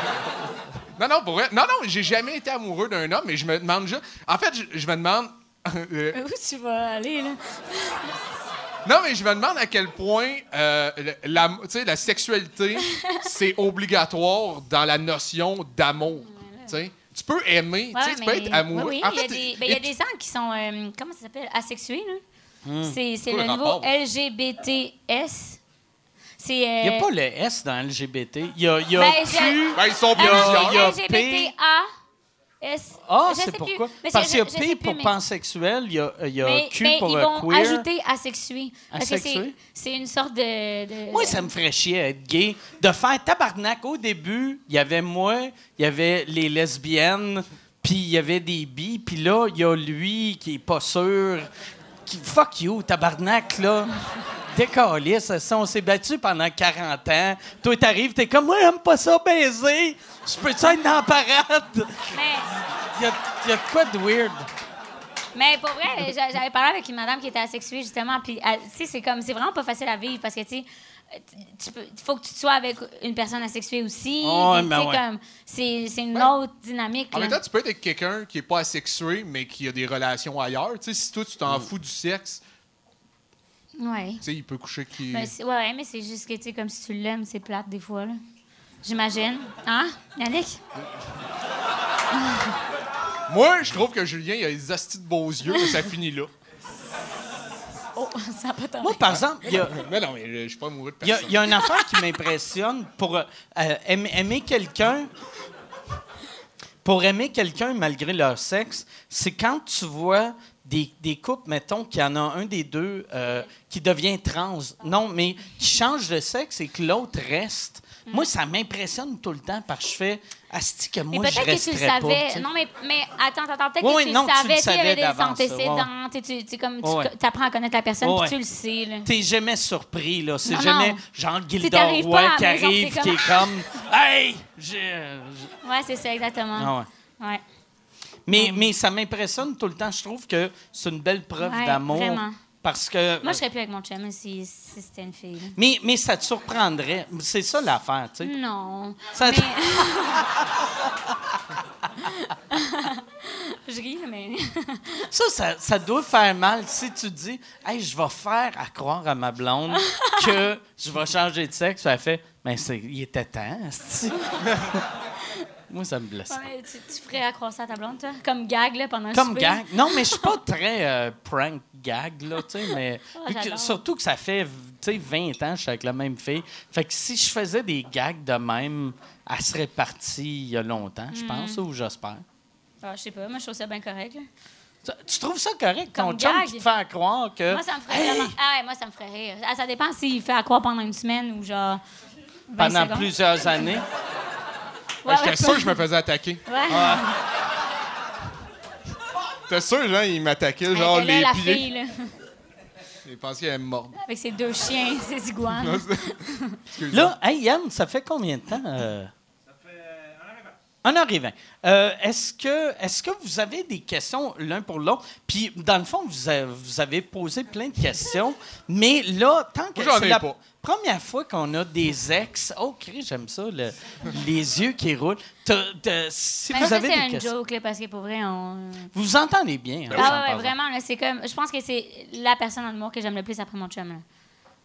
non, non, pour vrai. Non, non, j'ai jamais été amoureux d'un homme, mais je me demande juste. En fait, je, je me demande. euh,
Mais où tu vas aller, là?
non, mais je me demande à quel point euh, le- la, tu sais, la sexualité, c'est obligatoire dans la notion d'amour. Tu sais, tu peux aimer, tu sais,
Ouais,
tu peux
mais-
être amoureux.
Oui, oui,
En
il y a
fait,
des-
et-
ben, il y a
et-
des gens qui sont, euh, comment ça s'appelle, asexués, là.
Hmm.
C'est, c'est
Quoi
le
le
nouveau
rapport?
LGBTS. C'est, euh,
Il n'y a pas le S dans LGBT. Il y a, il y a
Ben,
Q.
je-
Ben, ils sont
y
Ah,
a-
plusieurs.
il y a
LGBTA. S.
Ah,
je sais
c'est
plus.
pourquoi.
Mais c'est-
Parce qu'il y a
je- je
P
sais
pour
plus, mais-
pansexuel, il y a, il y a
mais,
Q
mais
pour
ils
euh,
vont
queer.
ajouter asexué. Parce que c'est,
Asexué?
c'est une sorte de. de-
Moi, ça me ferait chier être gay. De faire tabarnak, au début, il y avait moi, il y avait les lesbiennes, puis il y avait des bi, puis là, il y a lui qui est pas sûr. Qui, fuck you, tabarnak, là. Décalé, ça, ça, on s'est battu pendant 40 ans. Toi, t'arrives, t'es comme, moi, j'aime pas ça, baiser. Je peux-tu être dans la parade?
Mais,
Il y a, il y a de quoi de weird?
mais pour vrai, j'a- j'avais parlé avec une madame qui était asexuée, justement. Puis, elle- tu sais, c'est comme. C'est vraiment pas facile à vivre parce que, tu sais. euh, tu- tu peux- faut que tu te sois avec une personne asexuée aussi.
Ah ouais,
Puis,
ben
tu sais,
ouais.
comme, c'est, c'est une
Ouais.
autre dynamique.
En
là.
même temps, tu peux être avec quelqu'un qui est pas asexué, mais qui a des relations ailleurs. Tu sais, si toi, tu t'en fous du sexe,
Ouais.
tu sais, il peut coucher qui.
Mais c'est- ouais, ouais, mais c'est juste que, tu sais, comme si tu l'aimes, c'est plate des fois, là. J'imagine. Hein, Yannick?
Moi, je trouve que Julien, il a des astis de beaux yeux, mais ça finit là.
Oh, ça n'a pas tort.
Moi, par exemple, il y a,
Mais non, mais je- je suis pas amoureux de
il y a-
personne.
il y a une affaire qui m'impressionne pour euh, euh, aimer, aimer quelqu'un. Pour aimer quelqu'un malgré leur sexe, c'est quand tu vois des, des couples, mettons, qu'il y en a un des deux euh, qui devient trans. Non, mais qui change de sexe et que l'autre reste.
Mm.
Moi, ça m'impressionne tout le temps parce que je fais Asti que
Mais
moi, je
peut-être que tu le
resterais pas.
savais.
tu sais.
non, mais, mais attends, attends, peut-être
Ouais,
que
ouais,
tu
non,
le savais.
tu le
il y avait
savais
des
d'avance, ça, ouais, ouais.
antécédents. tu- Tu, tu, comme, tu
Ouais, ouais.
co- t'apprends à connaître la personne,
Ouais,
puis
ouais.
tu le sais. Là.
T'es jamais surpris, là. C'est
Non,
jamais
Ah, non.
genre
t'arrives
Gilderoy
pas à
qui
la maison,
arrive,
t'es
qui
comme-
est comme Hey! J'ai.
Ouais, c'est ça, exactement.
Ah ouais.
Ouais. Mm.
Mais, mais ça m'impressionne tout le temps. Je trouve que c'est une belle preuve
Ouais,
d'amour.
vraiment.
Parce que. euh,
Moi, je serais plus avec mon chum si, si c'était une fille. là.
mais, mais ça te surprendrait. C'est ça l'affaire, tu sais.
Mm. Non.
Ça-
Mais... je ris, mais.
Ça, ça, ça doit faire mal si tu dis Hey, je vais faire à croire à ma blonde que je vais changer de sexe. Ça fait Mais c'est- il était temps, asti. Moi, ça me blesse.
Ouais, tu, tu ferais accroître ça à ta blonde, toi? Comme gag, là, pendant un
Comme
souper.
gag. Non, mais je suis pas très euh, prank gag, là, tu sais, mais
Ah,
vu que-
j'adore.
surtout que ça fait, tu sais, 20 ans que je suis avec la même fille. Fait que si je faisais des gags de même, elle serait partie il y a longtemps, je pense,
Mm.
ou j'espère.
Ah, je sais pas, moi, je trouve ça bien correct. là.
Tu, tu trouves ça correct, ton
Comme
chum,
gag?
qui te fait croire que...
Moi, ça me ferait vraiment- Ah ouais, moi, ça me ferait rire. Ah, ça dépend s'il fait à quoi pendant une semaine ou genre. 20
Pendant
secondes.
plusieurs années.
Ouais,
J'étais
ouais,
sûr que je me faisais attaquer.
Ouais.
Ah,
T'es sûr, genre, il m'attaquait,
Elle
genre,
était là,
les
la
pieds.
fille, là,
Il pensait qu'il allait me mordre.
avec ses deux chiens, ses iguanes.
Là, hey, Yann, ça fait combien de temps? euh,
Euh, en arrivant.
On arrive. Euh, est-ce que est-ce que vous avez des questions l'un pour l'autre Puis dans le fond, vous avez, vous avez posé plein de questions, mais là, tant que
Moi, j'en
c'est
ai
la
pas.
première fois qu'on a des ex, oh Christ, j'aime ça, le- les yeux qui roulent. T'as- t'as- si
Mais
vous
ça,
avez
c'est
des
une
questions,
joke, là, parce que pour vrai, on.
vous vous entendez bien.
Ben
hein, j'en
Ah ouais, ouais,
parle.
vraiment, là, c'est comme... Je pense que c'est la personne en humour que j'aime le plus après mon chum, là.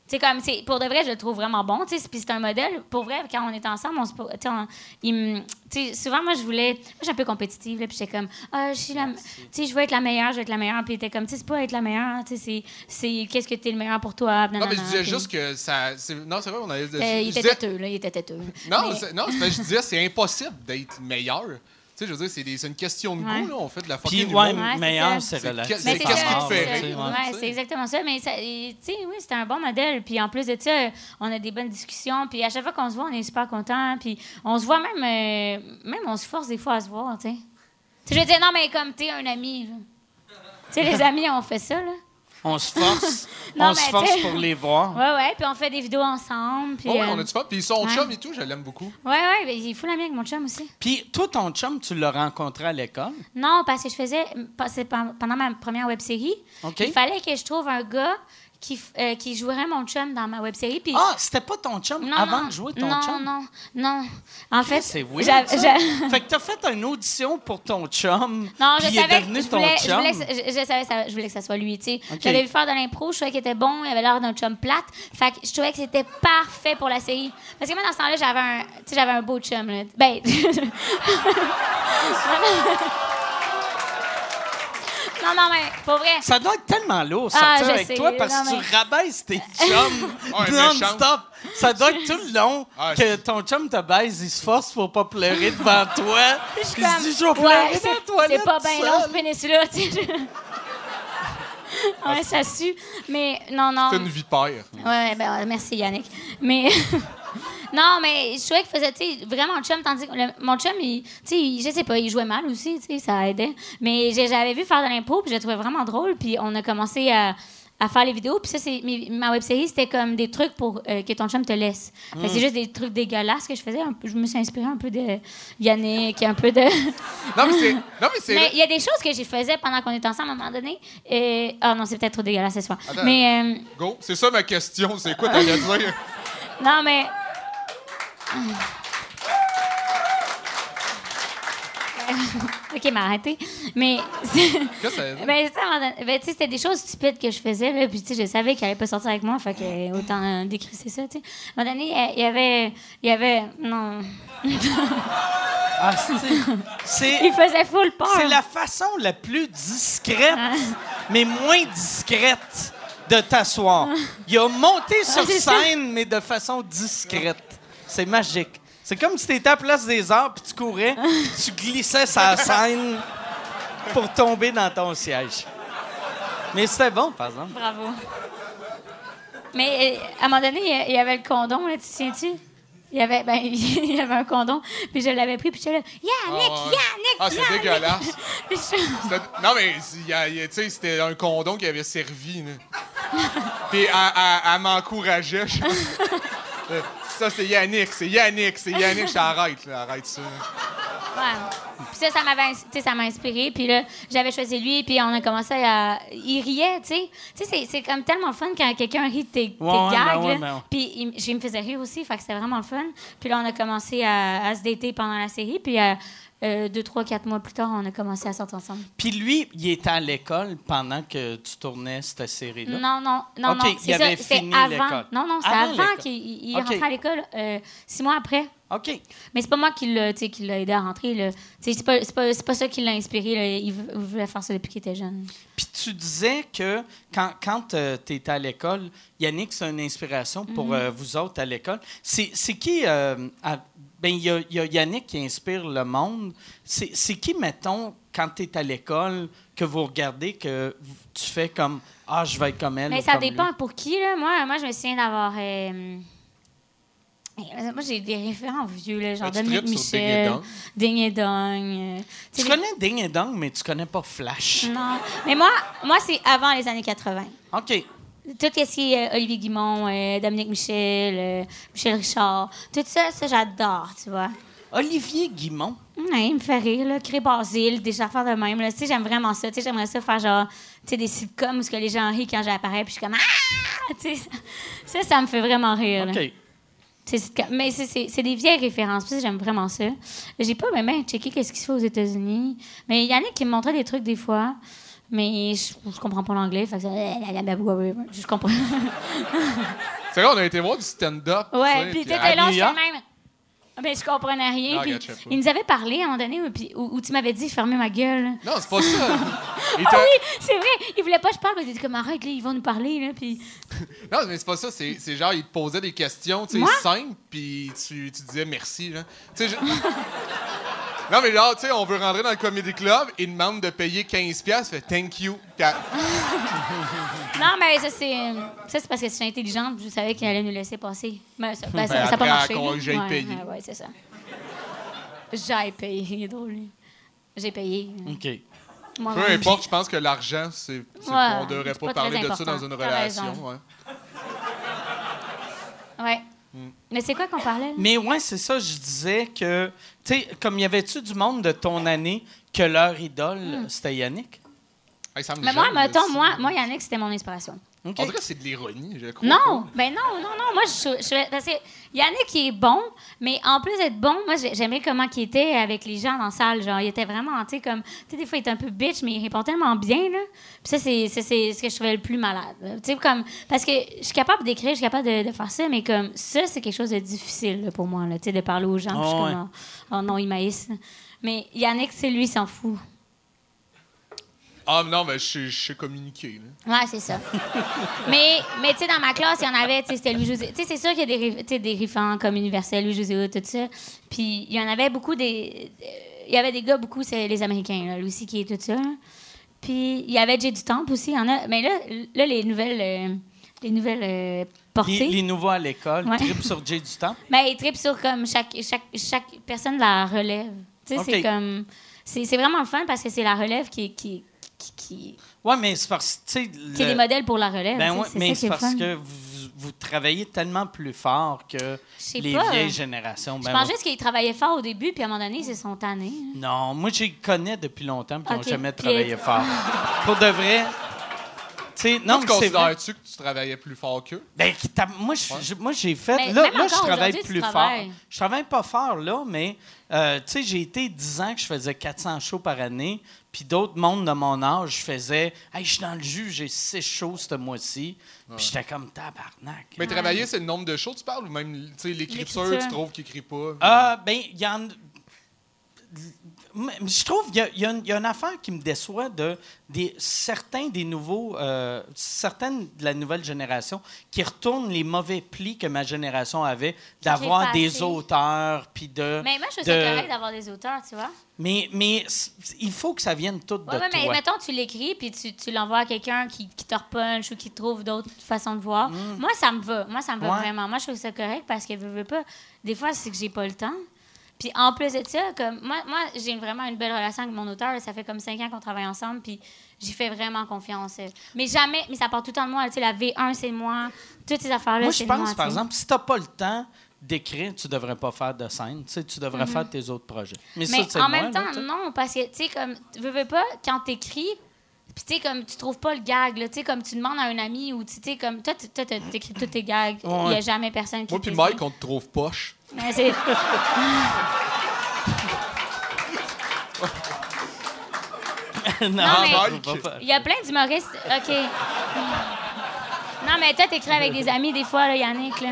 Tu sais, comme, c'est- pour de vrai, je le trouve vraiment bon, tu sais, c'est- puis c'est un modèle. Pour vrai, quand on est ensemble, on se... po- Tu sais, on- il me- tu sais, souvent, moi, je voulais... Moi, j'étais un peu compétitive, là, puis j'étais comme, ah, je suis la... Tu sais, je veux être la meilleure, je veux être la meilleure, puis il était comme, tu sais, c'est pas être la meilleure, tu sais, c'est... c'est Qu'est-ce que t'es le meilleur pour toi,
Non, mais je disais
puis-
juste que ça. c'est- Non, c'est vrai, on allait.
Euh, il
je
était
disais-
têteux, là, il était têteux.
Non,
Mais-
c'est- non, c'est parce que je disais, c'est impossible d'être meilleur. Tu sais, je veux dire, c'est des- c'est une question de goût,
Ouais.
là. On fait de la fucking.
Puis
humour.
ouais,
c'est
meilleur,
ça.
c'est
C'est
relax.
que-
Mais
C'est
c'est
qu'est-ce qui
ça,
te fait
c'est
rire, hein,
ça.
ouais.
Ouais,
tu sais.
c'est exactement ça. Mais, ça- et, tu sais, oui, c'est un bon modèle. Puis en plus de ça, euh, on a des bonnes discussions. Puis à chaque fois qu'on se voit, on est super contents. Puis on se voit même, euh, même on se force des fois à se voir, tu sais. Tu sais, je veux dire, non, mais comme t'es un ami, là. Tu sais, les amis, on fait ça, là.
On se force,
Non,
on se
mais
force
t'sais-
pour les voir.
Ouais, ouais, puis on fait des vidéos ensemble. Puis,
Ouais, ouais,
euh,
on a du fun. Puis son
ouais.
chum et tout, je l'aime beaucoup.
ouais, ouais, mais il fout la mienne avec mon chum aussi.
Puis toi, ton chum, tu l'as rencontré à l'école.
Non, parce que je faisais. c'est pen- Pendant ma première web série,
OK.
il fallait que je trouve un gars qui, f- euh, qui jouerait mon chum dans ma web série. Puis
Ah, c'était pas ton chum avant de jouer ton
non,
chum.
Non, non, non. En fait,
C'est weird.
j'a-
ça.
j'a-
Fait que t'as fait une audition pour ton chum.
Non,
puis
je
il est
savais, que
devenu
je
ton
voulais, je
chum.
voulais que- je- je savais ça- je voulais que ça soit lui, tu sais.
Ok.
J'avais vu faire de l'impro, je trouvais qu'il était bon, il avait l'air d'un chum plate. Fait que je trouvais que c'était parfait pour la série. Parce que moi, dans ce temps-là, j'avais un, tu sais, j'avais un beau chum, là. Ben. non, non, mais pour vrai.
Ça doit être tellement lourd
Ah,
sortir
je
avec
sais,
toi parce que
non, mais-
tu rabaisses tes chums
Ouais,
non-stop. Ça doit être tout le long
Ah,
que ton chum te baise, il se force pour pas pleurer devant toi.
Je suis
Il se
comme,
dit, je vais
ouais,
pleurer
c'est-
dans la toilette.
C'est pas bien
seul.
long, ce pénis-là, tu sais. ouais, ça sue. Mais non, non.
C'est une vipère.
Ouais, ben ouais, merci Yannick. Mais non, mais je trouvais qu'il faisait, tu sais, vraiment le chum, tandis que le- mon chum, il, tu sais, il- je sais pas, il jouait mal aussi, tu sais, ça aidait. Mais j'ai- j'avais vu faire de l'impro, puis je le trouvais vraiment drôle, puis on a commencé à à faire les vidéos, puis ça, c'est mes- ma web série, c'était comme des trucs pour euh, que ton chum te laisse. Fait
Mm.
que C'est juste des trucs dégueulasses que je faisais. un peu- Je me suis inspirée un peu de Yannick, un peu de.
Non, mais c'est. Non, mais c'est.
Mais il y a des choses que j'ai faisais pendant qu'on était ensemble à un moment donné. Et... Ah non, c'est peut-être trop dégueulasse ce soir.
Attends.
Mais euh,
Go. C'est ça ma question. C'est quoi t'allais dire?
non, mais. ok, mais arrêtez. Mais.
Qu'est-ce que ça-
Mais ça, à un moment donné- ben, tu sais, c'était des choses stupides que je faisais, là, puis tu sais, je savais qu'il allait pas sortir avec moi, fait que euh, autant euh, décrisser ça, tu sais. À un moment donné, euh, il y avait... Il y avait... Non.
Ah, c'est-
Il
c'est...
faisait full peur. Ah.
C'est la façon la plus discrète, mais moins discrète de t'asseoir. Il a monté sur
Ah. c'est ça.
scène, mais de façon discrète. C'est magique. C'est comme si t'étais à Place des Arts, puis tu
Ah.
courais, puis tu glissais sa scène pour tomber dans ton siège. Mais c'était bon, par exemple.
Bravo. Mais euh, à un moment donné, il y a- il y avait le condom, là, tu te souviens-tu? Il y, avait, ben, il y avait un condom, puis je l'avais pris, puis j'étais là, Yannick,
Ah ouais.
Yannick,
Ah, c'est
Yannick!
dégueulasse.
Puis je-
C'était- Non, mais il y a- il y a- tu sais, c'était un condom qui avait servi. là. Puis elle, elle- elle m'encourageait. genre. Euh, Ça, c'est Yannick, c'est Yannick, c'est Yannick. J'arrête, là, arrête ça.
Ouais. Puis ça, ça m'avait, ins- tu sais, ça m'a inspiré. Puis là, j'avais choisi lui, puis on a commencé à. Il riait, tu sais. Tu sais, c'est, c'est comme tellement fun quand quelqu'un rit de tes, tes
Ouais, ouais,
gags.
ben ouais,
là.
ben ouais.
Puis il- je me faisais rire aussi, fait que c'était vraiment le fun. Puis là, on a commencé à, à se dater pendant la série, puis euh, euh, deux, trois, quatre mois plus tard, on a commencé à sortir ensemble.
Puis lui, il était à l'école pendant que tu tournais cette série-là.
Non, non, non,
Ok,
non.
il
C'est
avait
ça, c'est
fini
avant.
l'école.
Non, non, c'est
Avant
avant,
l'école.
qu'il il- il
Ok.
rentrait à l'école, euh, six mois après.
OK.
Mais c'est pas moi qui l'a, tu sais, qui l'a aidé à rentrer. là. Tu sais, C'est pas, c'est pas, c'est pas ça qui l'a inspiré. là. Il vou- il voulait faire ça depuis qu'il était jeune.
Puis tu disais que quand, quand tu étais à l'école, Yannick, c'est une inspiration
Mhm.
pour euh, vous autres à l'école. C'est c'est qui... euh, à- ben, il y a, il y a Yannick qui inspire le monde. C'est c'est qui, mettons, quand tu es à l'école, que vous regardez, que v- tu fais comme... Ah, je vais être comme elle.
Mais
ou
Ben, ça
comme lui.
dépend pour qui, là. Moi, moi je me souviens d'avoir. euh, euh, moi, j'ai des référents vieux, là, genre
Ah, tu
Dominique
tripes sur Ding et
Michel,
Dong?
Ding et Dong. euh, tu
Tu
sais,
connais Ding et Dong, mais tu connais pas Flash.
les- Non. Mais moi, moi c'est avant les années 80.
OK.
Tout ce qui est euh, Olivier Guimont, euh, Dominique Michel, euh, Michel Richard, tout ça, ça, j'adore, tu vois.
Olivier Guimont.
Ouais, il me fait rire, là. Cré Basile, des affaires de même, là. Tu sais, j'aime vraiment ça. Tu sais, j'aimerais ça faire, genre, tu sais, des sitcoms où ce que les gens rient quand j'apparais, puis je suis comme Ah! Tu sais, ça, ça me fait vraiment rire, là.
OK.
C'est- c'est- Mais c'est- c'est c'est des vieilles références. Puis ça, j'aime vraiment ça. J'ai pas même checké qu'est-ce qui se fait aux États-Unis. Mais Yannick, qui me montrait des trucs des fois. Mais je, je comprends pas l'anglais. Fait que ça- je comprends.
C'est vrai, on a été voir du stand-up. tu sais,
ouais, puis
à
t'étais là,
New
j'étais
York, Ah,
même. Mais je comprenais rien.
Non,
puis
regarde, je sais pas.
il nous avait parlé à un moment donné où, puis- où- où tu m'avais dit fermez ma gueule.
Non, c'est pas ça. Il
Ah
t'a-
oui, c'est vrai. Il voulait pas que je parle, mais il était comme arrête, là, ils vont nous parler. Là, puis...
Non, mais c'est pas ça. C'est c'est genre, il te posait des questions, tu sais,
Moi?
simples, puis tu, tu disais merci, là. Tu sais, je- Non, mais genre, tu sais, on veut rentrer dans le Comedy Club, il demande de payer 15$, piastres, fait thank you. Puis elle-
Non, mais ça, c'est ça, c'est parce que si j'étais intelligente, je savais qu'il allait nous laisser passer. Mais ça ben, ça-
Ben,
ça a pas
après,
marché.
à quoi
là.
j'ai
ouais,
payé.
Ouais, ouais, c'est ça. J'ai payé. Il est drôle, lui. J'ai payé.
OK.
Moi,
Peu importe, je pense que l'argent, c'est. c'est-
Ouais,
on devrait
c'est
pas,
pas
parler
très
de ça dans
important.
une
T'as raison.
relation. ouais.
Ouais.
Mm.
Mais c'est quoi qu'on parlait? là?
Mais ouais, c'est ça, je disais que, tu sais, comme y avait-tu du monde de ton année que leur idole,
Hmm.
c'était Yannick?
Hey, ça me
Mais moi,
gêne,
mettons,
ça.
moi, moi, Yannick, c'était mon inspiration.
OK.
On dirait que c'est de l'ironie, je crois.
Non, ben non, non, non. Moi, je, je- parce que Yannick, il est bon, mais en plus d'être bon, moi, j'ai- j'aimais comment il était avec les gens dans la salle. Genre, il était vraiment, tu sais, comme, tu sais, des fois, il était un peu bitch, mais il répond tellement bien, là. Puis ça, c'est ça, c'est ce que je trouvais le plus malade. là. Tu sais, comme, parce que je suis capable d'écrire, je suis capable de, de faire ça, mais comme, ça, c'est quelque chose de difficile, là, pour moi, là, tu sais, de parler aux gens. puis je suis
Ah ouais.
comme, oh, oh non, il maïsse. Mais Yannick, c'est lui, il s'en fout.
Ah, mais non, mais je sais- je sais communiquer. là.
Ouais, c'est ça. mais, mais tu sais, dans ma classe, il y en avait, tu sais, c'était Louis-José. Tu sais, c'est sûr qu'il y a des, ré- tu sais, des référents comme Universel, Louis-José, Hood, tout ça. Puis il y en avait beaucoup des. euh, Il y avait des gars, beaucoup, c'est les Américains, là, Lucy qui est tout ça. là. Puis il y avait Jay du Temple aussi, il y en a. Mais là, là les nouvelles. euh, les nouvelles euh, portées.
Les, les nouveaux à l'école,
Ouais.
trip sur Jay du temps.
Mais ils trippent sur comme chaque, chaque, chaque personne de la relève. Tu sais,
OK.
c'est comme. C'est c'est vraiment le fun parce que c'est la relève qui. qui qui, qui,
Ouais, mais c'est parce que, tu sais... le-
qui est des modèles pour la relève.
Ben
tu sais,
ouais,
c'est
mais
ça qui
c'est
est le
parce
fun.
que vous, vous travaillez tellement plus fort que
sais
les
pas.
vieilles générations.
Je
Ben
pense
ouais.
juste qu'ils travaillaient fort au début, puis à un moment donné, ils se sont tannés. hein.
Non, moi, je les connais depuis longtemps, puis ils n'ont
OK,
jamais
puis-
travaillé fort. Pour de vrai... Tu sais, non,
Non, tu
mais c'est vrai.
considères-tu que tu travaillais plus fort qu'eux?
Ben, qui t'a- moi, je- je- moi, j'ai fait.
Mais
là,
même
là, je
encore
travaille
aujourd'hui, tu
plus fort.
travailles.
Je travaille pas fort, là, mais euh, tu sais, j'ai été 10 ans que je faisais 400 shows par année. Puis d'autres mondes de mon âge faisaient Hey, je suis dans le jus, j'ai 6 shows ce mois-ci. Puis j'étais comme tabarnak.
Mais travailler, c'est le nombre de shows, tu parles, ou même tu sais, l'écriture,
L'écriture.
ben,
tu trouves qu'ils écrit pas?
Ah, ben, il y en. m- je trouve qu'il y a- il y, a une- il y a une affaire qui me déçoit de des, certains des nouveaux, euh, certaines de la nouvelle génération qui retournent les mauvais plis que ma génération avait
pas
d'avoir
assez.
des auteurs puis de.
Mais moi, je trouve
Ben, de-
ça correct d'avoir des auteurs, tu vois.
Mais, mais c- il faut que ça vienne tout de
Ouais, ouais, mais
toi.
mettons, tu l'écris, puis tu, tu l'envoies à quelqu'un qui, qui te repunche ou qui trouve d'autres façons de voir. Moi, ça me va. Moi, ça me va
Mm. Ouais.
vraiment. Moi, je trouve ça correct parce que je veux pas. Des fois, c'est que j'ai pas le temps. Puis en plus de ça, comme moi, moi j'ai vraiment une belle relation avec mon auteur. Ça fait comme cinq ans qu'on travaille ensemble, puis j'y fais vraiment confiance. Mais jamais, mais ça part tout le temps de moi. Tu sais, la V1, c'est moi. Toutes ces affaires-là,
Moi, je
c'est
pense,
moi, tu
par
sais.
exemple, si t'as pas le temps d'écrire, tu devrais pas faire de scène. Tu, sais, tu devrais faire tes autres projets. Mais, ça,
Mm-hmm. Mais
c'est moi,
en même
là,
temps,
tu sais.
non, parce que, tu sais, comme, tu veux, veux pas, quand t'écris, puis tu sais, comme, tu trouves pas le gag, là, tu sais, comme, tu demandes à un ami ou, tu sais, comme, toi, tu- toi, t'as- t'écris tous tes gags, il y a
Ouais.
jamais personne qui.
Moi puis
t'écrit.
Mike, on te trouve poche.
Mais c'est. Non, Ah, mais-
je vais pas.
Il y a plein d'humoristes. OK. Non, mais toi, t'écris avec des amis des fois, là, Yannick, là.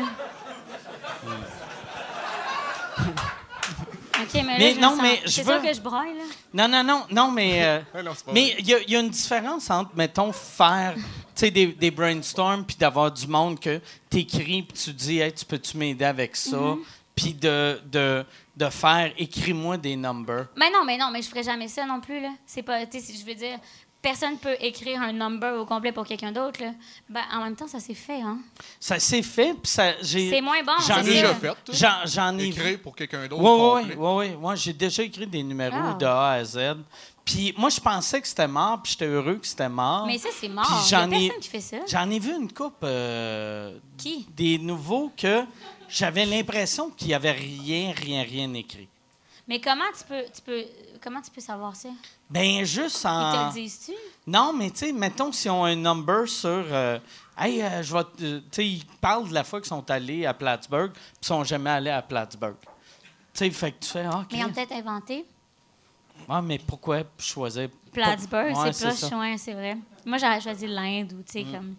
OK, mais là,
Hmm. Mais
je me
non,
sens-
mais je
C'est
veux-
sûr que je braille, là.
Non, non, non, non, mais. euh,
Ouais, non, c'est pas
mais il y, a- il y a une différence entre, mettons, faire tu sais, des, des brainstorms puis d'avoir du monde que t'écris puis tu dis, hey, tu peux-tu m'aider avec ça?
Mm-hmm.
Puis de, de, de faire, écris-moi des numbers.
Mais non, mais non, mais je ferais jamais ça non plus là. C'est pas, tu sais, si je veux dire, personne peut écrire un number au complet pour quelqu'un d'autre là. Ben, en même temps, ça s'est fait hein.
Ça s'est fait, puis ça. j'ai-
C'est moins bon,
J'en
c'est
ai
déjà
sûr.
fait, toi?
J'en, j'en ai
Écrire pour quelqu'un d'autre.
Oui, oui,
complet.
oui, oui. Moi, j'ai déjà écrit des numéros
Ah.
de A à Z. Puis moi, je pensais que c'était mort, puis j'étais heureux que c'était mort.
Mais ça c'est
Puis
mort. Y a
j'en ai-
personne qui fait ça.
J'en ai vu une coupe euh,
Qui
des nouveaux que j'avais l'impression qu'il n'y avait rien, rien, rien écrit.
Mais comment tu peux, tu peux, comment tu peux savoir ça Ils
Ben juste
te
en.
le disent-tu
Non, mais tu sais, mettons si on a un number sur. euh, hey, euh, je vais. te- euh, tu sais, ils parlent de la fois qu'ils sont allés à Plattsburgh, puis ils sont jamais allés à Plattsburgh. Tu sais, fait que tu fais. Ah,
Mais ils ont
Chris.
peut-être inventé.
Ah, mais pourquoi choisir.
Plattsburgh,
Ouais, ça.
c'est
Mm.
proche loin, c'est vrai. Moi, j'aurais choisi l'Inde ou tu sais comme.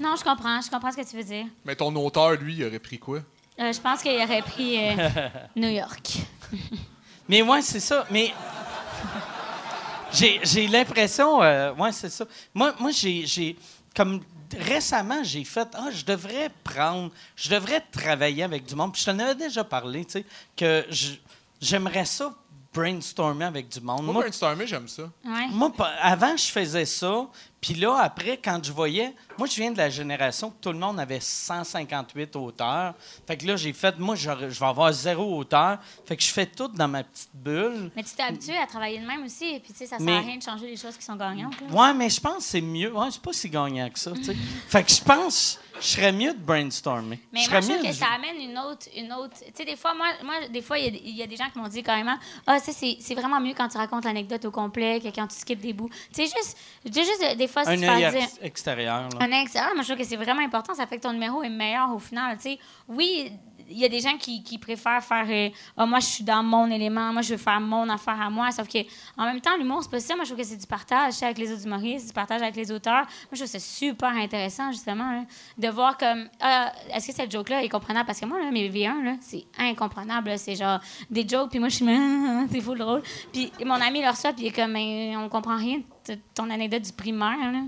Non, je comprends, je comprends ce que tu veux dire.
Mais ton auteur, lui, il aurait pris quoi?
Euh, je pense qu'il aurait pris euh, New York.
Mais ouais, c'est ça. Mais j'ai, j'ai l'impression, euh, ouais, c'est ça. Moi, moi j'ai, j'ai- comme récemment, j'ai fait, ah, je devrais prendre, je devrais travailler avec du monde. Puis je t'en avais déjà parlé, tu sais, que je- j'aimerais ça brainstormer avec du monde.
Moi,
Moi,
brainstormer, j'aime ça.
Ouais.
moi, pa- avant, je faisais ça. Puis là, après, quand je voyais... Moi, je viens de la génération que tout le monde avait 158 auteurs. Fait que là, j'ai fait... Moi, j'aurais- je vais avoir zéro auteur. Fait que je fais tout dans ma petite bulle.
Mais tu t'es habitué à travailler de même aussi, et puis tu sais, ça sert
Mais-
à rien de changer les choses qui sont gagnantes. là.
Ouais, mais je pense que c'est mieux. Ouais, c'est pas si gagnant que ça, tu sais. Fait que je pense que je serais mieux de brainstormer.
Mais
je serais
moi, je trouve que
de-
ça amène une autre. Une autre... Tu sais, des fois, moi, moi, des fois, il y a des- il y, a des gens qui m'ont dit carrément Ah, ça, c'est c'est vraiment mieux quand tu racontes l'anecdote au complet que quand tu skippes des bouts. Tu sais, juste, je dis juste, euh, des fois, si tu
Un
te
œil
fais
ex-
dire.
extérieur, là.
Un extérieur, moi, je trouve que c'est vraiment important. Ça fait que ton numéro est meilleur au final. tu sais. Oui, il y a des gens qui, qui préfèrent faire euh, Ah, moi, je suis dans mon élément, moi, je veux faire mon affaire à moi. Sauf que en même temps, l'humour, c'est pas ça. Moi, je trouve que c'est du partage c'est avec les autres humoristes, c'est du partage avec les auteurs. Moi, je trouve que c'est super intéressant, justement, là, de voir comme Ah, Est-ce que cette joke-là est comprenable Parce que moi, là, mes V1, là, c'est incomprenable. là. C'est genre des jokes, puis moi, je suis C'est fou le drôle. Puis mon ami leur reçoit, puis il est comme Mais On comprend rien de ton anecdote du primaire. là.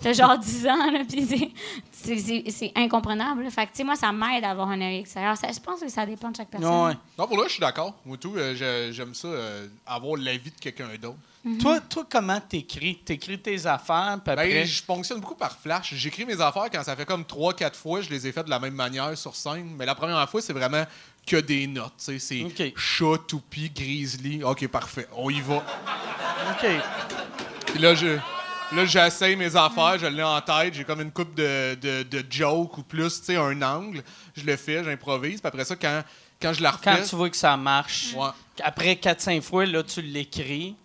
T'as genre 10 ans, là, puis c'est- c'est- c'est c'est incomprenable. là. Fait que, tu sais, moi, ça m'aide d'avoir un œil extérieur. Ça- Je pense que ça dépend de chaque personne.
Ouais.
Non, pour là, je suis d'accord. Moi, tout, euh, j'ai- j'aime ça, euh, avoir l'avis de quelqu'un d'autre.
Toi,
Mm-hmm.
toi, comment t'écris? T'écris tes affaires, puis après...
Ben, je fonctionne beaucoup par flash. J'écris mes affaires quand ça fait comme 3-4 fois, je les ai faites de la même manière sur scène. Mais la première fois, c'est vraiment que des notes. tu sais. C'est
Ok.
chat, toupie, grizzly. OK, parfait. On y va.
OK.
Puis là, je. Là, j'essaye mes affaires, je l'ai en tête, j'ai comme une coupe de, de, de joke ou plus, tu sais, un angle. Je le fais, j'improvise. Puis après ça, quand, quand je la refais.
Quand tu vois que ça marche,
Ouais.
après 4-5 fois, là, tu l'écris.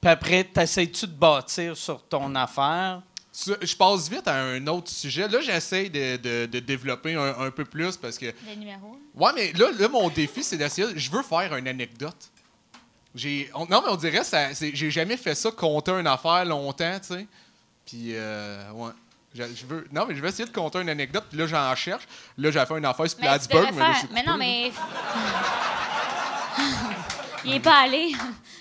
Puis après, t'essayes-tu de bâtir sur ton affaire?
Ça, Je passe vite à un autre sujet. Là, j'essaie de, de- de développer un, un peu plus parce que.
Le numéro.
Ouais, mais là, là mon défi, c'est d'essayer. Je veux faire une anecdote. J'ai, on- non, mais on dirait, ça, c'est- j'ai jamais fait ça, compter une affaire longtemps, tu sais. Puis, euh, ouais. Je, je veux, non, mais je vais essayer de compter une anecdote. Puis là, j'en cherche. Là, j'ai fait une affaire sur
Mais, tu
Plattsburgh.
devrais
là,
faire-
j'ai
mais
coupé,
non,
là.
mais. Il est pas allé.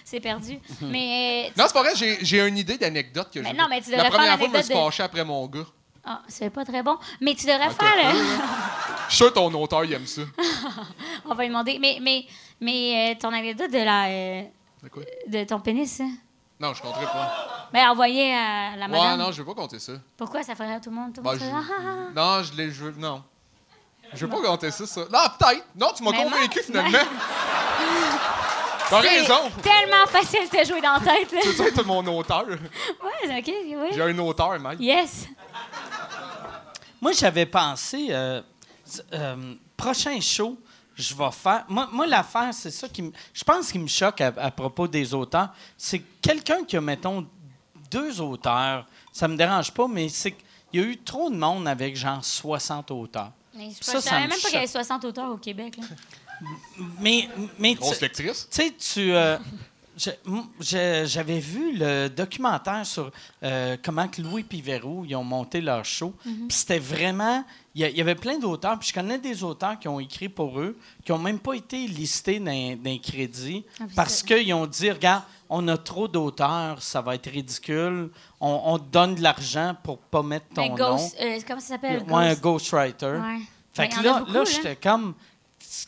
C'est perdu.
Mhm.
Mais. euh, tu-
Non, c'est pas vrai, j'ai j'ai une idée d'anecdote que
Mais
j'ai.
non, mais tu devrais
La
faire
première fois, je me
l'anecdote
suis
de-
fâché après mon gars.
Ah, c'est pas très bon. Mais tu devrais
Ah,
faire. le-
Je suis sûr que ton auteur, il aime ça.
On va lui demander. Mais, mais, mais euh, ton anecdote de la. euh,
De quoi?
de ton pénis, hein?
Non, je compterai pas.
Ben, envoyé à la
Ouais,
madame.
non, je vais pas compter ça.
Pourquoi ça ferait à tout le monde? Tout le
Ben,
monde serait, Ah, ah, ah.
je... Non, je l'ai. Je... Non. Je vais pas compter ça, ça. Non, peut-être. Non, tu m'as
Mais
convaincu
non,
finalement. T'as
C'est
raison.
Tellement facile de jouer dans la tête. là.
Tu sais, t'es mon auteur.
ouais, ok,
J'ai
oui.
un auteur, mec.
Yes.
Moi, j'avais pensé, euh, euh, prochain show, je vais faire. Moi, moi, l'affaire, c'est ça qui me. Je pense qui me choque à, à propos des auteurs. C'est quelqu'un qui a, mettons, deux auteurs, ça me dérange pas, mais c'est qu'il y a eu trop de monde avec genre 60 auteurs.
Mais je
Ça,
ne
ça
savais
me
même pas qu'il y avait
choque.
60 auteurs au Québec. là.
Mais, mais tu-
Grosse lectrice.
Tu sais, tu. euh, je- m- je- J'avais vu le documentaire sur euh, comment que Louis et Verrou ils ont monté leur show.
Mhm.
Puis c'était vraiment. Il y, a- il y avait plein d'auteurs. Puis je connais des auteurs qui ont écrit pour eux, qui n'ont même pas été listés dans dans les crédits
Ah, puis
parce
ça-
qu'ils ont dit regarde, on a trop d'auteurs, ça va être ridicule. On, on te donne de l'argent pour pas mettre ton
Un
nom.
ghost. euh, comment ça s'appelle?
Ouais, un
Ghost.
ghostwriter.
Ouais.
Fait
Mais
que
Ben, il y en
là,
a beaucoup, hein.
là j'étais comme.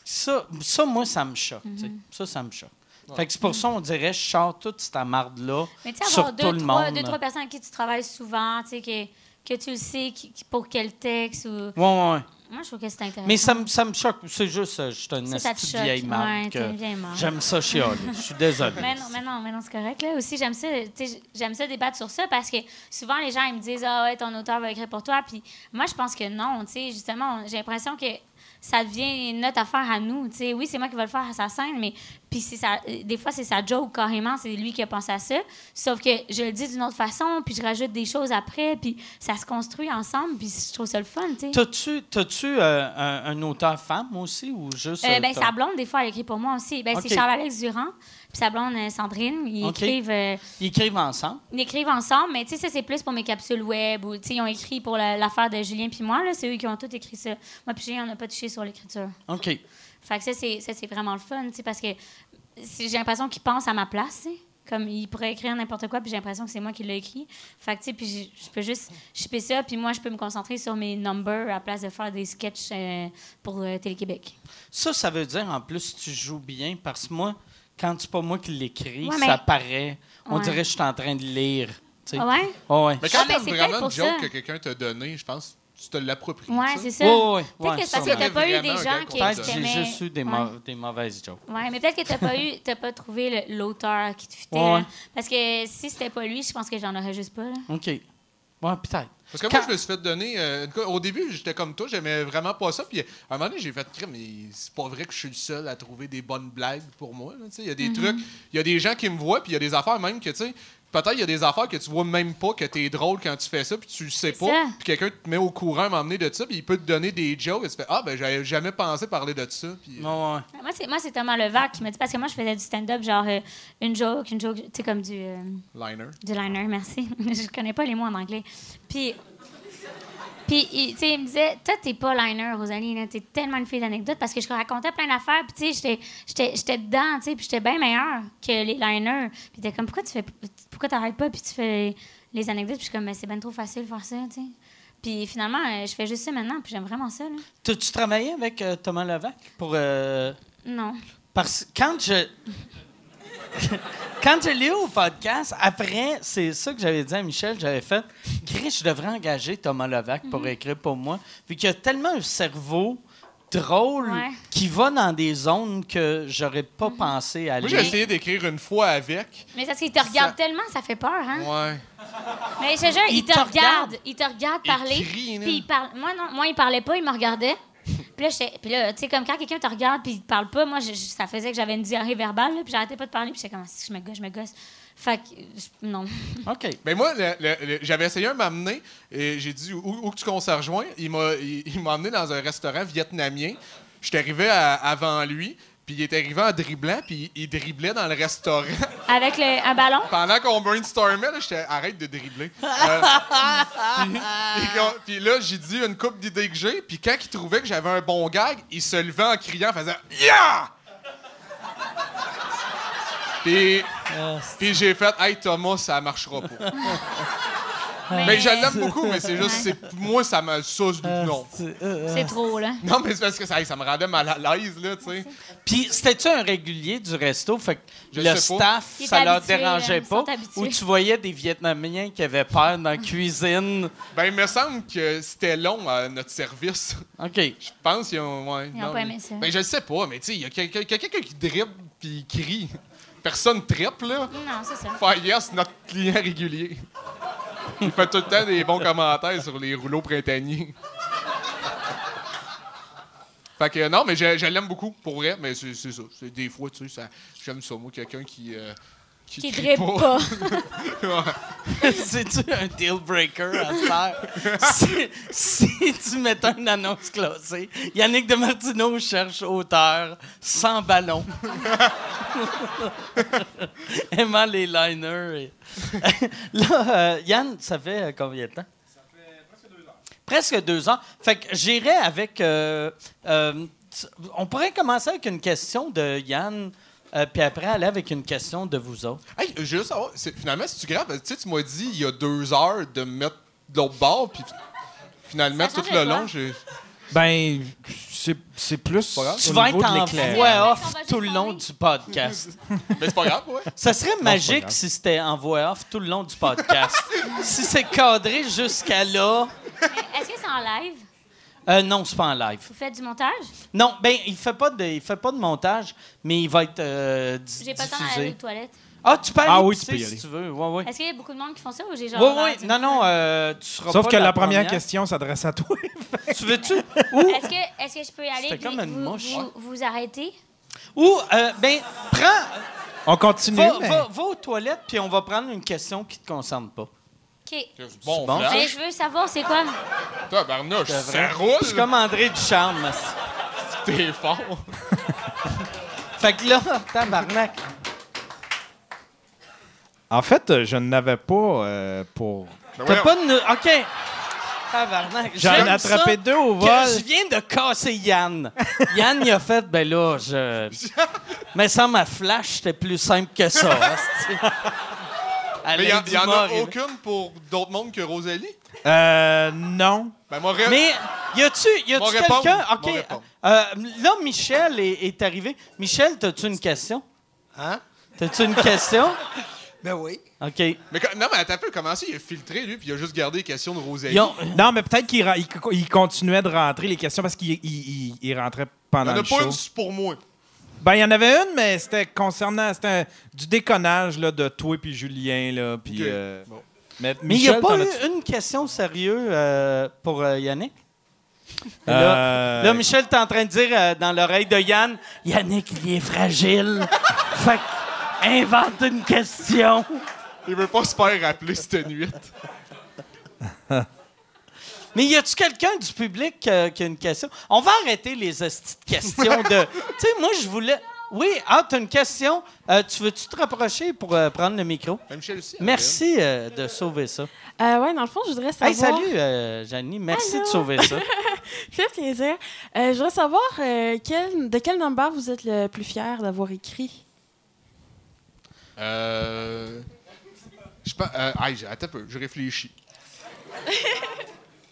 Ça, ça, moi, ça me choque. tu
Mhm.
sais. Ça, ça me choque. Fait que c'est pour ça, on dirait, je sors toute cette marde-là
Mais tu sais,
sur
avoir
tout
deux,
le
trois,
monde.
deux, trois personnes avec qui tu travailles souvent, tu sais, que, que tu le sais qui- qui- pour quel texte. Ou...
Ouais, ouais, ouais.
Moi, je trouve que c'est intéressant.
Mais ça, me- ça me choque. C'est juste, euh, je suis une
Ça, ça te
esti de
choque.
vieille marde.
Ouais,
que
t'es une vieille marde.
J'aime ça chialer. Je suis désolé.
Mais non, mais non, mais non, c'est correct. Là aussi, j'aime ça, tu sais, j'aime ça débattre sur ça parce que souvent les gens ils me disent ah ouais ton auteur va écrire pour toi. Puis moi je pense que non, tu sais justement on- j'ai l'impression que ça devient notre affaire à nous. Tu sais oui c'est moi qui vais le faire à sa scène, mais puis c'est ça. Des fois c'est sa joke carrément, c'est lui qui a pensé à ça. Sauf que je le dis d'une autre façon, puis je rajoute des choses après, puis ça se construit ensemble, puis je trouve ça le fun. Tu sais.
T'as-tu t'as-tu, euh, un, un auteur femme aussi ou juste.
Euh,
euh,
ben,
t'as-
sa blonde, des fois, elle écrit pour moi aussi. Ben,
Ok.
C'est Charles-Alex Durand, puis sa blonde, euh, Sandrine. Ils
Ok.
écrivent euh,
Ils écrivent ensemble.
Ils écrivent ensemble, mais tu sais, ça, c'est plus pour mes capsules web ou, tu sais, ils ont écrit pour la- l'affaire de Julien puis moi, là. C'est eux qui ont tout écrit ça. Moi puis Julien, on n'a pas touché sur l'écriture.
OK.
Fait que ça, c'est, ça, c'est vraiment le fun, tu sais, parce que c'est- j'ai l'impression qu'ils pensent à ma place, tu sais. Comme ils pourraient écrire n'importe quoi, puis j'ai l'impression que c'est moi qui l'ai écrit. Fait que, tu sais, puis j- je peux juste chipper ça, puis moi, je peux me concentrer sur mes numbers à la place de faire des sketchs euh, pour euh, Télé-Québec.
Ça, ça veut dire, en plus, tu joues bien parce que moi, quand c'est pas moi qui l'écris,
Ouais,
ça
mais-
paraît. On
Ouais.
dirait que je suis en train de lire. tu sais.
Ah ouais?
Ah ouais.
Mais quand
Ah, mais
t'aimes
c'est
vraiment une
peut-être
joke
pour ça.
que quelqu'un t'a donnée, je pense que tu te l'appropries.
Ouais,
tu sais.
c'est ça.
Ouais, ouais,
Peut-être
ouais,
que c'est parce
sûrement.
que t'as pas eu des
Vraiment,
gens
un gars
qui
Peut-être que
qui
j'ai
aimaient-
juste eu des,
Ouais.
mau- des mauvaises jokes.
Ouais, mais peut-être que t'as pas eu, t'as pas trouvé le- l'auteur qui te fitait.
Ouais.
là. Parce que si c'était pas lui, je pense que j'en aurais juste pas. là.
OK. Ouais, peut-être.
Parce que
Quand-
moi, je me suis fait donner. euh, une co- au début, j'étais comme toi, j'aimais vraiment pas ça. Puis à un moment donné, j'ai fait crime, mais c'est pas vrai que je suis le seul à trouver des bonnes blagues pour moi. là, tu sais. Il y a
Mhm.
des trucs, il y a des gens qui me voient, puis il y a des affaires même que tu sais. Peut-être il y a des affaires que tu vois même pas que t'es drôle quand tu fais ça, puis tu le sais pas.
ça.
Puis quelqu'un te met au courant, m'emmener de ça, puis il peut te donner des jokes. Et tu fais Ah, ben j'avais jamais pensé parler de ça. Puis,
Ouais, ouais.
Moi, c'est, moi, c'est Thomas Levac qui m'a dit, parce que moi, je faisais du stand-up, genre euh, une joke, une joke, tu sais, comme du, euh,
liner.
du liner, merci. je connais pas les mots en anglais. Puis, puis il- tu sais, il me disait, toi, t'es pas liner, Rosalie, là, t'es tellement une fille d'anecdotes, parce que je racontais plein d'affaires, puis tu sais, j'étais, j'étais, j'étais dedans, tu sais, puis j'étais bien meilleure que les liners. Puis t'es comme, pourquoi tu fais, pourquoi t'arrêtes pas, puis tu fais les anecdotes, puis je suis comme, mais c'est ben trop facile de faire ça, tu sais. Puis finalement, euh, je fais juste ça maintenant, puis j'aime vraiment ça, là.
T'as- Tu travaillais avec euh, Thomas Levac pour. euh,
Non.
Parce quand je. quand je l'ai au podcast, après, c'est ça que j'avais dit à Michel, j'avais fait Chris, je devrais engager Thomas Levac
Mhm.
pour écrire pour moi. Vu qu'il y a tellement un cerveau drôle
Ouais. Mhm.
qui va dans des zones que j'aurais pas pensé aller.
Moi, j'ai essayé d'écrire une fois avec.
Mais parce qu'il te regarde tellement, ça fait peur, hein?
Ouais.
Mais je te jure,
Il
il,
te
te
regarde.
regarde. Il te regarde parler.
Il crie, là.
puis il parle. Moi, non, moi, il parlait pas, il me regardait. Puis là, j'étais- puis là, tu sais, comme quand quelqu'un te regarde puis il te parle pas, moi, je- je- ça faisait que j'avais une diarrhée verbale, là, puis j'arrêtais pas de parler, puis j'étais comme, Ah, si, je me gosse, je me gosse. Fait que, je- non.
OK.
Mais Ben, moi, le- le- le- j'avais essayé un m'amener et j'ai dit où, où que tu qu'on se rejoint. Il m'a il, il m'a emmené dans un restaurant vietnamien. Je suis arrivé à- avant lui, puis il est arrivé en dribblant, puis il, il driblait dans le restaurant.
Avec le, un ballon?
Pendant qu'on brainstormait, là, j'étais arrête de dribbler. Euh, puis, puis qu'on- puis là, j'ai dit une coupe d'idées que j'ai, puis quand il trouvait que j'avais un bon gag, il se levait en criant, en faisant Yeah! Puis, puis j'ai fait, hey Thomas, ça marchera pas. Mais je l'aime beaucoup, mais c'est juste,
Ouais. Ah,
c'est- moi, ça me sauce du non.
C'est trop, là.
Non, mais c'est parce que ça, hey, ça me rendait mal à l'aise, là, tu sais.
Puis, c'était-tu un régulier du resto? Fait que
Je
le
sais pas.
staff,
Il est
ça leur
habitué, là,
dérangeait
ils sont
pas?
habitués.
Ou tu voyais des Vietnamiens qui avaient peur dans la cuisine?
Ben, il me semble que c'était long à notre service.
OK.
Je pense qu'ils ont. Ouais,
Ils ont
non,
pas
mais-
aimé ça.
Ben, je le sais pas, mais tu sais, il y a quelqu'un quelqu'un qui dribble puis il crie. Personne triple, là.
Non, c'est ça.
Faire yes, notre client régulier. Il fait tout le temps des bons commentaires sur les rouleaux printaniers. Fait que non, mais je, je l'aime beaucoup, pour vrai, mais c'est c'est ça. C'est Des fois, tu sais, ça- j'aime ça, moi, quelqu'un qui. euh, qui
Qui
crie
dribble pas.
Ouais.
C'est-tu un deal breaker à faire? si, si tu mettais une annonce classée, Yannick de Martineau cherche auteur sans ballon. Aimant les liners. et- Là, euh, Yann, ça fait euh, combien de temps? Presque deux ans. Fait que j'irai avec. euh, euh, t- on pourrait commencer avec une question de Yann, euh, puis après aller avec une question de vous autres.
Hey, je veux juste savoir, c'est- finalement, si tu grave, tu sais, tu m'as dit il y a deux heures de mettre de l'autre bord, puis finalement,
Ça
tout
changeait
le
quoi?
long, j'ai.
Ben, c'est c'est plus
Pas grave.
Tu
au
vas
niveau
être
de
en
l'éclair.
voix
On
off
va juste
tout le long
parler.
du podcast.
Mais c'est pas grave, ouais.
Ça serait magique
grave.
si c'était en voix off tout le long du podcast. si c'est cadré jusqu'à là.
Est-ce que c'est en live?
euh, non, c'est pas en live.
Vous faites du montage?
Non, ben il fait pas de, il fait pas de montage, mais il va être euh, di-
J'ai pas le temps d'aller
diffusé.
aux toilettes.
Ah, tu peux aller
Ah oui,
pisser
tu peux y
si
aller.
tu veux. Ouais, ouais.
Est-ce qu'il y a beaucoup de monde qui font ça ou j'ai genre.
Ouais,
l'heure
ouais.
d'une
Non, non,
fin?
euh, tu seras
Sauf
pas
que la première question s'adresse à toi.
Tu veux-tu?
Est-ce que, est-ce que je peux y aller?
C'était
puis
comme une
vous,
mouche.
Vous, vous arrêtez?
Ou, euh, ben, prends,
On continue.
va,
mais-
va- va aux toilettes, puis on va prendre une question qui te concerne pas.
OK.
Bon,
bon,
flash.
Mais je veux savoir, c'est quoi?
Tabarnouche, ça
Je suis
roule,
comme André Ducharme. là.
t'es fort.
Fait que là, tabarnak.
En fait, euh, je n'avais pas euh, pour.
Ben
T'as
voyons.
pas de. nou- OK. Tabarnak.
J'en
J'aime
ai attrapé
ça
deux au
que
vol.
Je viens de casser Yann. Yann, il a fait, ben là, je. Mais sans ma flash, c'était plus simple que ça. hostie.
Mais
Alain
y'en y en
Dumas,
a
il-
aucune pour d'autres mondes que Rosalie?
Euh, non.
Ben, moi, rien.
Mais y a-tu y
Mon
a-tu
réponse,
quelqu'un?
mon
OK.
réponse.
euh, là, Michel est, est arrivé. Michel, t'as-tu une question?
Hein?
T'as-tu une question?
Ben oui.
OK.
Mais co- non, mais attends un peu, comment ça, il a filtré, lui, puis il a juste gardé les questions de Rosalie?
Ils ont-
Non, mais peut-être qu'il ra- il, il continuait de rentrer les questions parce qu'il il, il- il rentrait
Il y
pendant
en
le
a
show.
pas une pour moi.
Ben, il y en avait une, mais c'était concernant. C'était un- du déconnage là, de toi puis Julien. Là, puis,
Ok.
euh,
Bon.
Mais,
Mais il n'y a
Michel,
pas
t'en
eu
as-tu-
une question sérieuse euh, pour euh, Yannick?
Euh,
Là, Michel, t'es en train de dire euh, dans l'oreille de Yann, Yannick, il est fragile. fait que, invente une question.
Il veut pas se faire rappeler cette nuit.
Mais y a-tu quelqu'un du public euh, qui a une question? On va arrêter les hosties de questions de. tu sais, moi, je voulais. Oui, ah, t'as une question. Euh, tu veux-tu te rapprocher pour euh, prendre le micro?
Ben, Michel aussi. elle
Merci euh, de sauver ça.
Euh, ouais, dans le fond, je voudrais savoir.
Hey, salut, euh, Janie. Merci
Allô?
de sauver ça.
Fait plaisir. Euh, je voudrais savoir euh, quel, de quel number vous êtes le plus fier d'avoir écrit.
aime. Euh. Je pense. Euh, aïe, j'ai- attends un peu, je réfléchis.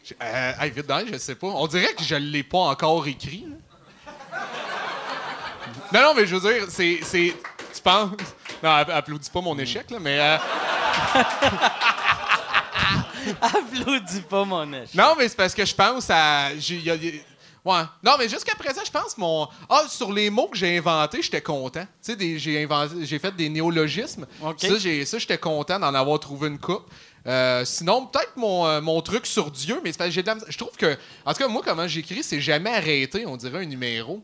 J'ai- Euh, aïe, vite, non, je sais pas. On dirait que je l'ai pas encore écrit. là. Non, non, mais je veux dire, c'est. c'est- Tu penses. Non, app- applaudis pas mon échec, là, mais. euh,
Applaudis pas, mon échec.
Non, mais c'est parce que je pense à. j'ai- y a- y- ouais. Non, mais jusqu'à présent, je pense mon. Ah, sur les mots que j'ai inventés, j'étais content. Tu sais, des- j'ai inventé- j'ai fait des néologismes.
Ok.
Ça, j'ai- Ça, j'étais content d'en avoir trouvé une coupe. Euh, sinon, peut-être mon, euh, mon truc sur Dieu, mais c'est parce que j'ai de la mis- Je trouve que. En tout cas, moi, comment j'écris, c'est jamais arrêté, on dirait un numéro.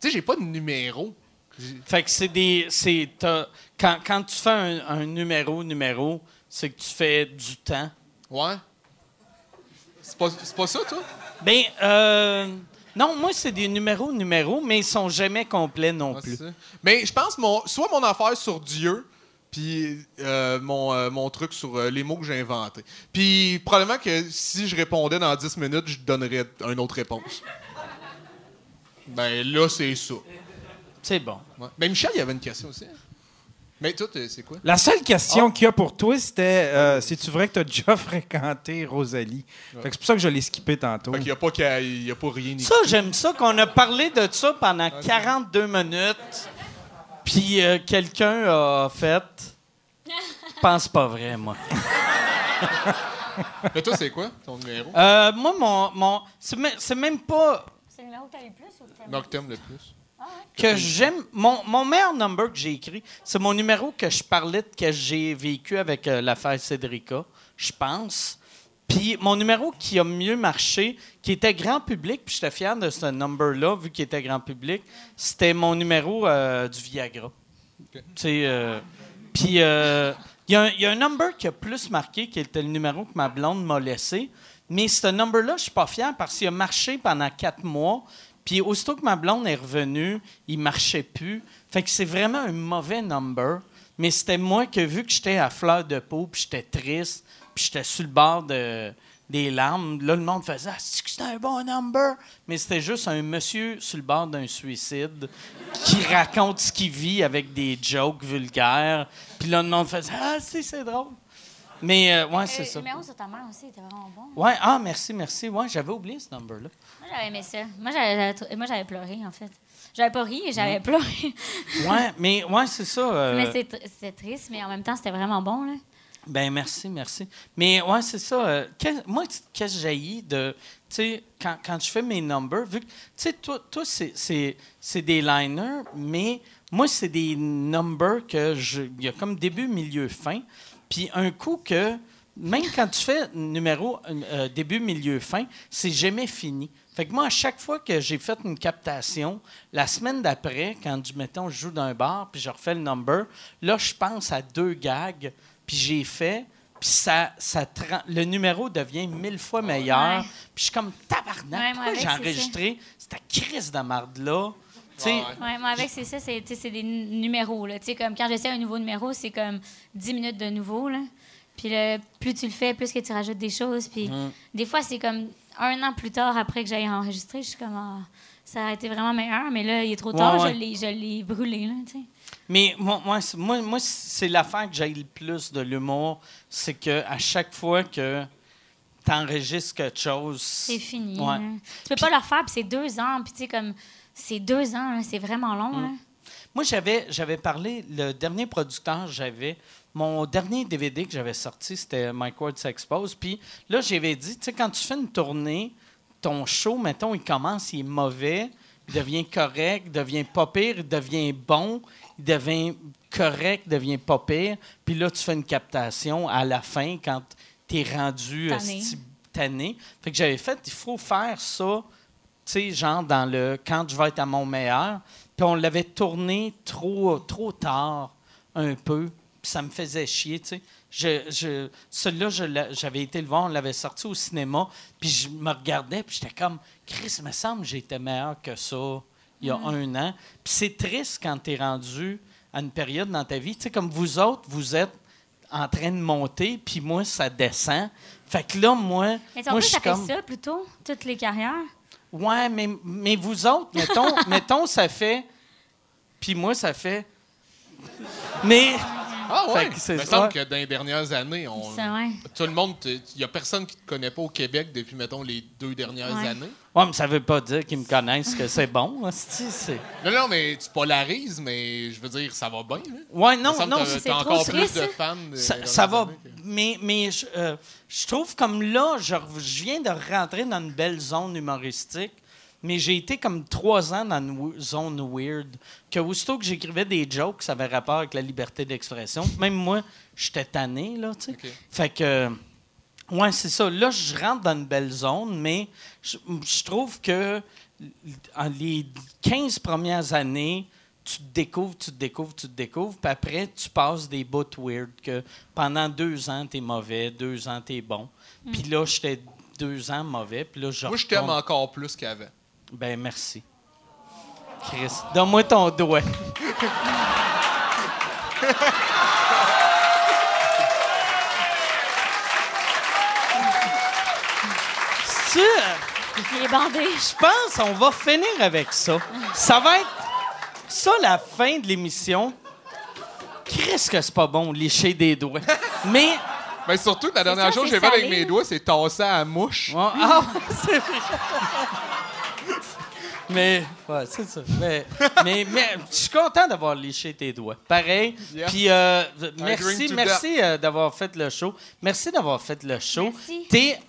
Tu sais, j'ai pas de numéro.
Fait que c'est des. c'est- t'as- quand, quand tu fais un, un numéro, numéro, c'est que tu fais du temps.
Ouais. C'est pas, c'est pas ça, toi?
Ben, euh, non, moi, c'est des numéros, numéros, mais ils sont jamais complets non
Ouais,
plus.
Ah, c'est ça. Mais je pense mon, soit mon affaire sur Dieu, puis euh, mon, euh, mon truc sur euh, les mots que j'ai inventés. Puis probablement que si je répondais dans 10 minutes, je donnerais une autre réponse. Ben là, c'est ça.
C'est bon.
Ouais. Ben Michel, il y avait une question aussi. hein? Mais toi, t'es- c'est quoi?
La seule question
Oh.
qu'il y a pour toi, c'était euh, c'est-tu vrai que tu as déjà fréquenté Rosalie Fait que C'est pour ça que je l'ai skippé tantôt.
Fait qu'il y a pas, qu'à- il y a pas rien.
Ça, j'aime ça qu'on a parlé de ça pendant 42 minutes, puis euh, quelqu'un a fait. Pense pas vrai, moi.
Mais toi, c'est quoi ton numéro?
Euh, moi, mon. mon c'est mê- c'est même pas
C'est le numéro que t'as le plus ou le
Donc, t'aimes le plus?
que j'aime. Mon, mon meilleur number que j'ai écrit, c'est mon numéro que je parlais de que j'ai vécu avec euh, l'affaire Cédrica, je pense. Puis mon numéro qui a mieux marché, qui était grand public, puis j'étais fier de ce number-là, vu qu'il était grand public, c'était mon numéro euh, du Viagra. Tu sais, euh, puis euh, il y, a un- il y a un number qui a plus marqué, qui était le numéro que ma blonde m'a laissé. Mais ce number-là, je suis pas fier parce qu'il a marché pendant quatre mois. Puis aussitôt que ma blonde est revenue, il marchait plus. Fait que c'est vraiment un mauvais number. Mais c'était moi que, vu que j'étais à fleur de peau, puis j'étais triste, puis j'étais sur le bord de, des larmes, là, le monde faisait ah, c'est que c'est un bon number. Mais c'était juste un monsieur sur le bord d'un suicide qui raconte ce qu'il vit avec des jokes vulgaires. Puis là, le monde faisait Ah, si, c'est drôle. Mais, euh, ouais, c'est
Euh,
ça.
Le numéro sur ta mère aussi était vraiment bon.
Ouais, ah, merci, merci. Ouais, j'avais oublié ce number-là.
Moi, j'avais aimé ça. Moi, j'avais, j'avais trou- moi, j'avais pleuré, en fait. J'avais pas ri, j'avais pleuré.
Ouais, mais, ouais, c'est ça. Mm. euh,
Mais c'est tr- c'était triste, mais en même temps, c'était vraiment bon, là.
Ben merci, merci. Mais ouais, c'est ça. euh, qu'est- moi, t- qu'est-ce que j'ai de, tu sais, quand, quand je fais mes numbers, vu que, tu sais, toi, toi, c'est- c'est c'est des liners, mais moi, c'est des numbers que je, il y a comme début, milieu, fin, puis un coup que, même quand tu fais numéro euh, début, milieu, fin, c'est jamais fini. Fait que moi, à chaque fois que j'ai fait une captation, la semaine d'après, quand, je- mettons, je joue dans un bar, puis je refais le number, là, je pense à deux gags, puis j'ai fait, puis ça, ça tra- le numéro devient mille fois meilleur.
Ouais.
Puis je suis comme, tabarnak,
Ouais,
pourquoi
moi avec,
j'ai
c'est ça.
enregistré cette crise de marde-là? Tu sais,
Ouais, moi, avec, c'est ça, c'est, tu sais, c'est des n- numéros, là. Tu sais, comme quand j'essaie un nouveau numéro, c'est comme 10 minutes de nouveau, là. Puis là, plus tu le fais, plus que tu rajoutes des choses. Puis
Mm.
des fois, c'est comme un an plus tard, après que j'aille enregistrer, je suis comme, Ah, ça a été vraiment meilleur, mais là, il est trop
Ouais,
tard,
ouais.
Je, l'ai, je l'ai brûlé, là, tu sais.
Mais moi, moi, c'est- moi, moi, c'est l'affaire que j'aille le plus de l'humour, c'est que à chaque fois que tu enregistres quelque chose...
C'est fini. hein.
Ouais.
là. Tu peux pas le refaire, puis c'est deux ans, puis tu sais, comme, c'est deux ans, là, c'est vraiment long,
Mm.
hein. là.
Moi, j'avais, j'avais parlé, le dernier producteur, j'avais. Mon dernier DVD que j'avais sorti, c'était Mike Ward s'expose. Puis là, j'avais dit, tu sais, quand tu fais une tournée, ton show, mettons, il commence, il est mauvais, il devient correct, il devient pas pire, il devient bon, il devient correct, il devient pas pire. Puis là, tu fais une captation à la fin quand t'es rendu euh,
Tanné.
sti- tanné. Fait que j'avais fait, il faut faire ça tu sais, genre dans le quand je vais être à mon meilleur. Puis on l'avait tourné trop, trop tard, un peu. Puis ça me faisait chier, tu sais. Je, je, celui-là, je l'a- j'avais été le voir, on l'avait sorti au cinéma. Puis je me regardais, puis j'étais comme, Chris, il me semble que j'étais meilleur que ça il y
Mm.
a un an. Puis c'est triste quand tu es rendu à une période dans ta vie. Tu sais, comme vous autres, vous êtes en train de monter, puis moi, ça descend. Fait que là, moi,
Mais en
moi
plus,
je suis
ça fait
comme...
ça plutôt, toutes les carrières.
Ouais, mais, mais vous autres, mettons, mettons, ça fait. Puis moi, ça fait. Mais.
Ah ouais?
Fait que c'est
Il me
ça.
semble que dans les dernières années, on...
Ça, ouais.
tout le monde, il n'y a personne qui te connaît pas au Québec depuis, mettons, les deux dernières
Ouais.
années.
Ouais, mais ça veut pas dire qu'ils me connaissent que c'est bon. hostie, c'est-
Non, non, mais tu polarises, mais je veux dire, ça va bien. là.
Ouais,
Il me
non,
semble
non,
que t'as-
c'est trop
t'as encore plus
triste,
de
ça.
fans. des euh.
ça,
dernières
ça va.
années que-
Mais, mais je, euh, je trouve comme là, je, rev- je viens de rentrer dans une belle zone humoristique, mais j'ai été comme trois ans dans une we- zone weird. Que aussitôt que j'écrivais des jokes, ça avait rapport avec la liberté d'expression. Même moi, j'étais tanné, là, tu sais.
Ok.
Fait que. Ouais, c'est ça. Là, je rentre dans une belle zone, mais je, je trouve que en les 15 premières années, tu te découvres, tu te découvres, tu te découvres, puis après, tu passes des bouts weird que pendant deux ans, t'es mauvais, deux ans, t'es bon. Puis là, j'étais deux ans mauvais, puis là, je
Moi, je
retourne-
t'aime encore plus qu'avant.
Ben, merci. Chris, donne-moi ton doigt. C'est...
Il est bandé.
euh, Je pense qu'on va finir avec ça. Ça va être ça la fin de l'émission. Chris que c'est pas bon, licher des doigts. Mais.
Mais Ben, surtout, la dernière
ça,
chose que
c'est
j'ai faite avec
salé,
mes
là.
doigts, c'est tasser à la mouche.
Ouais, ah, ouais, c'est vrai. Mais, ouais, c'est ça. Mais, mais, mais je suis content d'avoir liché tes doigts. Pareil.
Yeah.
Puis, euh,
drink
merci,
to
merci euh, d'avoir fait le show. Merci d'avoir fait le show.
Merci.
T'es.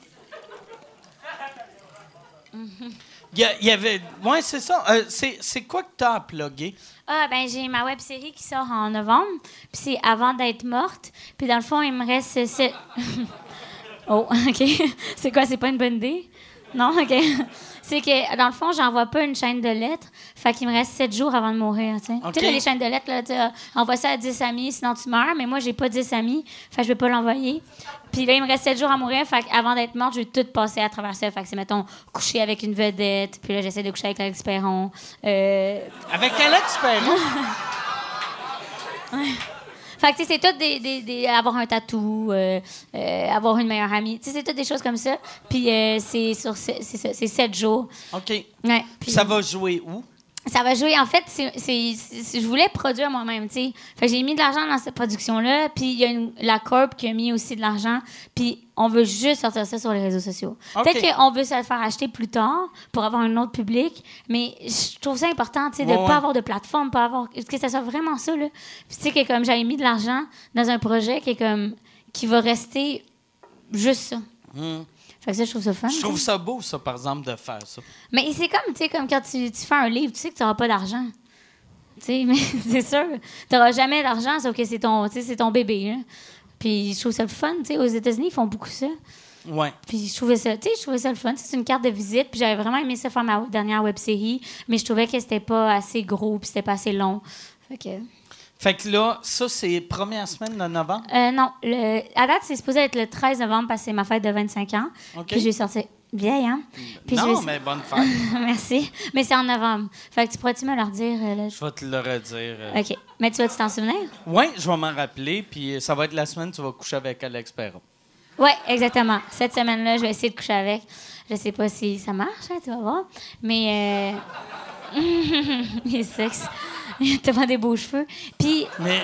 Il y a- il y avait. Ouais, c'est ça. Euh, c'est c'est quoi que t'as à plugger?
Ah, ben j'ai ma web série qui sort en novembre, puis c'est Avant d'être morte. Puis dans le fond, il me reste. euh, sept- oh, OK. c'est quoi, c'est pas une bonne idée? Non, OK. c'est que dans le fond, j'envoie pas une chaîne de lettres, fait qu'il me reste sept jours avant de mourir, tu sais.
OK.
Tu sais, les chaînes de lettres, là, tu sais, euh, envoie ça à 10 amis, sinon tu meurs, mais moi, j'ai pas 10 amis, fait que je vais pas l'envoyer. Puis là, il me reste sept jours à mourir, fait avant d'être morte, je vais tout passer à travers ça. Fait que c'est, mettons, coucher avec une vedette, puis là, j'essaie de coucher avec Alex Perron. Euh,
Avec Alex Perron.
Fait que, tu sais, c'est tout des, des, des- Avoir un tatou, euh, euh, avoir une meilleure amie. Tu sais, c'est toutes des choses comme ça. Puis euh, c'est sur... ce- C'est ça, c'est sept jours.
OK.
Ouais. Puis-
Ça va jouer où?
ça va jouer. En fait, c'est, c'est- c'est- je voulais produire moi-même, tu sais. Fait que j'ai mis de l'argent dans cette production-là, puis il y a une- la Corp qui a mis aussi de l'argent, puis on veut juste sortir ça sur les réseaux sociaux.
Ok.
Peut-être qu'on veut se le faire acheter plus tard pour avoir un autre public, mais je trouve ça important, tu sais, de
Ouais,
pas
ouais.
avoir de plateforme, pas avoir... Que ça soit vraiment ça, là. Puis tu sais, que comme j'avais mis de l'argent dans un projet qui est comme... qui va rester juste ça. Fait que ça, je trouve ça fun.
Hmm. Je trouve ça beau, ça, par exemple, de faire ça.
Mais c'est comme, tu sais, comme quand tu, tu fais un livre, tu sais que tu n'auras pas d'argent. Tu sais, mais c'est sûr. Tu n'auras jamais d'argent, sauf que c'est ton, tu sais, c'est ton bébé. là. Puis je trouve ça le fun, tu sais. Aux États-Unis, ils font beaucoup ça.
Ouais.
Puis je trouvais ça, tu sais, je trouvais ça le fun. C'est une carte de visite. Puis j'avais vraiment aimé ça faire ma dernière web série. Mais je trouvais que c'était pas assez gros, puis c'était pas assez long. Fait que.
Fait que là, ça, c'est première semaine de novembre.
Euh, non, le, à date, c'est supposé être le 13 novembre parce que c'est ma fête de 25 ans.
OK.
Puis je vais sortir vieille, hein? Puis je
non,
vais-
mais bonne fête.
Merci. Mais c'est en novembre. Fait que tu pourrais-tu me leur dire euh, le-
Je vais te le redire. euh.
OK. Mais tu vas-tu t'en souvenir?
Oui, je vais m'en rappeler, puis euh, ça va être la semaine que tu vas coucher avec Alex Perron.
Oui, exactement. Cette semaine-là, je vais essayer de coucher avec. Je sais pas si ça marche, hein, tu vas voir. Mais. Euh... il est sexe. Il a tellement des beaux cheveux. Puis,
Mais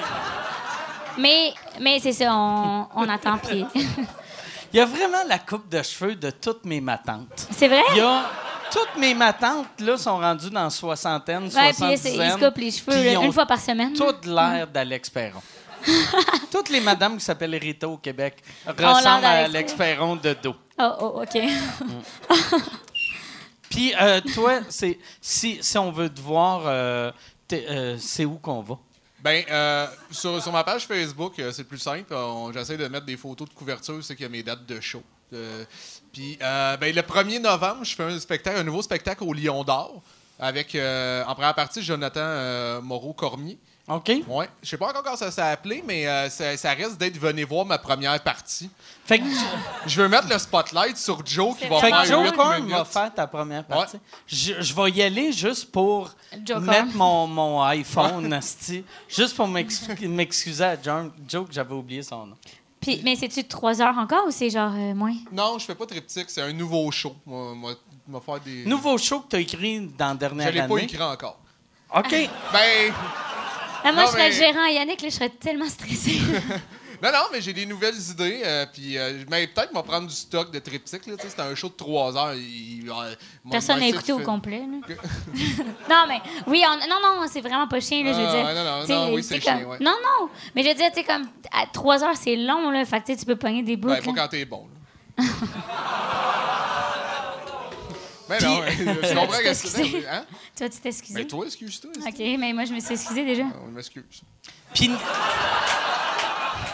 mais, mais c'est ça, on, on attend. Puis.
il y a vraiment la coupe de cheveux de toutes mes matantes.
c'est vrai?
Il y a... Toutes mes matantes, là, sont rendues dans soixantaine,
Ouais, puis c'est-
soixante-dizaine.
ils se coupent les cheveux
puis
là,
ils ont
une fois Mm. par semaine.
Toutes l'air d'Alex Perron. Toutes les madames qui s'appellent Rita au Québec
l'air
ressemblent à Alex
d'Alex
Perron de dos.
Oh, oh, OK.
Puis euh, toi, c'est si, si on veut te voir, euh, t'es- euh, c'est où qu'on va?
Ben, euh, sur, sur ma page Facebook, euh, c'est le plus simple. On- J'essaie de mettre des photos de couverture, c'est qu'il y a mes dates de show. Euh, Puis, euh, ben, le 1er novembre, je fais un spectacle, un nouveau spectacle au Lion d'Or avec, euh, en première partie, Jonathan euh, Moreau-Cormier.
OK?
Ouais. Je sais pas encore comment ça s'est appelé, mais euh, ça, ça risque d'être Venez voir ma première partie.
Fait que,
Je veux mettre le spotlight sur Joe qui va
fait que
faire
Joe
huit
Korn
minutes.
va faire ta première partie.
Ouais.
Je, je vais y aller juste pour
Joe
mettre
Korn.
mon, mon iPhone, asti, juste pour m'excu- m'excuser à John- Joe que j'avais oublié son nom.
Puis, mais c'est-tu trois heures encore ou c'est genre euh, moins?
Non, je fais pas triptyque, c'est un nouveau show. Moi, moi, moi faire des...
Nouveau show que tu as écrit dans la
Je
dernière
l'ai pas
année.
écrit encore.
OK.
Ben,
Ah, moi,
Non,
je serais
mais-
le gérant à Yannick, là, je serais tellement stressée.
non, non, mais j'ai des nouvelles idées. euh, puis, euh, mais peut-être m'en prendre du stock de triptyque. là, tu sais, C'est un show de trois heures. il- il- euh, mon-
Personne
mon
n'a
site
écouté au
fait-
complet. là. non, mais oui, on- non, non, c'est vraiment pas chien, là, je veux
Ah,
dire.
ouais, non, non,
Tu sais,
non, oui,
tu sais,
c'est chien,
comme-
ouais.
Non, non, mais je veux dire, tu sais, comme à 3 heures, c'est long, là, fait que tu sais, tu peux pogner des bouts.
Ben, pas quand t'es bon. là. ben non,
Puis-
ouais, tu comprends que
Excusez.
c'est... Hein?
Tu vas-tu t'excuser?
Ben toi, Ah. excuse-toi.
OK, mais moi, je me suis excusée déjà.
On m'excuse.
Puis,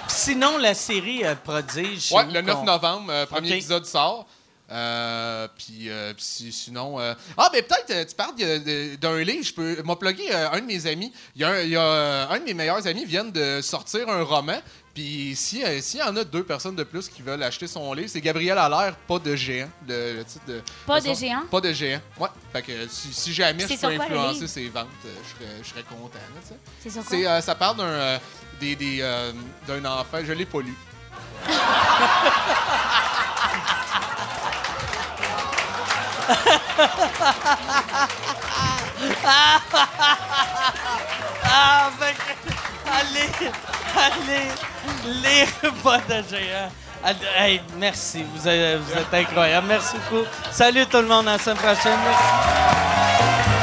sinon, la série euh, Prodige.
Ouais,
c'est où
le 9
qu'on-
novembre, euh, premier
Ok.
épisode sort. Euh, puis euh, puis si- sinon euh, ah ben peut-être euh, tu parles de- de- d'un livre je peux m'a plugué euh, un de mes amis il y a, un, il y a, euh, un de mes meilleurs amis vient de sortir un roman puis si euh, s'il y en a deux personnes de plus qui veulent acheter son livre c'est Gabriel Allaire pas de géant le, le titre de
Pas
de
de
son-
géant?
pas de géant ouais fait que si, si jamais
C'est
je
sur
peux
quoi le
influencer
livre?
ses ventes euh, je serais- je serais content là, tu sais.
C'est sur quoi?
C'est, euh, ça parle d'un euh, des, des, euh, d'un enfant. Je l'ai pas lu.
Ah, fait que- allez, les, les repas de géant. Allez, hey, merci, vous êtes, vous êtes incroyables. Merci beaucoup. Salut tout le monde, à la semaine prochaine. Merci.